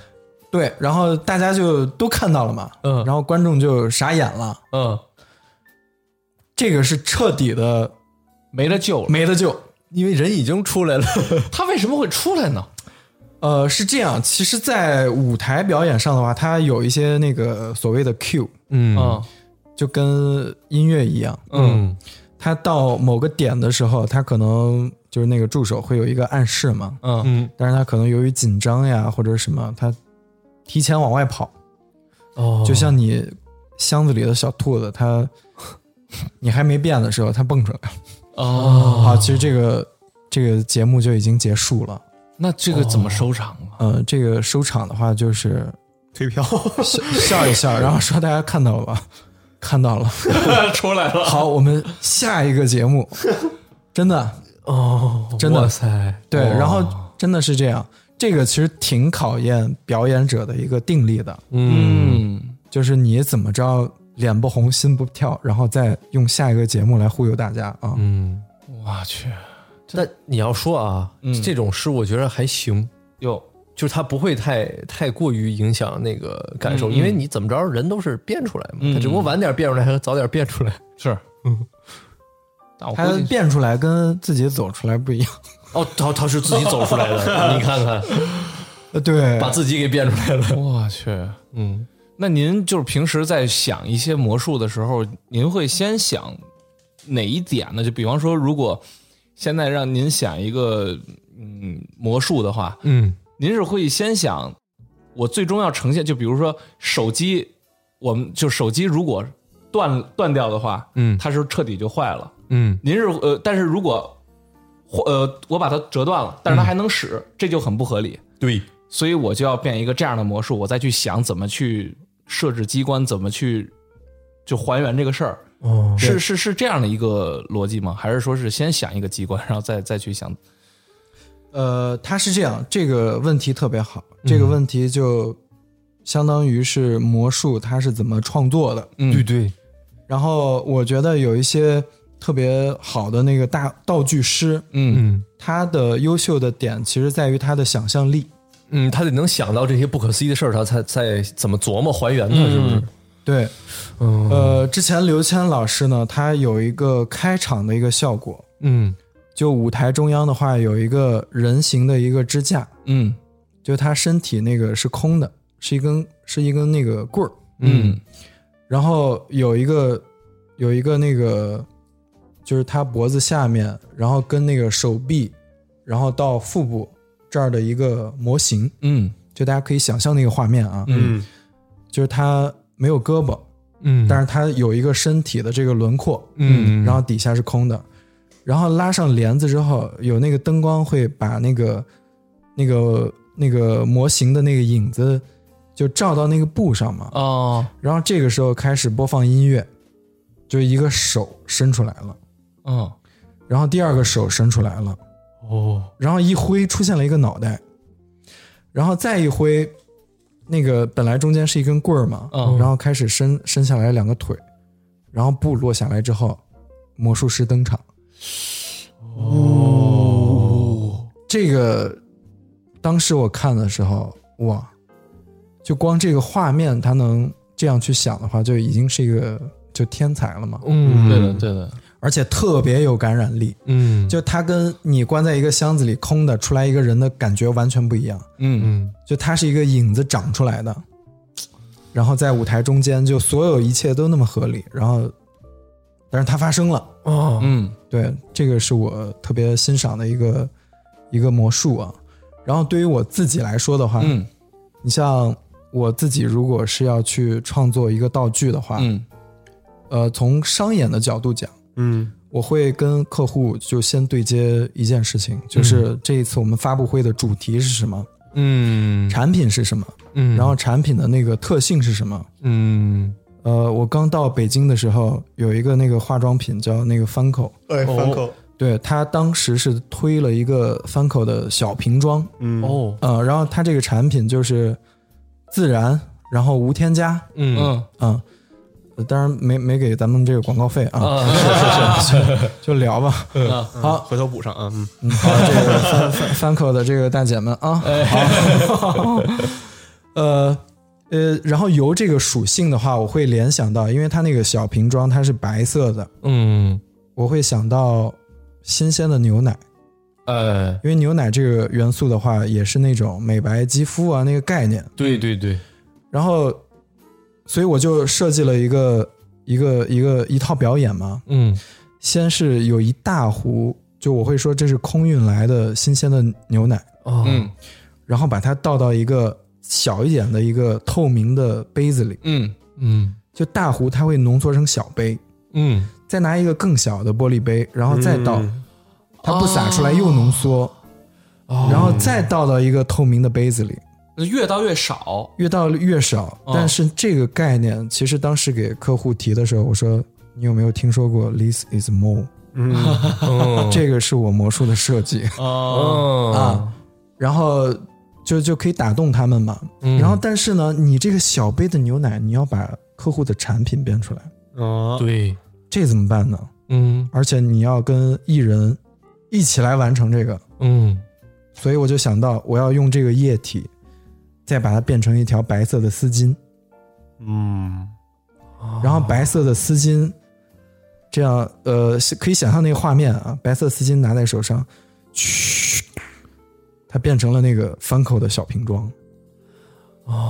[SPEAKER 6] 对，然后大家就都看到了嘛，
[SPEAKER 3] 嗯
[SPEAKER 6] 然后观众就傻眼了，
[SPEAKER 3] 嗯，
[SPEAKER 6] 这个是彻底的
[SPEAKER 1] 没得救了。
[SPEAKER 6] 没得救。
[SPEAKER 3] 因为人已经出 [LAUGHS] 来了，
[SPEAKER 1] 他为什么会出来呢？
[SPEAKER 6] 呃，是这样，其实，在舞台表演上的话，它有一些那个所谓的 Q，
[SPEAKER 3] 嗯
[SPEAKER 1] 啊，
[SPEAKER 6] 就跟音乐一样，
[SPEAKER 3] 嗯
[SPEAKER 6] 它到某个点的时候，它可能就是那个助手会有一个暗示嘛，
[SPEAKER 1] 嗯
[SPEAKER 2] 嗯，
[SPEAKER 6] 但是他可能由于紧张呀或者什么，他提前往外跑，
[SPEAKER 3] 哦
[SPEAKER 6] 就像你箱子里的小兔子，它 [LAUGHS] 你还没变的时候，它蹦出来了。
[SPEAKER 1] 哦，
[SPEAKER 6] 好，其实这个这个节目就已经结束了。
[SPEAKER 1] 那这个怎么收场啊？
[SPEAKER 6] 呃，这个收场的话就是
[SPEAKER 2] 退票，
[SPEAKER 6] 笑笑
[SPEAKER 1] [LAUGHS]
[SPEAKER 6] 一笑，然后说大家看到了吧？看到了，
[SPEAKER 1] 出来了，
[SPEAKER 6] 好，我们下一个节目，真的
[SPEAKER 3] 哦，
[SPEAKER 6] 真的
[SPEAKER 3] 哇塞，
[SPEAKER 6] 对，然后真的是这样，这个其实挺考验表演者的一个定力的，
[SPEAKER 1] 嗯，
[SPEAKER 6] 就是你怎么着脸不红心不跳，然后再用下一个节目来忽悠大家啊。
[SPEAKER 3] 嗯，
[SPEAKER 1] 我去，
[SPEAKER 3] 但你要说啊，这种事我觉得还行，
[SPEAKER 1] 哟，
[SPEAKER 3] 就是它不会太太过于影响那个感
[SPEAKER 1] 嗯
[SPEAKER 3] 受，
[SPEAKER 1] 嗯
[SPEAKER 3] 因为你怎么着人都是变出来嘛，
[SPEAKER 1] 嗯
[SPEAKER 3] 它只不过晚点变出来和早点变出来。
[SPEAKER 1] 是，但我
[SPEAKER 6] 它
[SPEAKER 1] 估计
[SPEAKER 6] 变出来跟自己走出来不
[SPEAKER 3] [LAUGHS]
[SPEAKER 6] 一样，
[SPEAKER 3] 哦，他他是自己走出来 [LAUGHS] 的，你看看，
[SPEAKER 6] 呃，对，
[SPEAKER 3] 把自己给变出来 [LAUGHS] 了。
[SPEAKER 1] 我去，
[SPEAKER 3] 嗯，
[SPEAKER 1] 那您就是平时在想一些魔术的时候，您会先想哪一点呢？就比方说，如果现在让您想一个嗯魔术的话，
[SPEAKER 3] 嗯，
[SPEAKER 1] 您是会先想我最终要呈现，就比如说手机，我们就手机如果断断掉的话，
[SPEAKER 3] 嗯
[SPEAKER 1] 它是彻底就坏了。
[SPEAKER 3] 嗯，
[SPEAKER 1] 您是呃，但是如果或呃我把它折断了，但是它还能使，这就很不合理。
[SPEAKER 3] 对，
[SPEAKER 1] 所以我就要变一个这样的魔术，我再去想怎么去设置机关，怎么去就还原这个事儿。
[SPEAKER 3] 哦，
[SPEAKER 1] 是是是这样的一个逻辑吗？还是说是先想一个机关，然后再再去想？
[SPEAKER 6] 呃，它是这样，这个问题特别好，这个问题就相当于是魔术它是怎么创作的。
[SPEAKER 1] 嗯，
[SPEAKER 3] 对对，
[SPEAKER 6] 然后我觉得有一些特别好的那个大道具师，
[SPEAKER 1] 嗯
[SPEAKER 3] 嗯
[SPEAKER 6] 他的优秀的点其实在于他的想象力。
[SPEAKER 3] 嗯，他得能想到这些不可思议的事儿，他才再怎么琢磨还原它，是不是？
[SPEAKER 6] 对，
[SPEAKER 3] 嗯
[SPEAKER 6] 呃，之前刘谦老师呢，他有一个开场的一个效果，
[SPEAKER 3] 嗯
[SPEAKER 6] 就舞台中央的话有一个人形的一个支架，
[SPEAKER 1] 嗯
[SPEAKER 6] 就他身体那个是空的，是一根是一根那个棍儿，
[SPEAKER 1] 嗯
[SPEAKER 6] 然后有一个有一个那个，就是他脖子下面，然后跟那个手臂，然后到腹部这儿的一个模型，
[SPEAKER 1] 嗯
[SPEAKER 6] 就大家可以想象那个画面啊，
[SPEAKER 2] 嗯
[SPEAKER 6] 就是他没有胳膊，
[SPEAKER 3] 嗯
[SPEAKER 6] 但是他有一个身体的这个轮廓，
[SPEAKER 3] 嗯
[SPEAKER 6] 然后底下是空的，然后拉上帘子之后，有那个灯光会把那个那个那个模型的那个影子就照到那个布上嘛，
[SPEAKER 3] 哦
[SPEAKER 6] 然后这个时候开始播放音乐，就一个手伸出来了，
[SPEAKER 3] 嗯
[SPEAKER 6] 然后第二个手伸出来了，
[SPEAKER 3] 哦
[SPEAKER 6] 然后一挥出现了一个脑袋，然后再一挥，那个本来中间是一根棍儿嘛，
[SPEAKER 3] 嗯
[SPEAKER 6] 然后开始伸伸下来两个腿，然后布落下来之后，魔术师登场。
[SPEAKER 3] 哦，
[SPEAKER 6] 这个当时我看的时候，哇，就光这个画面，他能这样去想的话，就已经是一个就天才了嘛，
[SPEAKER 3] 嗯，
[SPEAKER 1] 对的，对的，
[SPEAKER 6] 而且特别有感染力。
[SPEAKER 3] 嗯
[SPEAKER 6] 就他跟你关在一个箱子里空的出来一个人的感觉完全不一样。
[SPEAKER 1] 嗯
[SPEAKER 3] 嗯
[SPEAKER 6] 就它是一个影子长出来的，然后在舞台中间，就所有一切都那么合理，然后，但是它发生了，
[SPEAKER 3] 哦
[SPEAKER 1] 嗯
[SPEAKER 6] 对，这个是我特别欣赏的一个一个魔术啊。然后对于我自己来说的话，
[SPEAKER 1] 嗯
[SPEAKER 6] 你像我自己如果是要去创作一个道具的话，
[SPEAKER 1] 嗯
[SPEAKER 6] 呃，从商演的角度讲，
[SPEAKER 2] 嗯
[SPEAKER 6] 我会跟客户就先对接一件事情，就是这一次我们发布会的主题是什么，
[SPEAKER 3] 嗯
[SPEAKER 6] 产品是什么，
[SPEAKER 3] 嗯
[SPEAKER 6] 然后产品的那个特性是什么。
[SPEAKER 3] 嗯
[SPEAKER 6] 呃，我刚到北京的时候，有一个那个化妆品叫那个番口，
[SPEAKER 2] 哎，
[SPEAKER 3] 哦
[SPEAKER 2] 翻口，
[SPEAKER 6] 对他当时是推了一个番口的小瓶装，
[SPEAKER 2] 嗯
[SPEAKER 3] 哦
[SPEAKER 6] 呃，然后他这个产品就是自然，然后无添加，
[SPEAKER 3] 嗯
[SPEAKER 1] 嗯
[SPEAKER 6] 嗯、呃当然没没给咱们这个广告费啊，
[SPEAKER 3] 啊嗯是
[SPEAKER 6] [LAUGHS] 就聊吧。
[SPEAKER 2] 好，回头补上啊，嗯
[SPEAKER 6] 嗯，好，这个番番番口的这个大姐们啊，好，呃呃，然后由这个属性的话，我会联想到，因为它那个小瓶装它是白色的，
[SPEAKER 3] 嗯
[SPEAKER 6] 我会想到新鲜的牛奶，
[SPEAKER 3] 哎
[SPEAKER 6] 因为牛奶这个元素的话，也是那种美白肌肤啊那个概念。
[SPEAKER 3] 对对对
[SPEAKER 6] 然后，所以我就设计了一个一个一个一套表演嘛。
[SPEAKER 3] 嗯
[SPEAKER 6] 先是有一大壶，就我会说这是空运来的新鲜的牛奶，
[SPEAKER 3] 哦
[SPEAKER 1] 嗯
[SPEAKER 6] 然后把它倒到一个小一点的一个透明的杯子里，
[SPEAKER 1] 嗯
[SPEAKER 3] 嗯
[SPEAKER 6] 就大壶它会浓缩成小杯，
[SPEAKER 3] 嗯
[SPEAKER 6] 再拿一个更小的玻璃杯，然后再倒，
[SPEAKER 2] 嗯
[SPEAKER 6] 它不洒出来又浓缩。
[SPEAKER 2] 哦
[SPEAKER 6] 然后再倒到一个透明的杯子里，
[SPEAKER 1] 越倒越少，
[SPEAKER 6] 越倒越少。
[SPEAKER 2] 哦
[SPEAKER 6] 但是这个概念，其实当时给客户提的时候，我说：“你有没有听说过 ‘less is more’？” [LAUGHS]
[SPEAKER 2] 嗯
[SPEAKER 3] 嗯
[SPEAKER 6] 这个是我魔术的设计
[SPEAKER 3] 哦
[SPEAKER 6] 啊，然后就就可以打动他们嘛。
[SPEAKER 3] 嗯
[SPEAKER 6] 然后，但是呢，你这个小杯的牛奶，你要把客户的产品变出来，
[SPEAKER 2] 哦，
[SPEAKER 3] 对
[SPEAKER 6] 这怎么办呢？
[SPEAKER 3] 嗯
[SPEAKER 6] 而且你要跟艺人一起来完成这个，
[SPEAKER 3] 嗯
[SPEAKER 6] 所以我就想到，我要用这个液体，再把它变成一条白色的丝巾。
[SPEAKER 2] 嗯，
[SPEAKER 6] 然后白色的丝巾，这样呃，是可以想象那个画面啊，白色丝巾拿在手上，嘘，它变成了那个翻口的小瓶装。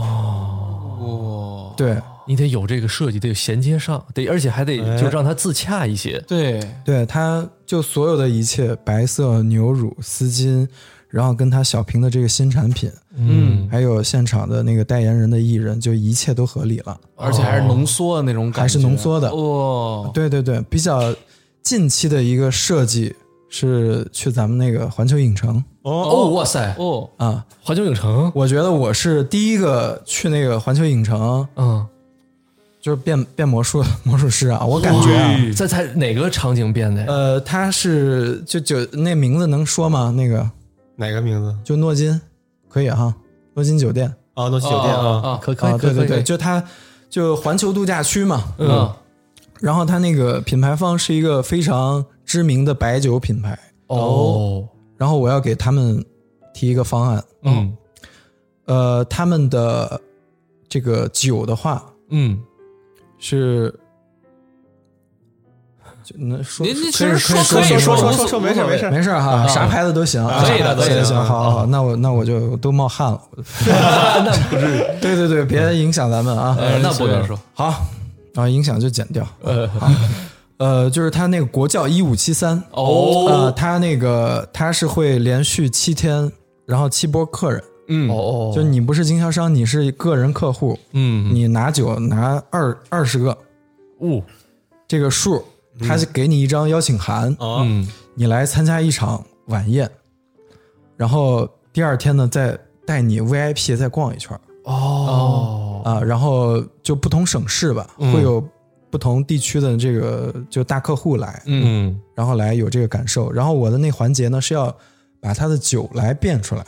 [SPEAKER 1] 哇，
[SPEAKER 6] 对
[SPEAKER 3] 你得有这个设计，得有衔接上，得而且还得就让它自洽一些。
[SPEAKER 1] 对，
[SPEAKER 6] 对，它就所有的一切，白色牛乳丝巾，然后跟它小瓶的这个新产品，
[SPEAKER 3] 嗯
[SPEAKER 6] 还有现场的那个代言人的艺人，就一切都合理了。
[SPEAKER 1] 而且还是浓缩的那种感觉，哦
[SPEAKER 6] 还是浓缩的
[SPEAKER 3] 哦
[SPEAKER 1] 哇，
[SPEAKER 6] 对对对，比较近期的一个设计是去咱们那个环球影城
[SPEAKER 3] 哦，哇塞，
[SPEAKER 1] 哦，
[SPEAKER 6] 啊。
[SPEAKER 3] 环球影城，
[SPEAKER 6] 我觉得我是第一个去那个环球影城，
[SPEAKER 3] 嗯，
[SPEAKER 6] 就是变变魔术 [LAUGHS] 魔术师啊。我感觉啊，
[SPEAKER 3] 在在哪个场景变的？
[SPEAKER 6] 呃，他是就就那名字能说吗？那个
[SPEAKER 2] 哪个名字？
[SPEAKER 6] 就诺金，可以啊哈、诺金酒店
[SPEAKER 2] 啊，诺西酒店啊，
[SPEAKER 3] 啊，可可
[SPEAKER 6] 啊，
[SPEAKER 3] 以，
[SPEAKER 6] 对
[SPEAKER 3] 可
[SPEAKER 6] 对
[SPEAKER 3] 以，可
[SPEAKER 6] 对，
[SPEAKER 3] 以，
[SPEAKER 6] 就他就环球度假区嘛。
[SPEAKER 3] 嗯，
[SPEAKER 6] 然后他那个品牌方是一个非常知名的白酒品牌，
[SPEAKER 3] 哦，
[SPEAKER 6] 然后我要给他们提一个方案，
[SPEAKER 3] 嗯
[SPEAKER 6] 呃，他们的这个酒的话，
[SPEAKER 3] 嗯，
[SPEAKER 6] 是，就能说
[SPEAKER 1] 您您其
[SPEAKER 6] 可
[SPEAKER 1] 实
[SPEAKER 6] 以
[SPEAKER 1] 说
[SPEAKER 6] 说
[SPEAKER 1] 以
[SPEAKER 6] 说
[SPEAKER 1] 说
[SPEAKER 2] 哦说
[SPEAKER 1] 无所
[SPEAKER 2] 说没事没事
[SPEAKER 6] 没事儿哈，啥牌子都行，啊
[SPEAKER 1] 这个都
[SPEAKER 6] 行
[SPEAKER 1] 行
[SPEAKER 6] 行，好好好，那我那我就都冒汗
[SPEAKER 1] 哦 [LAUGHS]
[SPEAKER 6] 了，那不至于，对对对，别影响咱们啊，
[SPEAKER 1] 呃
[SPEAKER 3] 那不
[SPEAKER 1] 随便
[SPEAKER 3] 用
[SPEAKER 1] 说，
[SPEAKER 6] 好，然后影响就剪掉。
[SPEAKER 3] 呃
[SPEAKER 6] 好，呃，就是他那个国教一五七三
[SPEAKER 1] 哦
[SPEAKER 6] 呃，他那个他是会连续七天，然后七波客人，
[SPEAKER 1] 嗯
[SPEAKER 3] 哦
[SPEAKER 6] 就你不是经销商，你是个人客户，
[SPEAKER 1] 嗯
[SPEAKER 6] 你拿酒拿二二十个，
[SPEAKER 3] 哦，
[SPEAKER 6] 这个数，他就给你一张邀请函，
[SPEAKER 3] 哦
[SPEAKER 1] 嗯
[SPEAKER 6] 你来参加一场晚宴，然后第二天呢再带你 VIP 再逛一圈儿
[SPEAKER 3] 哦嗯
[SPEAKER 6] 啊，然后就不同省市吧，会有不同地区的这个就大客户来，
[SPEAKER 1] 嗯
[SPEAKER 6] 然后来有这个感受。然后我的那环节呢是要把他的酒来变出来，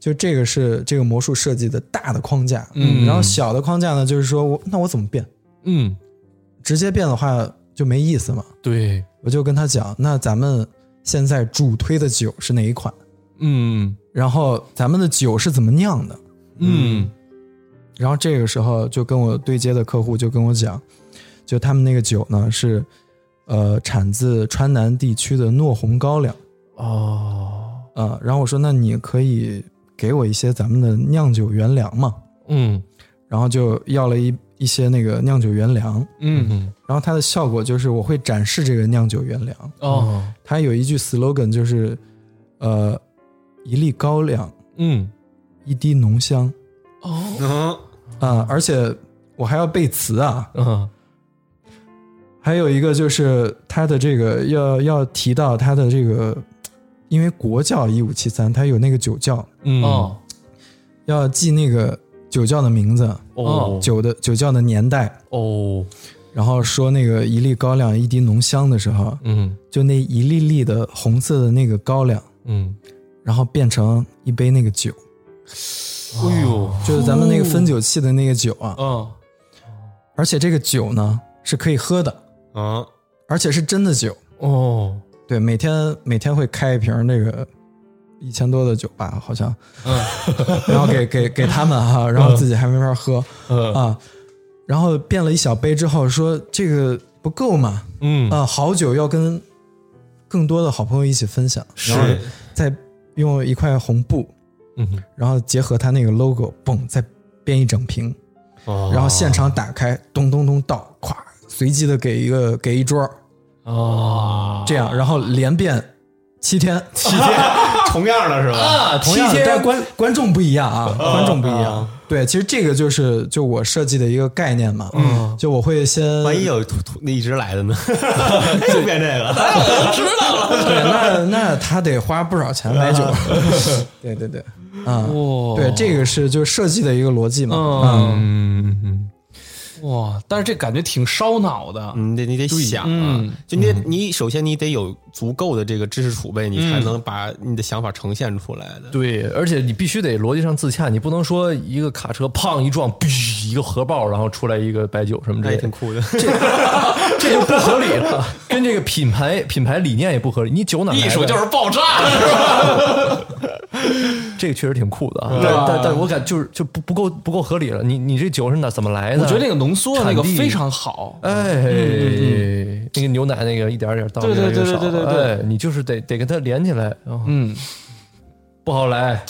[SPEAKER 6] 就这个是这个魔术设计的大的框架，
[SPEAKER 1] 嗯
[SPEAKER 6] 然后小的框架呢就是说我那我怎么变？
[SPEAKER 1] 嗯
[SPEAKER 6] 直接变的话就没意思嘛，
[SPEAKER 3] 对，
[SPEAKER 6] 我就跟他讲，那咱们现在主推的酒是哪一款？
[SPEAKER 1] 嗯
[SPEAKER 6] 然后咱们的酒是怎么酿的？
[SPEAKER 1] 嗯
[SPEAKER 6] 然后这个时候就跟我对接的客户就跟我讲，就他们那个酒呢是，呃，产自川南地区的糯红高粱，
[SPEAKER 3] 哦，
[SPEAKER 6] 呃，然后我说那你可以给我一些咱们的酿酒原粮嘛，
[SPEAKER 3] 嗯
[SPEAKER 6] 然后就要了一一些那个酿酒原粮，
[SPEAKER 3] 哦
[SPEAKER 1] 嗯
[SPEAKER 6] 然后它的效果就是我会展示这个酿酒原粮，
[SPEAKER 1] 哦
[SPEAKER 6] 它有一句 slogan 就是，呃，一粒高粱，
[SPEAKER 1] 嗯
[SPEAKER 6] 一滴浓香
[SPEAKER 2] 嗯，
[SPEAKER 6] 啊、而且我还要背词啊。
[SPEAKER 3] 嗯
[SPEAKER 6] 还有一个就是它的这个要要提到它的这个，因为国教一五七三，它有那个酒窖，
[SPEAKER 1] 嗯
[SPEAKER 3] 哦
[SPEAKER 6] 要记那个酒窖的名字、
[SPEAKER 3] 哦
[SPEAKER 6] 酒的酒窖的年代，
[SPEAKER 3] 哦，
[SPEAKER 6] 然后说那个一粒高粱一滴浓香的时候，
[SPEAKER 3] 嗯
[SPEAKER 6] 就那一粒粒的红色的那个高粱，
[SPEAKER 3] 嗯，
[SPEAKER 6] 然后变成一杯那个酒，
[SPEAKER 3] 哎呦，
[SPEAKER 6] 就是咱们那个分酒器的那个酒啊，
[SPEAKER 3] 嗯
[SPEAKER 6] 而且这个酒呢是可以喝的，
[SPEAKER 3] 嗯
[SPEAKER 2] 啊，
[SPEAKER 6] 而且是真的酒。
[SPEAKER 3] 哦，
[SPEAKER 6] 对，每天每天会开一瓶那个一千多的酒吧，好像，嗯，然后给给给他们哈、然后自己还没法喝、
[SPEAKER 3] 嗯
[SPEAKER 6] 啊，然后变了一小杯之后说这个不够嘛，
[SPEAKER 3] 嗯
[SPEAKER 6] 啊，好酒要跟更多的好朋友一起分享，然后
[SPEAKER 2] 嗯
[SPEAKER 6] 再用一块红布，
[SPEAKER 3] 嗯，
[SPEAKER 6] 然后结合他那个 logo，嘣，再编一整瓶，
[SPEAKER 3] 哦
[SPEAKER 6] 然后现场打开，咚咚咚倒，咵，随机的给一个给一桌，
[SPEAKER 3] 哦
[SPEAKER 6] 这样，然后连变七天。啊
[SPEAKER 2] 七天重样了是吧？
[SPEAKER 3] 啊，
[SPEAKER 6] 同
[SPEAKER 3] 七
[SPEAKER 6] 样的，但
[SPEAKER 3] 天
[SPEAKER 6] 观观众不一样啊，观众不一样。对，其实这个就是就我设计的一个概念嘛。嗯，就我会先
[SPEAKER 2] 万一有突突那一直来的 [LAUGHS] 呢？就变这个，
[SPEAKER 6] 对，那那他得花不少钱买酒。 [LAUGHS] 对对对，啊，
[SPEAKER 1] 哇
[SPEAKER 6] 对，这个是就设计的一个逻辑嘛。嗯，
[SPEAKER 3] 嗯嗯
[SPEAKER 1] 哇！但是这嗯感觉挺烧脑的，
[SPEAKER 2] 你得你得想啊，就你得你首先你得有足够的这个知识储备，你才能把你的想法呈现出来的。
[SPEAKER 3] 对，而且你必须得逻辑上自洽，你不能说一个卡车砰一撞，哔一个核爆，然后出来一个白酒什么之
[SPEAKER 2] 那也
[SPEAKER 3] 类
[SPEAKER 2] 挺
[SPEAKER 3] 的，
[SPEAKER 2] 酷的，
[SPEAKER 3] [LAUGHS] 这就不合理了，跟这个品牌品牌理念也不合理。你酒哪来的
[SPEAKER 1] 艺术就是爆炸，
[SPEAKER 3] 这个确实挺酷的
[SPEAKER 1] 嗯
[SPEAKER 3] 啊，但但但我感就是就不不够不够合理了。你你这酒是哪怎么来的？
[SPEAKER 1] 我觉得那个浓缩那
[SPEAKER 3] 产
[SPEAKER 1] 个
[SPEAKER 3] 地
[SPEAKER 1] 非常好，
[SPEAKER 3] 哎，那个牛奶那个一点儿一点儿倒，
[SPEAKER 1] 对对
[SPEAKER 3] 越来越
[SPEAKER 1] 对
[SPEAKER 3] 少
[SPEAKER 1] 对对对对
[SPEAKER 3] 哎，你就是得得跟它连起来，嗯，
[SPEAKER 1] 嗯，
[SPEAKER 3] 不好来，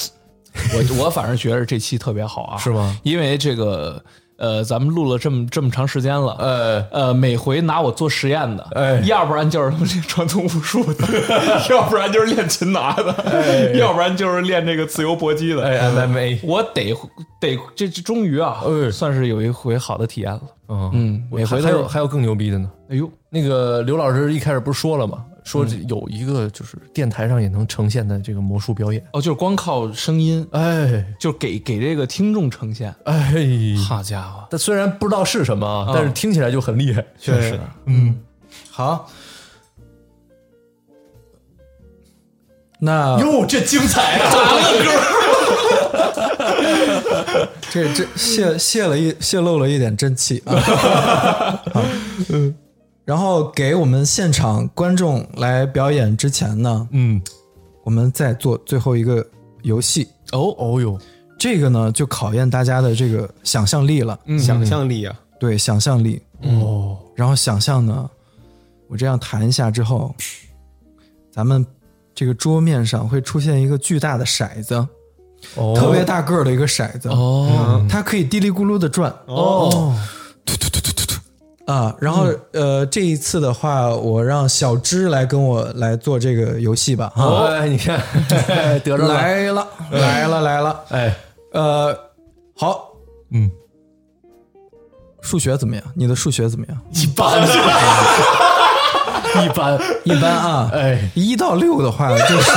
[SPEAKER 1] 我我反正觉得这期特别好 [LAUGHS] 啊，
[SPEAKER 3] 是吗？
[SPEAKER 1] 因为这个呃，咱们录了这么这么长时间了，
[SPEAKER 3] 哎
[SPEAKER 1] 呃，每回拿我做实验的，
[SPEAKER 3] 哎
[SPEAKER 1] 要不然就是他妈这传统武术的， [LAUGHS] 要不然就是练擒拿的，要不然就是练这个自由搏击的，
[SPEAKER 3] 哎，MMA，
[SPEAKER 1] 我得得这这终于啊，
[SPEAKER 3] 哎
[SPEAKER 1] 算是有一回好的体验了。
[SPEAKER 3] 嗯
[SPEAKER 1] 每回都
[SPEAKER 3] 还
[SPEAKER 1] 是
[SPEAKER 3] 有还有更牛逼的呢。
[SPEAKER 1] 哎呦，嗯
[SPEAKER 3] 那个刘老师一开始不是说了吗？说这有一个就是电台上也能呈现的这个魔术表演，
[SPEAKER 1] 哦，就是光靠声音，
[SPEAKER 3] 哎
[SPEAKER 1] 就是给给这个听众呈现。
[SPEAKER 3] 哎，
[SPEAKER 1] 好家伙，
[SPEAKER 3] 但虽然不知道是什么啊，但是听起来就很厉害。
[SPEAKER 2] 确实。
[SPEAKER 6] 好。那
[SPEAKER 3] 哟，这精彩
[SPEAKER 6] [LAUGHS]
[SPEAKER 3] 啊！
[SPEAKER 6] 这这泄泄了一泄露了一点真气 [LAUGHS] 啊！嗯，然后给我们现场观众来表演之前呢，
[SPEAKER 3] 嗯，
[SPEAKER 6] 我们再做最后一个游戏。
[SPEAKER 3] 哦哦哟，
[SPEAKER 6] 这个呢，就考验大家的这个想象力了。
[SPEAKER 2] 想象力啊，
[SPEAKER 6] 对，想象力。
[SPEAKER 3] 哦，
[SPEAKER 6] 然后想象呢，我这样弹一下之后，咱们这个桌面上会出现一个巨大的骰子，
[SPEAKER 3] 哦
[SPEAKER 6] 特别大个儿的一个骰子，
[SPEAKER 3] 哦
[SPEAKER 6] 它可以嘀哩咕噜的转，
[SPEAKER 2] 哦，
[SPEAKER 3] 哦，
[SPEAKER 6] 啊，然后、
[SPEAKER 3] 嗯
[SPEAKER 6] 呃，这一次的话，我让小芝来跟我来做这个游戏吧。啊，
[SPEAKER 3] 哎，你看 [LAUGHS] 得着了，嗯
[SPEAKER 6] 来了，来了，来了。
[SPEAKER 3] 哎，
[SPEAKER 6] 呃，好，
[SPEAKER 3] 嗯，
[SPEAKER 6] 数学怎么样？你的数学怎么样？
[SPEAKER 3] 一般， [LAUGHS] 一般，
[SPEAKER 6] 一般啊。
[SPEAKER 3] 哎，
[SPEAKER 6] 一到六的话，就是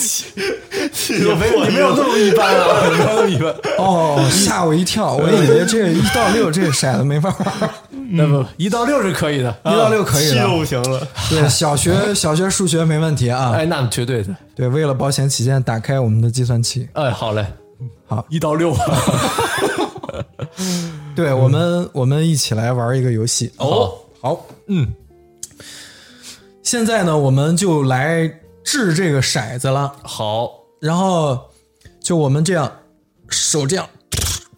[SPEAKER 3] 我没你没有那么一般啊， [LAUGHS] 没有那么一般。
[SPEAKER 6] 哦，吓我一跳，我以为这一到六这骰子没法玩，
[SPEAKER 3] 那么一到六是可以的，
[SPEAKER 6] 一到六可以
[SPEAKER 2] 七
[SPEAKER 6] 了。
[SPEAKER 2] 就行了。
[SPEAKER 6] 对，小学小学数学没问题啊。
[SPEAKER 3] 哎，那绝对的，
[SPEAKER 6] 对，为了保险起见，打开我们的计算器。
[SPEAKER 3] 哎，好嘞，
[SPEAKER 6] 好
[SPEAKER 3] 一到六啊，
[SPEAKER 6] 对我们，我们一起来玩一个游戏。
[SPEAKER 3] 哦，
[SPEAKER 6] 好，嗯，现在呢，我们就来掷这个骰子了。
[SPEAKER 3] [LAUGHS] 好，
[SPEAKER 6] 然后就我们这样手这样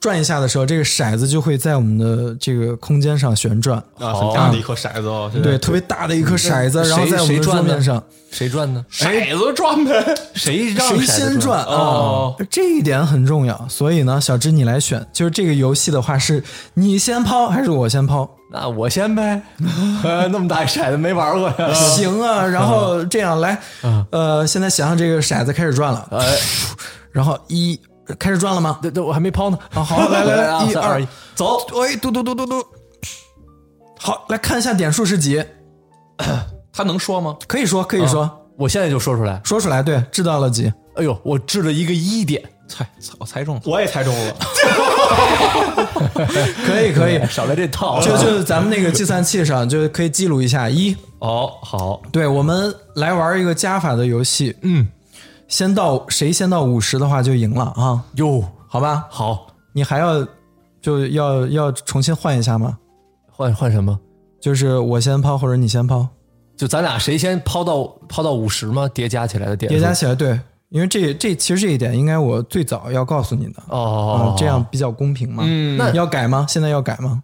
[SPEAKER 6] 转一下的时候，这个骰子就会在我们的这个空间上旋转。
[SPEAKER 2] 啊，很大的一颗骰子哦，现在
[SPEAKER 6] 对，特别大的一颗骰子，
[SPEAKER 3] 嗯
[SPEAKER 6] 然后
[SPEAKER 3] 谁
[SPEAKER 6] 在我们
[SPEAKER 3] 谁
[SPEAKER 6] 的
[SPEAKER 3] 转
[SPEAKER 6] 桌
[SPEAKER 3] 呢
[SPEAKER 6] 面上，
[SPEAKER 3] 谁赚呢？哎
[SPEAKER 1] 骰子转呗，
[SPEAKER 3] 谁让
[SPEAKER 6] 谁
[SPEAKER 3] 骰子
[SPEAKER 6] 先转啊
[SPEAKER 3] 哦？
[SPEAKER 6] 这一点很重要。所以呢，小芝你来选，就是这个游戏的话，是你先抛还是我先抛？
[SPEAKER 3] 那我先呗， [LAUGHS] 呃那么大一骰子没玩过 [LAUGHS] 呀。
[SPEAKER 6] 行啊，然
[SPEAKER 3] 嗯
[SPEAKER 6] 后这样来，呃，现在想想这个骰子开始转了，
[SPEAKER 3] 哎，
[SPEAKER 6] 然后一开始转了吗？
[SPEAKER 3] 这这我还没抛呢。
[SPEAKER 6] [LAUGHS] 啊，好，来来来，一
[SPEAKER 3] 三
[SPEAKER 6] 二
[SPEAKER 3] 二一，走！
[SPEAKER 6] 哎，嘟嘟嘟嘟嘟，好，来看一下点数是几，
[SPEAKER 1] 他能说吗？
[SPEAKER 6] 可以说可以说、
[SPEAKER 3] 我现在就说出来。
[SPEAKER 6] 说出来，对，知道了几？
[SPEAKER 3] 哎呦，我掷了一个一点， [LAUGHS]
[SPEAKER 1] 猜，猜我猜中了。
[SPEAKER 2] 我也猜中了，
[SPEAKER 6] 可以可以，
[SPEAKER 3] 少来这套啊。
[SPEAKER 6] 就就咱们那个计算器上就可以记录一下一。
[SPEAKER 3] 哦，好，
[SPEAKER 6] 对，我们来玩一个加法的游戏，嗯，先到谁先到五十的话就赢了啊，
[SPEAKER 3] 哟，
[SPEAKER 6] 好吧？
[SPEAKER 3] 好，
[SPEAKER 6] 你还要就要要重新换一下吗？
[SPEAKER 3] 换换什么？
[SPEAKER 6] 就是我先抛或者你先抛，
[SPEAKER 3] 就咱俩谁先抛到抛到五十吗？叠加起来的点数
[SPEAKER 6] 叠加起来对，因为这这其实这一点应该我最早要告诉你的。
[SPEAKER 3] 哦
[SPEAKER 6] 啊，，这样比较公平嘛。嗯
[SPEAKER 3] 那
[SPEAKER 6] 要改吗？现在要改吗？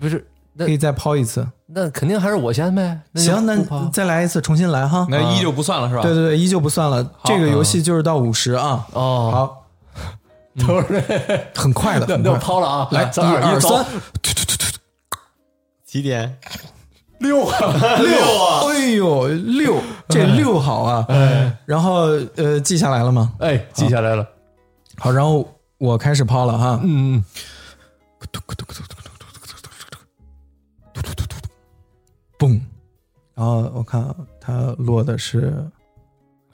[SPEAKER 3] 不是那
[SPEAKER 6] 可以再抛一次。
[SPEAKER 3] 那肯定还是我先呗。呃就
[SPEAKER 6] 行，那
[SPEAKER 3] 不抛
[SPEAKER 6] 再来一次，重新来哈。
[SPEAKER 1] 那一就不算了是吧？
[SPEAKER 6] 对对对，依旧不算了。这个游戏就是到五十啊。
[SPEAKER 3] 哦嗯
[SPEAKER 6] 好，
[SPEAKER 3] 都是
[SPEAKER 6] 很快的，
[SPEAKER 3] [LAUGHS] 那
[SPEAKER 6] 很
[SPEAKER 3] 那我
[SPEAKER 6] 快。
[SPEAKER 3] 抛了啊！
[SPEAKER 6] 来，
[SPEAKER 3] 三二一，走！
[SPEAKER 6] 三，
[SPEAKER 2] 几点？
[SPEAKER 3] 六啊！哎
[SPEAKER 6] 六啊！哎呦，六，这六好啊。然后呃，记下来了吗？
[SPEAKER 3] 哎，记下来了。
[SPEAKER 6] 好，然后我开始抛了哈。
[SPEAKER 3] 嗯，嗯
[SPEAKER 6] 嘣，嗯然后我看啊它落的是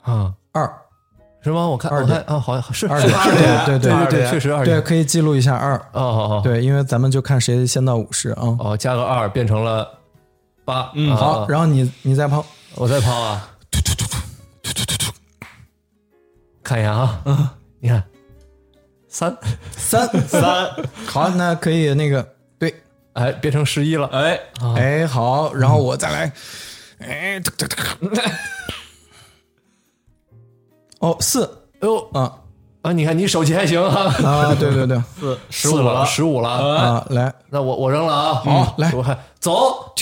[SPEAKER 3] 啊，
[SPEAKER 6] 二，
[SPEAKER 3] 是吗？我看
[SPEAKER 6] 二
[SPEAKER 3] 我
[SPEAKER 6] 点
[SPEAKER 3] 看啊，好像是
[SPEAKER 6] 二
[SPEAKER 3] 是
[SPEAKER 6] 点，对
[SPEAKER 3] 对
[SPEAKER 6] 对
[SPEAKER 3] 对对，确实二
[SPEAKER 6] 对，
[SPEAKER 3] 点。
[SPEAKER 6] 可以记录一下二。
[SPEAKER 3] 哦哦哦，
[SPEAKER 6] 对，因为咱们就看谁先到五十啊。
[SPEAKER 3] 哦，加个二变成了八。嗯
[SPEAKER 6] 好，然后你你再抛，
[SPEAKER 3] 我再抛啊，看一眼啊，嗯，你看三，
[SPEAKER 6] 三
[SPEAKER 2] 三，
[SPEAKER 6] [LAUGHS] 好，那可以那个对，
[SPEAKER 3] 哎，变成十一了，
[SPEAKER 1] 哎，
[SPEAKER 3] 哦
[SPEAKER 6] 哎好，然后我再来，
[SPEAKER 3] 嗯
[SPEAKER 6] 哎， [LAUGHS] 突突突哦四
[SPEAKER 3] 哎呦
[SPEAKER 6] 啊
[SPEAKER 3] 啊，你看你手气还行啊，
[SPEAKER 6] 啊，对
[SPEAKER 3] [LAUGHS]
[SPEAKER 6] 对对
[SPEAKER 3] 十五了，十五了，
[SPEAKER 6] 啊，来，
[SPEAKER 3] 那我我扔了啊，
[SPEAKER 6] 好来
[SPEAKER 3] 我看走，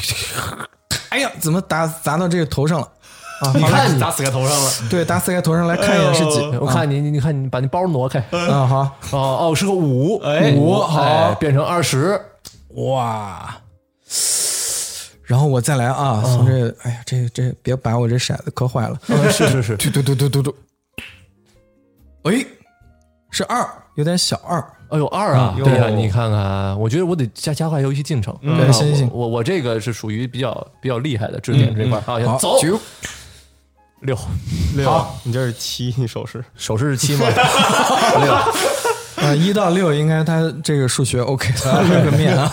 [SPEAKER 6] 哎呀，怎么打砸到这个头上了？啊，
[SPEAKER 3] 你
[SPEAKER 6] 好了
[SPEAKER 3] 看你
[SPEAKER 2] 打死个头上了。
[SPEAKER 6] 对，打死在头上来看一眼是几？
[SPEAKER 3] 我看你，你你看你把那包挪开，
[SPEAKER 6] 啊，好，
[SPEAKER 3] 哦哦，是个五，
[SPEAKER 2] 哎
[SPEAKER 3] 五
[SPEAKER 6] 五好
[SPEAKER 3] 哎变成二十，
[SPEAKER 6] 哇。然后我再来
[SPEAKER 3] 哦
[SPEAKER 6] 啊，从这，哎呀，这这别把我这骰子磕坏了。
[SPEAKER 3] 嗯
[SPEAKER 6] [LAUGHS]
[SPEAKER 3] 是是是，
[SPEAKER 6] 嘟嘟嘟嘟嘟嘟，哎，是二，有点小二。
[SPEAKER 3] 哎呦二啊，
[SPEAKER 2] 嗯
[SPEAKER 3] 对呀，
[SPEAKER 2] 哟
[SPEAKER 3] 你看看，我觉得我得加加快游戏进程，
[SPEAKER 6] 嗯对
[SPEAKER 3] 啊
[SPEAKER 6] 行行
[SPEAKER 3] 我我我这个是属于比较比较厉害的，指点这块儿啊，
[SPEAKER 6] 好，
[SPEAKER 3] 走
[SPEAKER 6] 九
[SPEAKER 3] 六。
[SPEAKER 2] 六，你这是七，你手势
[SPEAKER 3] 手势是七
[SPEAKER 6] [LAUGHS]
[SPEAKER 3] 吗？
[SPEAKER 6] 啊，一到六应该他这个数学 OK
[SPEAKER 3] 哎
[SPEAKER 6] 的，这个面啊，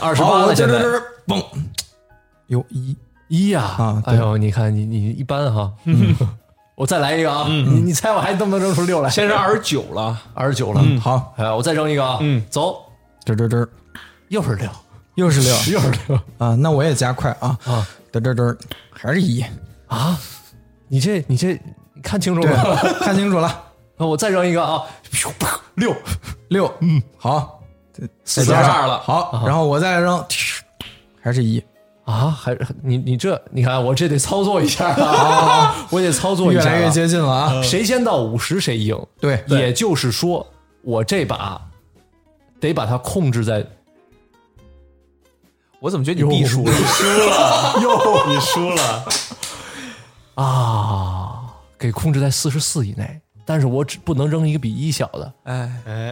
[SPEAKER 3] 二十
[SPEAKER 6] 好，
[SPEAKER 3] 八
[SPEAKER 6] 我
[SPEAKER 3] 了，
[SPEAKER 6] 这
[SPEAKER 3] 现
[SPEAKER 6] 这
[SPEAKER 3] 在
[SPEAKER 6] 这嘣， [LAUGHS] 有一
[SPEAKER 3] 一呀、
[SPEAKER 6] 啊对
[SPEAKER 3] 哎呦，你看你你一般哈，嗯、 [LAUGHS] 我再来一个啊，
[SPEAKER 6] 嗯
[SPEAKER 3] 你你猜我还能不能扔出六来？
[SPEAKER 1] 现在是二十九了，
[SPEAKER 3] 二十九了，
[SPEAKER 6] 好，
[SPEAKER 3] 哎，我再扔一个啊，嗯，走，
[SPEAKER 6] 这这这
[SPEAKER 3] 又是六，
[SPEAKER 6] 又是六
[SPEAKER 3] 又是六
[SPEAKER 6] 啊，那我也加快啊
[SPEAKER 3] 啊，
[SPEAKER 6] 这这这还是一，
[SPEAKER 3] 啊！你这你这你看清楚 [LAUGHS]
[SPEAKER 6] 对
[SPEAKER 3] 了，，
[SPEAKER 6] [LAUGHS] 看清楚了，
[SPEAKER 3] 我再扔一个啊，咻啪六，
[SPEAKER 6] 六，嗯，好，
[SPEAKER 1] 四
[SPEAKER 6] 再
[SPEAKER 1] 十
[SPEAKER 6] 加上
[SPEAKER 1] 二了，
[SPEAKER 6] 好，然后我再扔，还是一，
[SPEAKER 3] 啊，还你你这你看我这得操作一下
[SPEAKER 6] [LAUGHS]
[SPEAKER 3] 啊，我得操作一
[SPEAKER 6] 越
[SPEAKER 3] 下啊、
[SPEAKER 6] 来越接近了啊，
[SPEAKER 3] 谁先到五十谁赢。
[SPEAKER 6] 对，
[SPEAKER 3] 也就是说，我这把得把它控制在
[SPEAKER 1] 我怎么觉得你必输了？
[SPEAKER 2] 你输了，
[SPEAKER 3] 啊，给控制在四十四以内，但是我只不能扔一个比一小的，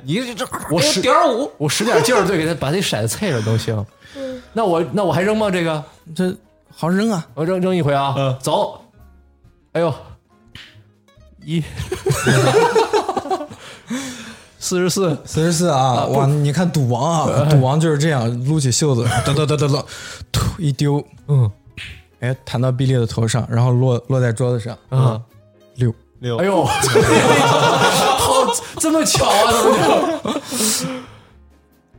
[SPEAKER 1] 你这
[SPEAKER 3] 我
[SPEAKER 6] 哎
[SPEAKER 3] 使
[SPEAKER 1] 点五，
[SPEAKER 3] 我使点劲儿，对，给他把这骰子碎了都行。那我那我还扔吗？这个
[SPEAKER 6] 这好扔啊！
[SPEAKER 3] 我扔扔一回啊，
[SPEAKER 6] 嗯
[SPEAKER 3] 走。哎呦，
[SPEAKER 6] [LAUGHS]
[SPEAKER 3] 一四十四，
[SPEAKER 6] 四十四啊，哇！你看赌王啊，赌王就是这样，撸起袖子，得得得得得，突一丢，
[SPEAKER 3] 嗯
[SPEAKER 6] 哎，弹到比利的头上，然后落落在桌子上，
[SPEAKER 3] 嗯，
[SPEAKER 6] 六。
[SPEAKER 2] 六
[SPEAKER 3] 哎， [LAUGHS] 呦，好这么巧啊，怎么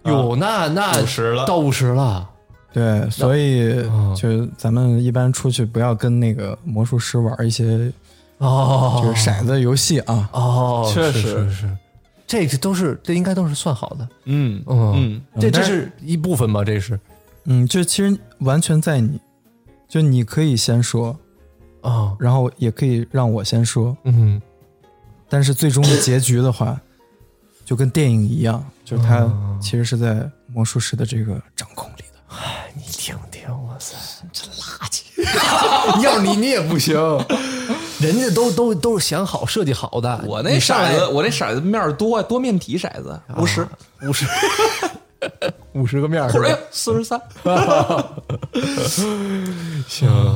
[SPEAKER 3] 就？哟，那那
[SPEAKER 2] 50了
[SPEAKER 3] 啊到五十了，
[SPEAKER 6] 对，所以就是咱们一般出去不要跟那个魔术师玩一些
[SPEAKER 3] 哦，
[SPEAKER 6] 就是骰子游戏啊，
[SPEAKER 3] 哦，
[SPEAKER 1] 确
[SPEAKER 3] 是
[SPEAKER 1] 实
[SPEAKER 3] 是是，这这都是这应该都是算好的，
[SPEAKER 1] 嗯
[SPEAKER 3] 嗯
[SPEAKER 1] 嗯，
[SPEAKER 3] 这这是一部分吧，这是
[SPEAKER 6] 嗯，就其实完全在你，就你可以先说，
[SPEAKER 3] 啊，
[SPEAKER 6] 然后也可以让我先说，
[SPEAKER 3] 嗯，
[SPEAKER 6] 但是最终的结局的话，就跟电影一样，就是它
[SPEAKER 3] 哦
[SPEAKER 6] 其实是在魔术师的这个掌控里的。
[SPEAKER 3] 你听听，哇塞，这垃圾， [LAUGHS] 要你你也不行， [LAUGHS] 人家都都都是想好设计好的，
[SPEAKER 1] 我那骰子，我那骰子面儿多，多面体骰子五十，
[SPEAKER 3] 五十 [LAUGHS] 五十个面儿是
[SPEAKER 1] 或者
[SPEAKER 3] 吧，
[SPEAKER 1] 哎四十
[SPEAKER 3] [LAUGHS]
[SPEAKER 1] 三，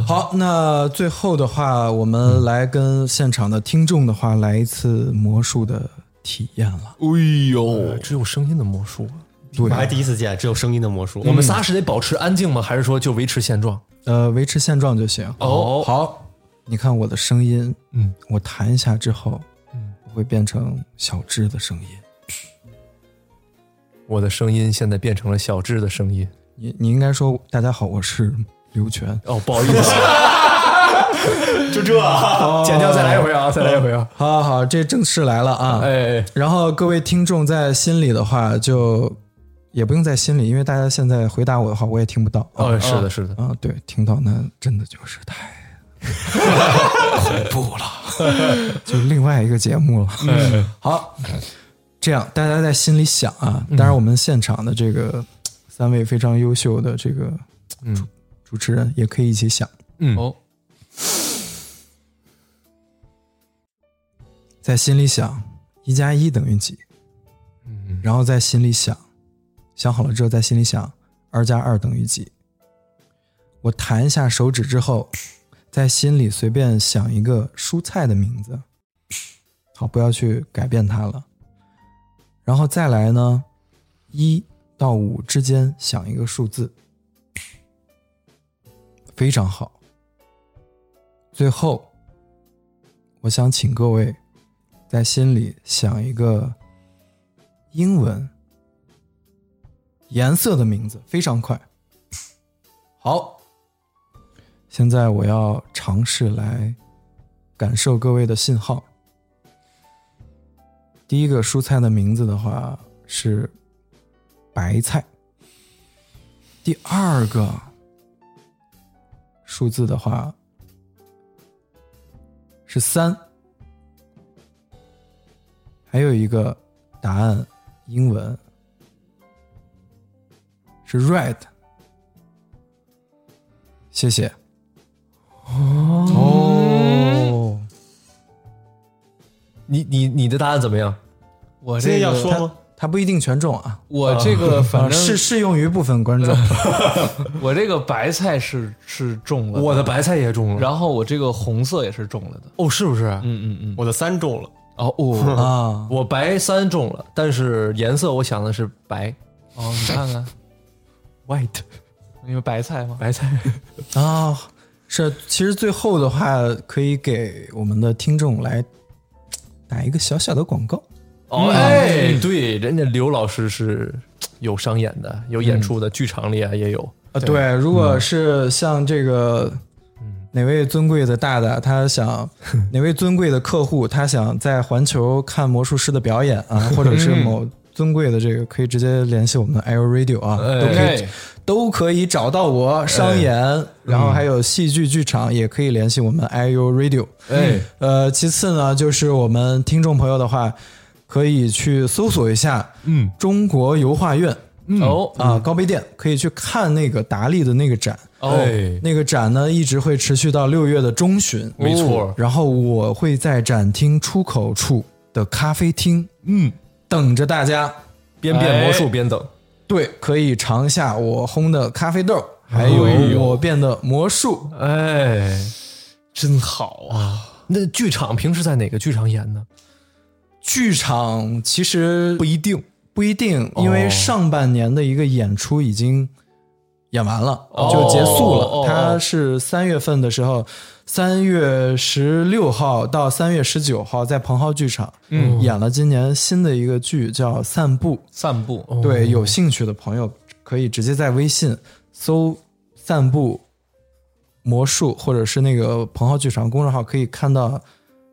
[SPEAKER 6] 好，那最后的话，我们来跟现场的听众的话来一次魔术的体验了。
[SPEAKER 1] 哎呦，
[SPEAKER 3] 只有声音的魔术啊。
[SPEAKER 6] 对
[SPEAKER 2] 我，还第一次见，只有声音的魔术。
[SPEAKER 3] 我们仨是得保持安静吗？还是说就维持现状？
[SPEAKER 6] 呃，维持现状就行。
[SPEAKER 3] 哦
[SPEAKER 6] 好，你看我的声音，
[SPEAKER 3] 嗯，
[SPEAKER 6] 我弹一下之后，嗯，会变成小智的声音。
[SPEAKER 3] 我的声音现在变成了小智的声音。
[SPEAKER 6] 你你应该说大家好，我是刘全。
[SPEAKER 3] 哦，不好意思，
[SPEAKER 2] 就这啊，
[SPEAKER 3] 剪掉，再来一回啊，再来一回啊。
[SPEAKER 6] [LAUGHS] 好好好，这正式来了啊。
[SPEAKER 3] 哎，
[SPEAKER 6] 然后各位听众在心里的话，就也不用在心里，因为大家现在回答我的话，我也听不到啊。
[SPEAKER 3] 哦，是的，是的，
[SPEAKER 6] 啊，对，听到那真的就是太恐怖了，就另外一个节目了。 [LAUGHS] 好，这样大家在心里想啊，当然我们现场的这个三位非常优秀的这个主主持人也可以一起想，
[SPEAKER 3] 嗯，
[SPEAKER 1] 哦，
[SPEAKER 6] [SNIFFS] 在心里想一加一等于几，然后在心里想，想好了之后在心里想二加二等于几。我弹一下手指之后，在心里随便想一个蔬菜的名字，好，不要去改变它了。然后再来呢，一到五之间想一个数字，非常好。最后，我想请各位在心里想一个英文颜色的名字，非常快。好，现在我要尝试来感受各位的信号。第一个蔬菜的名字的话是白菜，第二个数字的话是三。还有一个答案，英文是 red。谢谢。哦，
[SPEAKER 3] 你你你的答案怎么样？
[SPEAKER 1] 我
[SPEAKER 2] 今
[SPEAKER 1] 这
[SPEAKER 2] 天要
[SPEAKER 1] 个
[SPEAKER 2] 说吗？
[SPEAKER 6] 它不一定全中啊，
[SPEAKER 1] 我这
[SPEAKER 3] 嗯
[SPEAKER 1] 个反
[SPEAKER 6] 啊
[SPEAKER 1] 正
[SPEAKER 6] 适适用于部分观众。
[SPEAKER 1] 我这个白菜是是中了，
[SPEAKER 3] 我的，白菜也中了，
[SPEAKER 1] 然后我这个红色也是中了的，
[SPEAKER 3] 哦，是不是？
[SPEAKER 1] 嗯嗯嗯，
[SPEAKER 2] 我的三中了，
[SPEAKER 1] 哦哦
[SPEAKER 6] 啊，
[SPEAKER 3] 我白三中了，但是颜色我想的是白
[SPEAKER 1] 哦，你看看，
[SPEAKER 3] [LAUGHS] ，white
[SPEAKER 1] 因为白菜嘛，
[SPEAKER 3] 白菜。
[SPEAKER 6] 啊，是，其实最后的话，可以给我们的听众来打一个小小的广告。
[SPEAKER 3] 哦，哎，对，人家刘老师是有商演的，有演出的，剧场里啊也有。
[SPEAKER 6] 啊，对，如果是像这个，哪位尊贵的大大，他想哪位尊贵的客户，他想在环球看魔术师的表演啊，或者是某尊贵的这个，可以直接联系我们的 Air Radio 啊，都可以
[SPEAKER 1] 哎
[SPEAKER 6] 都可以找到我商演，然后还有戏剧剧场也可以联系我们 Air Radio。
[SPEAKER 3] 哎，
[SPEAKER 6] 呃，其次呢，就是我们听众朋友的话，可以去搜索一下，嗯，中国油画院，
[SPEAKER 3] 哦
[SPEAKER 6] 啊，高碑店可以去看那个达利的那个展。
[SPEAKER 3] 哎，
[SPEAKER 6] 那个展呢，一直会持续到六月的中旬，
[SPEAKER 3] 没错
[SPEAKER 6] 哦然后我会在展厅出口处的咖啡厅，嗯，等着大家。哎
[SPEAKER 3] 边变魔术边等，
[SPEAKER 6] 对，可以尝下我烘的咖啡豆，还有我变的魔术。
[SPEAKER 3] 哎，真好啊！那剧场平时在哪个剧场演呢？
[SPEAKER 6] 剧场其实
[SPEAKER 3] 不一定
[SPEAKER 6] 不一定，
[SPEAKER 3] 哦
[SPEAKER 6] 因为上半年的一个演出已经演完了，
[SPEAKER 3] 哦
[SPEAKER 6] 就结束了。
[SPEAKER 3] 哦哦
[SPEAKER 6] 它是三月份的时候，三月十六号到三月十九号在蓬蒿剧场、嗯、演了今年新的一个剧，叫《散步》。
[SPEAKER 1] 散步，
[SPEAKER 3] 哦
[SPEAKER 6] 对，有兴趣的朋友可以直接在微信搜“散步魔术”或者是那个蓬蒿剧场公众号，可以看到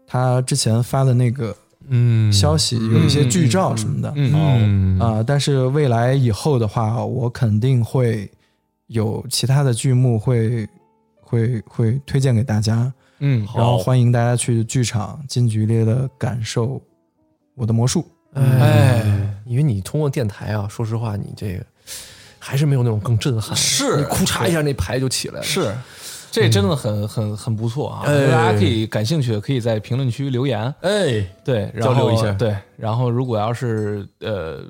[SPEAKER 6] 他之前发的那个
[SPEAKER 3] 嗯
[SPEAKER 6] 消息，有一些剧照什么的。
[SPEAKER 3] 嗯
[SPEAKER 6] 啊、但是未来以后的话，我肯定会有其他的剧目会会会推荐给大家，
[SPEAKER 3] 嗯，
[SPEAKER 6] 然后欢迎大家去剧场近距离的感受我的魔术。
[SPEAKER 3] 哎，因为你通过电台啊，说实话，你这个还是没有那种更震撼，
[SPEAKER 1] 是
[SPEAKER 3] 你库嚓一下那牌就起来了，
[SPEAKER 1] 是，这真的很很很不错啊！
[SPEAKER 3] 嗯哎
[SPEAKER 1] 大家可以感兴趣的，可以在评论区留言，
[SPEAKER 3] 哎，
[SPEAKER 1] 对，然
[SPEAKER 3] 交
[SPEAKER 1] 后
[SPEAKER 3] 流一下
[SPEAKER 1] 对，然后如果要是呃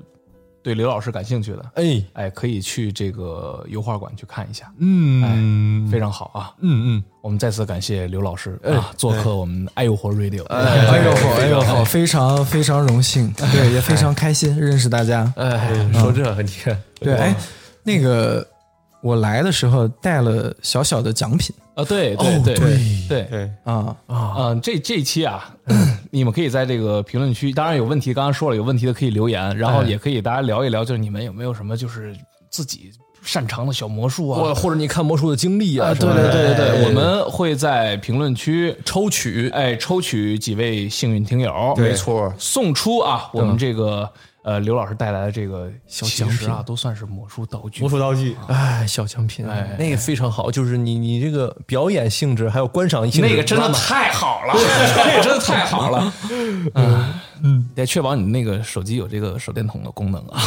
[SPEAKER 1] 对刘老师感兴趣的，
[SPEAKER 3] 哎，
[SPEAKER 1] 哎，可以去这个油画馆去看一下，
[SPEAKER 3] 嗯
[SPEAKER 1] 非常好啊！
[SPEAKER 3] 嗯嗯，
[SPEAKER 1] 我们再次感谢刘老师啊，做客我们爱又活 Radio，
[SPEAKER 6] 哎呦好，哎呦哎好，非常非常荣幸，对，也非常开心认识大家。
[SPEAKER 3] 哎，说这个你看，
[SPEAKER 6] 对，哎，那个我来的时候带了小小的奖品
[SPEAKER 1] 啊，对对对对对
[SPEAKER 2] 对，
[SPEAKER 6] 啊，
[SPEAKER 1] 嗯，这这一期啊， [CLEARS THROAT] 你们可以在这个评论区，当然有问题，刚刚说了有问题的可以留言，然后也可以大家聊一聊，就是你们有没有什么就是自己擅长的小魔术
[SPEAKER 3] 或
[SPEAKER 1] 啊？
[SPEAKER 3] 或者你看魔术的经历啊，
[SPEAKER 1] 对
[SPEAKER 3] 什么的
[SPEAKER 1] 对对
[SPEAKER 3] 哎
[SPEAKER 1] 对，我们会在评论区
[SPEAKER 3] 抽取，
[SPEAKER 1] 哎抽取几位幸运听友，
[SPEAKER 3] 没错，
[SPEAKER 1] 送出啊我们这个呃刘老师带来的这个小奖品啊，都算是魔术道具
[SPEAKER 2] 魔。术道具，
[SPEAKER 3] 哎，小奖品，
[SPEAKER 1] 哎
[SPEAKER 3] 那个非常好，就是你你这个表演性质还有观赏性质，
[SPEAKER 1] 那个真的太好了，那个真的太好了。嗯，得确保你那个手机有这个手电筒的功能啊。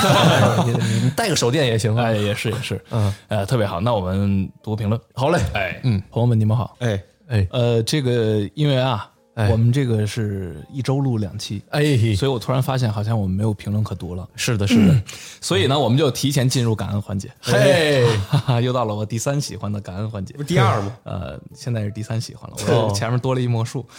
[SPEAKER 3] 你你你带个手电也行啊
[SPEAKER 1] 哎，。也是也是，嗯，呃，特别好。那我们读评论，
[SPEAKER 3] 好嘞，
[SPEAKER 1] 哎，嗯，朋友们你们好，
[SPEAKER 2] 哎，
[SPEAKER 3] 哎
[SPEAKER 1] 呃，这个因为啊，
[SPEAKER 3] 哎
[SPEAKER 1] 我们这个是一周录两期，
[SPEAKER 3] 哎，
[SPEAKER 1] 所以我突然发现好像我们没有评论可读了，嗯
[SPEAKER 3] 是的，是的，
[SPEAKER 1] 所以呢，我们就提前进入感恩环节，
[SPEAKER 3] 嘿，
[SPEAKER 1] 哈哈， [LAUGHS] 又到了我第三喜欢的感恩环节
[SPEAKER 2] 不，是第
[SPEAKER 1] [LAUGHS]
[SPEAKER 2] 二吗？
[SPEAKER 1] 呃，现在是第三喜欢了，
[SPEAKER 3] 哦
[SPEAKER 1] 我前面多了一魔
[SPEAKER 3] [LAUGHS]
[SPEAKER 1] 术。 [LAUGHS]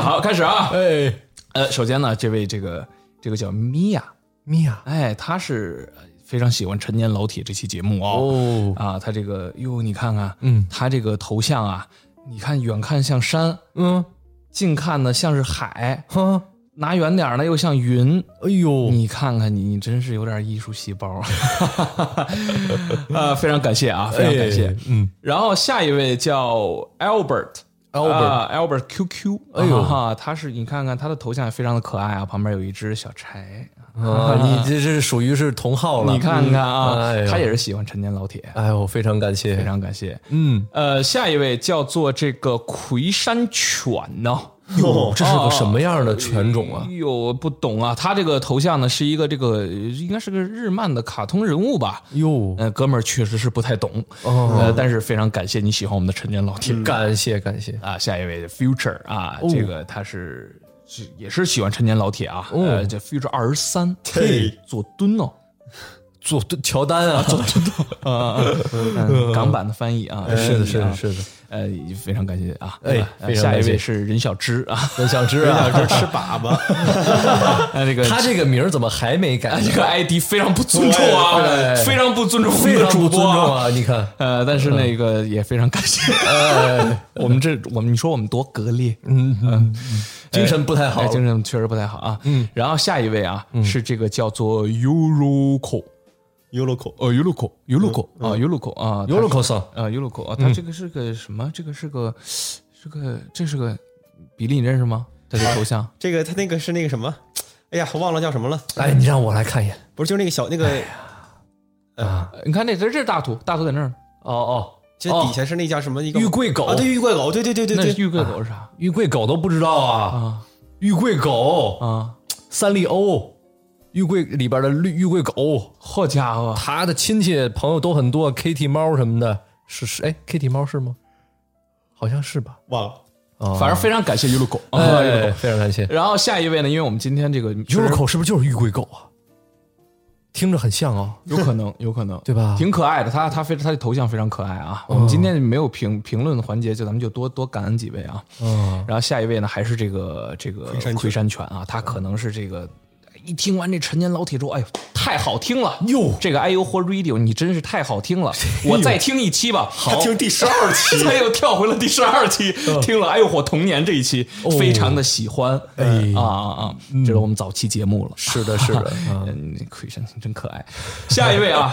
[SPEAKER 1] 好，开始啊，
[SPEAKER 3] 哎，
[SPEAKER 1] 呃，首先呢，这位这个这个叫米娅，
[SPEAKER 3] 米娅，
[SPEAKER 1] 哎，他是呃非常喜欢《陈年老铁》这期节目哦。啊，他这个哟，你看看，嗯，他这个头像啊，你看远看像山，
[SPEAKER 3] 嗯，
[SPEAKER 1] 近看呢像是海，
[SPEAKER 3] 哈，
[SPEAKER 1] 拿远点儿呢又像云。
[SPEAKER 3] 哎呦，
[SPEAKER 1] 你看看你，你真是有点艺术细胞， [LAUGHS] 啊，非常感谢啊，非常感谢。
[SPEAKER 3] 哎嗯，
[SPEAKER 1] 然后下一位叫 Albert。
[SPEAKER 3] Albert
[SPEAKER 1] 啊 Albert QQ，
[SPEAKER 3] 哎呦
[SPEAKER 1] 哈，他是你看看他的头像也非常的可爱啊，旁边有一只小柴，
[SPEAKER 3] 啊，你这是属于是同号了，
[SPEAKER 1] 你看看啊
[SPEAKER 3] 哎，呀
[SPEAKER 1] 他也是喜欢陈年老铁，
[SPEAKER 3] 哎呦，非常感
[SPEAKER 1] 非
[SPEAKER 3] 谢，
[SPEAKER 1] 常感谢。
[SPEAKER 3] 嗯，
[SPEAKER 1] 呃，下一位叫做这个魁山犬呢，
[SPEAKER 3] 哟，哦这是个什么样的犬种啊
[SPEAKER 1] 哎？呦，不懂啊，他这个头像呢是一个这个呃应该是个日漫的卡通人物吧。
[SPEAKER 3] 哟，
[SPEAKER 1] 呃，哥们儿确实是不太懂，
[SPEAKER 3] 哦嗯
[SPEAKER 1] 呃，但是非常感谢你喜欢我们的陈年老铁、
[SPEAKER 3] 感哦谢感谢，
[SPEAKER 1] 啊。下一位 Future 啊，这个他是是也是喜欢陈年老铁啊，
[SPEAKER 3] 哦
[SPEAKER 1] 呃，这 Future 二十三，
[SPEAKER 2] 嘿，
[SPEAKER 1] 左蹲
[SPEAKER 3] [LAUGHS]
[SPEAKER 1] 哦，
[SPEAKER 3] 做乔
[SPEAKER 1] [LAUGHS]
[SPEAKER 3] 丹啊，做 [LAUGHS]
[SPEAKER 1] 嗯港版的翻译啊，
[SPEAKER 3] 哎是的，
[SPEAKER 1] 的，
[SPEAKER 3] 是的，是的，
[SPEAKER 1] 呃，非常感谢啊！
[SPEAKER 3] 哎
[SPEAKER 1] 呃
[SPEAKER 3] 非常
[SPEAKER 1] 下
[SPEAKER 3] 感
[SPEAKER 1] 一
[SPEAKER 3] 谢
[SPEAKER 1] 位是任小芝啊，
[SPEAKER 3] [LAUGHS] 任小芝啊，
[SPEAKER 2] 这吃粑粑，
[SPEAKER 1] 那这个
[SPEAKER 3] 他这个名儿怎么还没改
[SPEAKER 1] 啊？这个 ID 非常不尊重啊，
[SPEAKER 3] 哎
[SPEAKER 1] [LAUGHS] 非常不尊重我们
[SPEAKER 3] 非
[SPEAKER 1] 的
[SPEAKER 3] 常不
[SPEAKER 1] 主
[SPEAKER 3] 尊重
[SPEAKER 1] 播啊。
[SPEAKER 3] 啊！你看，
[SPEAKER 1] 呃，但是那个也非常感谢， [LAUGHS] 我们这我们你说我们多割裂，
[SPEAKER 3] 嗯嗯， [LAUGHS] 精神不太好
[SPEAKER 1] 哎，，精神确实不太好啊。嗯，然后下一位啊是这个叫做 Uruko，
[SPEAKER 2] u l o c o
[SPEAKER 1] 呃 Uruko，Uruko 啊 Uruko 啊
[SPEAKER 3] 尤洛口桑
[SPEAKER 1] 啊 Uruko 啊，他这个是个什么？这个是个是个这是个比利，你认识吗？他这头像。
[SPEAKER 2] 这个他那个是那个什么？哎呀，我忘了叫什么了，
[SPEAKER 3] 哎，你让我来看一眼。
[SPEAKER 2] 不是就是那个小那个，
[SPEAKER 1] 呃你看这这这是大图，大图在那儿呢。
[SPEAKER 3] 哦哦，
[SPEAKER 2] 这底下是那叫什么一个
[SPEAKER 3] 玉桂狗
[SPEAKER 2] 啊，，对玉桂狗，对对对对
[SPEAKER 1] 那
[SPEAKER 2] 对，
[SPEAKER 1] 玉桂狗是啥
[SPEAKER 3] 玉桂狗都不知道啊！
[SPEAKER 1] 啊
[SPEAKER 3] 玉桂狗，
[SPEAKER 1] 啊？
[SPEAKER 3] 三丽鸥，玉桂里边的绿玉桂狗，
[SPEAKER 1] 好家伙，
[SPEAKER 3] 他的亲戚朋友都很多，Kitty 猫什么的，是是，哎，Kitty 猫是吗？好像是吧。
[SPEAKER 2] 忘了。
[SPEAKER 1] 反正非常感谢鱼露狗。啊鱼露
[SPEAKER 3] 哎，
[SPEAKER 1] 狗
[SPEAKER 3] 非常感谢。
[SPEAKER 1] 然后下一位呢，因为我们今天这个
[SPEAKER 3] 优乐口是不是就是玉桂狗啊？听着很像啊，
[SPEAKER 1] 有可能，有可能，
[SPEAKER 3] 对吧
[SPEAKER 1] 挺可爱的，他他非他的头像非常可爱啊。我们今天没有评评论环节，就咱们就多多感恩几位啊。
[SPEAKER 3] 嗯，
[SPEAKER 1] 然后下一位呢，还是这个这个
[SPEAKER 2] 山犬
[SPEAKER 1] 魁山犬啊，他可能是这个哎一听完这陈年老铁说，哎呦，太好听了哟！这个哎呦或 radio，你真是太好听了，我再听一期吧。好，
[SPEAKER 2] 他听第十二期，
[SPEAKER 1] 他又跳回了第十二期，听了哎呦我童年这一期，非常的喜欢。哎啊啊啊！这是我们早期节目了。
[SPEAKER 3] 是的，是
[SPEAKER 1] [LAUGHS]
[SPEAKER 3] 的，
[SPEAKER 1] 嗯，魁山真可爱。下一位啊，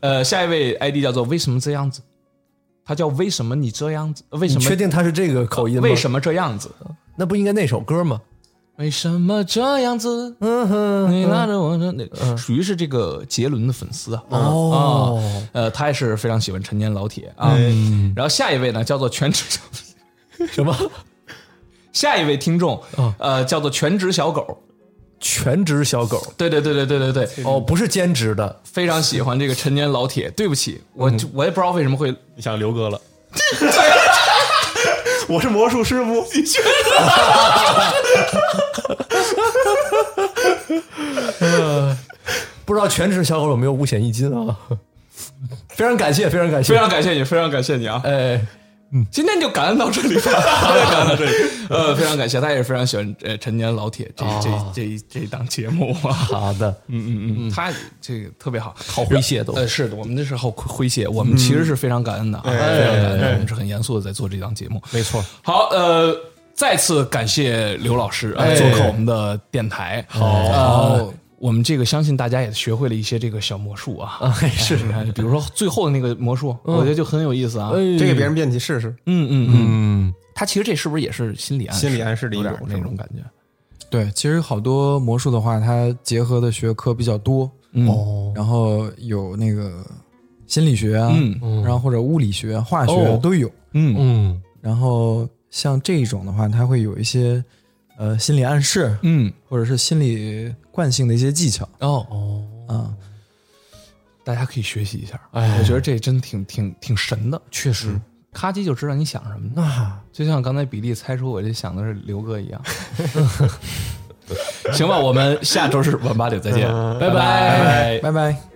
[SPEAKER 1] 呃，下一位 ID 叫做为什么这样子？他叫为什么你这样子？为
[SPEAKER 3] 你
[SPEAKER 1] 什么
[SPEAKER 3] 确？定他是这个口音吗？
[SPEAKER 1] 为什么这样子？
[SPEAKER 3] 那不应该那首歌吗？
[SPEAKER 1] 为什么这样子？
[SPEAKER 3] 嗯哼，
[SPEAKER 1] 你拉着我的那个，嗯属于是这个杰伦的粉丝啊。
[SPEAKER 3] 哦
[SPEAKER 1] 啊，呃，他也是非常喜欢陈年老铁啊。然后下一位呢，叫做全职小，
[SPEAKER 3] 什么
[SPEAKER 1] 下一位听众，呃，叫做全职小狗。
[SPEAKER 3] 全职小狗？
[SPEAKER 1] 对对对对对对对，
[SPEAKER 3] 哦，不是兼职的，
[SPEAKER 1] 非常喜欢这个陈年老铁。对不起，我就我也不知道为什么会
[SPEAKER 2] 你想刘哥了。 [LAUGHS] 我是魔术师 [LAUGHS] 傅，
[SPEAKER 3] 不知道全职小狗有没有五险一金啊？ [LAUGHS] 非常感谢，非常感谢，
[SPEAKER 1] 非常感谢你，非常感谢你啊！
[SPEAKER 3] 哎，
[SPEAKER 1] 今天就感恩到这里
[SPEAKER 3] [LAUGHS]
[SPEAKER 1] 吧， [LAUGHS] 感恩到这里。呃，非常感谢，他也是非常喜欢呃陈年老铁这
[SPEAKER 3] 哦
[SPEAKER 1] 这这一这一档节目啊。
[SPEAKER 3] 好的，
[SPEAKER 1] 嗯嗯嗯，他这个特别好，
[SPEAKER 3] 好诙谐都
[SPEAKER 1] 呃，是的，我们这是好诙谐，我们其实是非常感恩的啊，非常感恩，我们是很严肃的在做这档节目。
[SPEAKER 3] 没错，
[SPEAKER 1] 好，呃，再次感谢刘老师啊，做客我们的电台。好，呃，我们这个相信大家也学会了一些这个小魔术啊，是，比如说最后的那个魔术，我觉得就很有意思
[SPEAKER 3] 哎
[SPEAKER 1] 啊。
[SPEAKER 2] 这给别人辩题试试，
[SPEAKER 1] 嗯嗯嗯，
[SPEAKER 3] 嗯，
[SPEAKER 1] 他其实这是不是也是心理暗示？
[SPEAKER 2] 心理暗示的一
[SPEAKER 1] 有
[SPEAKER 2] 种
[SPEAKER 1] 点那种感觉。
[SPEAKER 6] 对，其实好多魔术的话，它结合的学科比较多，
[SPEAKER 1] 嗯
[SPEAKER 3] 哦，
[SPEAKER 6] 然后有那个心理学啊，
[SPEAKER 1] 嗯
[SPEAKER 6] 然后或者物理学、化学、
[SPEAKER 1] 哦
[SPEAKER 6] 都有。
[SPEAKER 1] 嗯
[SPEAKER 3] 嗯，
[SPEAKER 6] 然后像这种的话，它会有一些呃心理暗示，
[SPEAKER 1] 嗯，
[SPEAKER 6] 或者是心理惯性的一些技巧
[SPEAKER 1] 哦，
[SPEAKER 6] 啊。
[SPEAKER 1] 大家可以学习一下。哎，我觉得这真挺挺挺神的，确实。咔叽就知道你想什么呢，就像刚才比利猜出我这想的是刘哥一样。行吧，我们下周日晚八点再见，拜拜
[SPEAKER 6] 拜拜。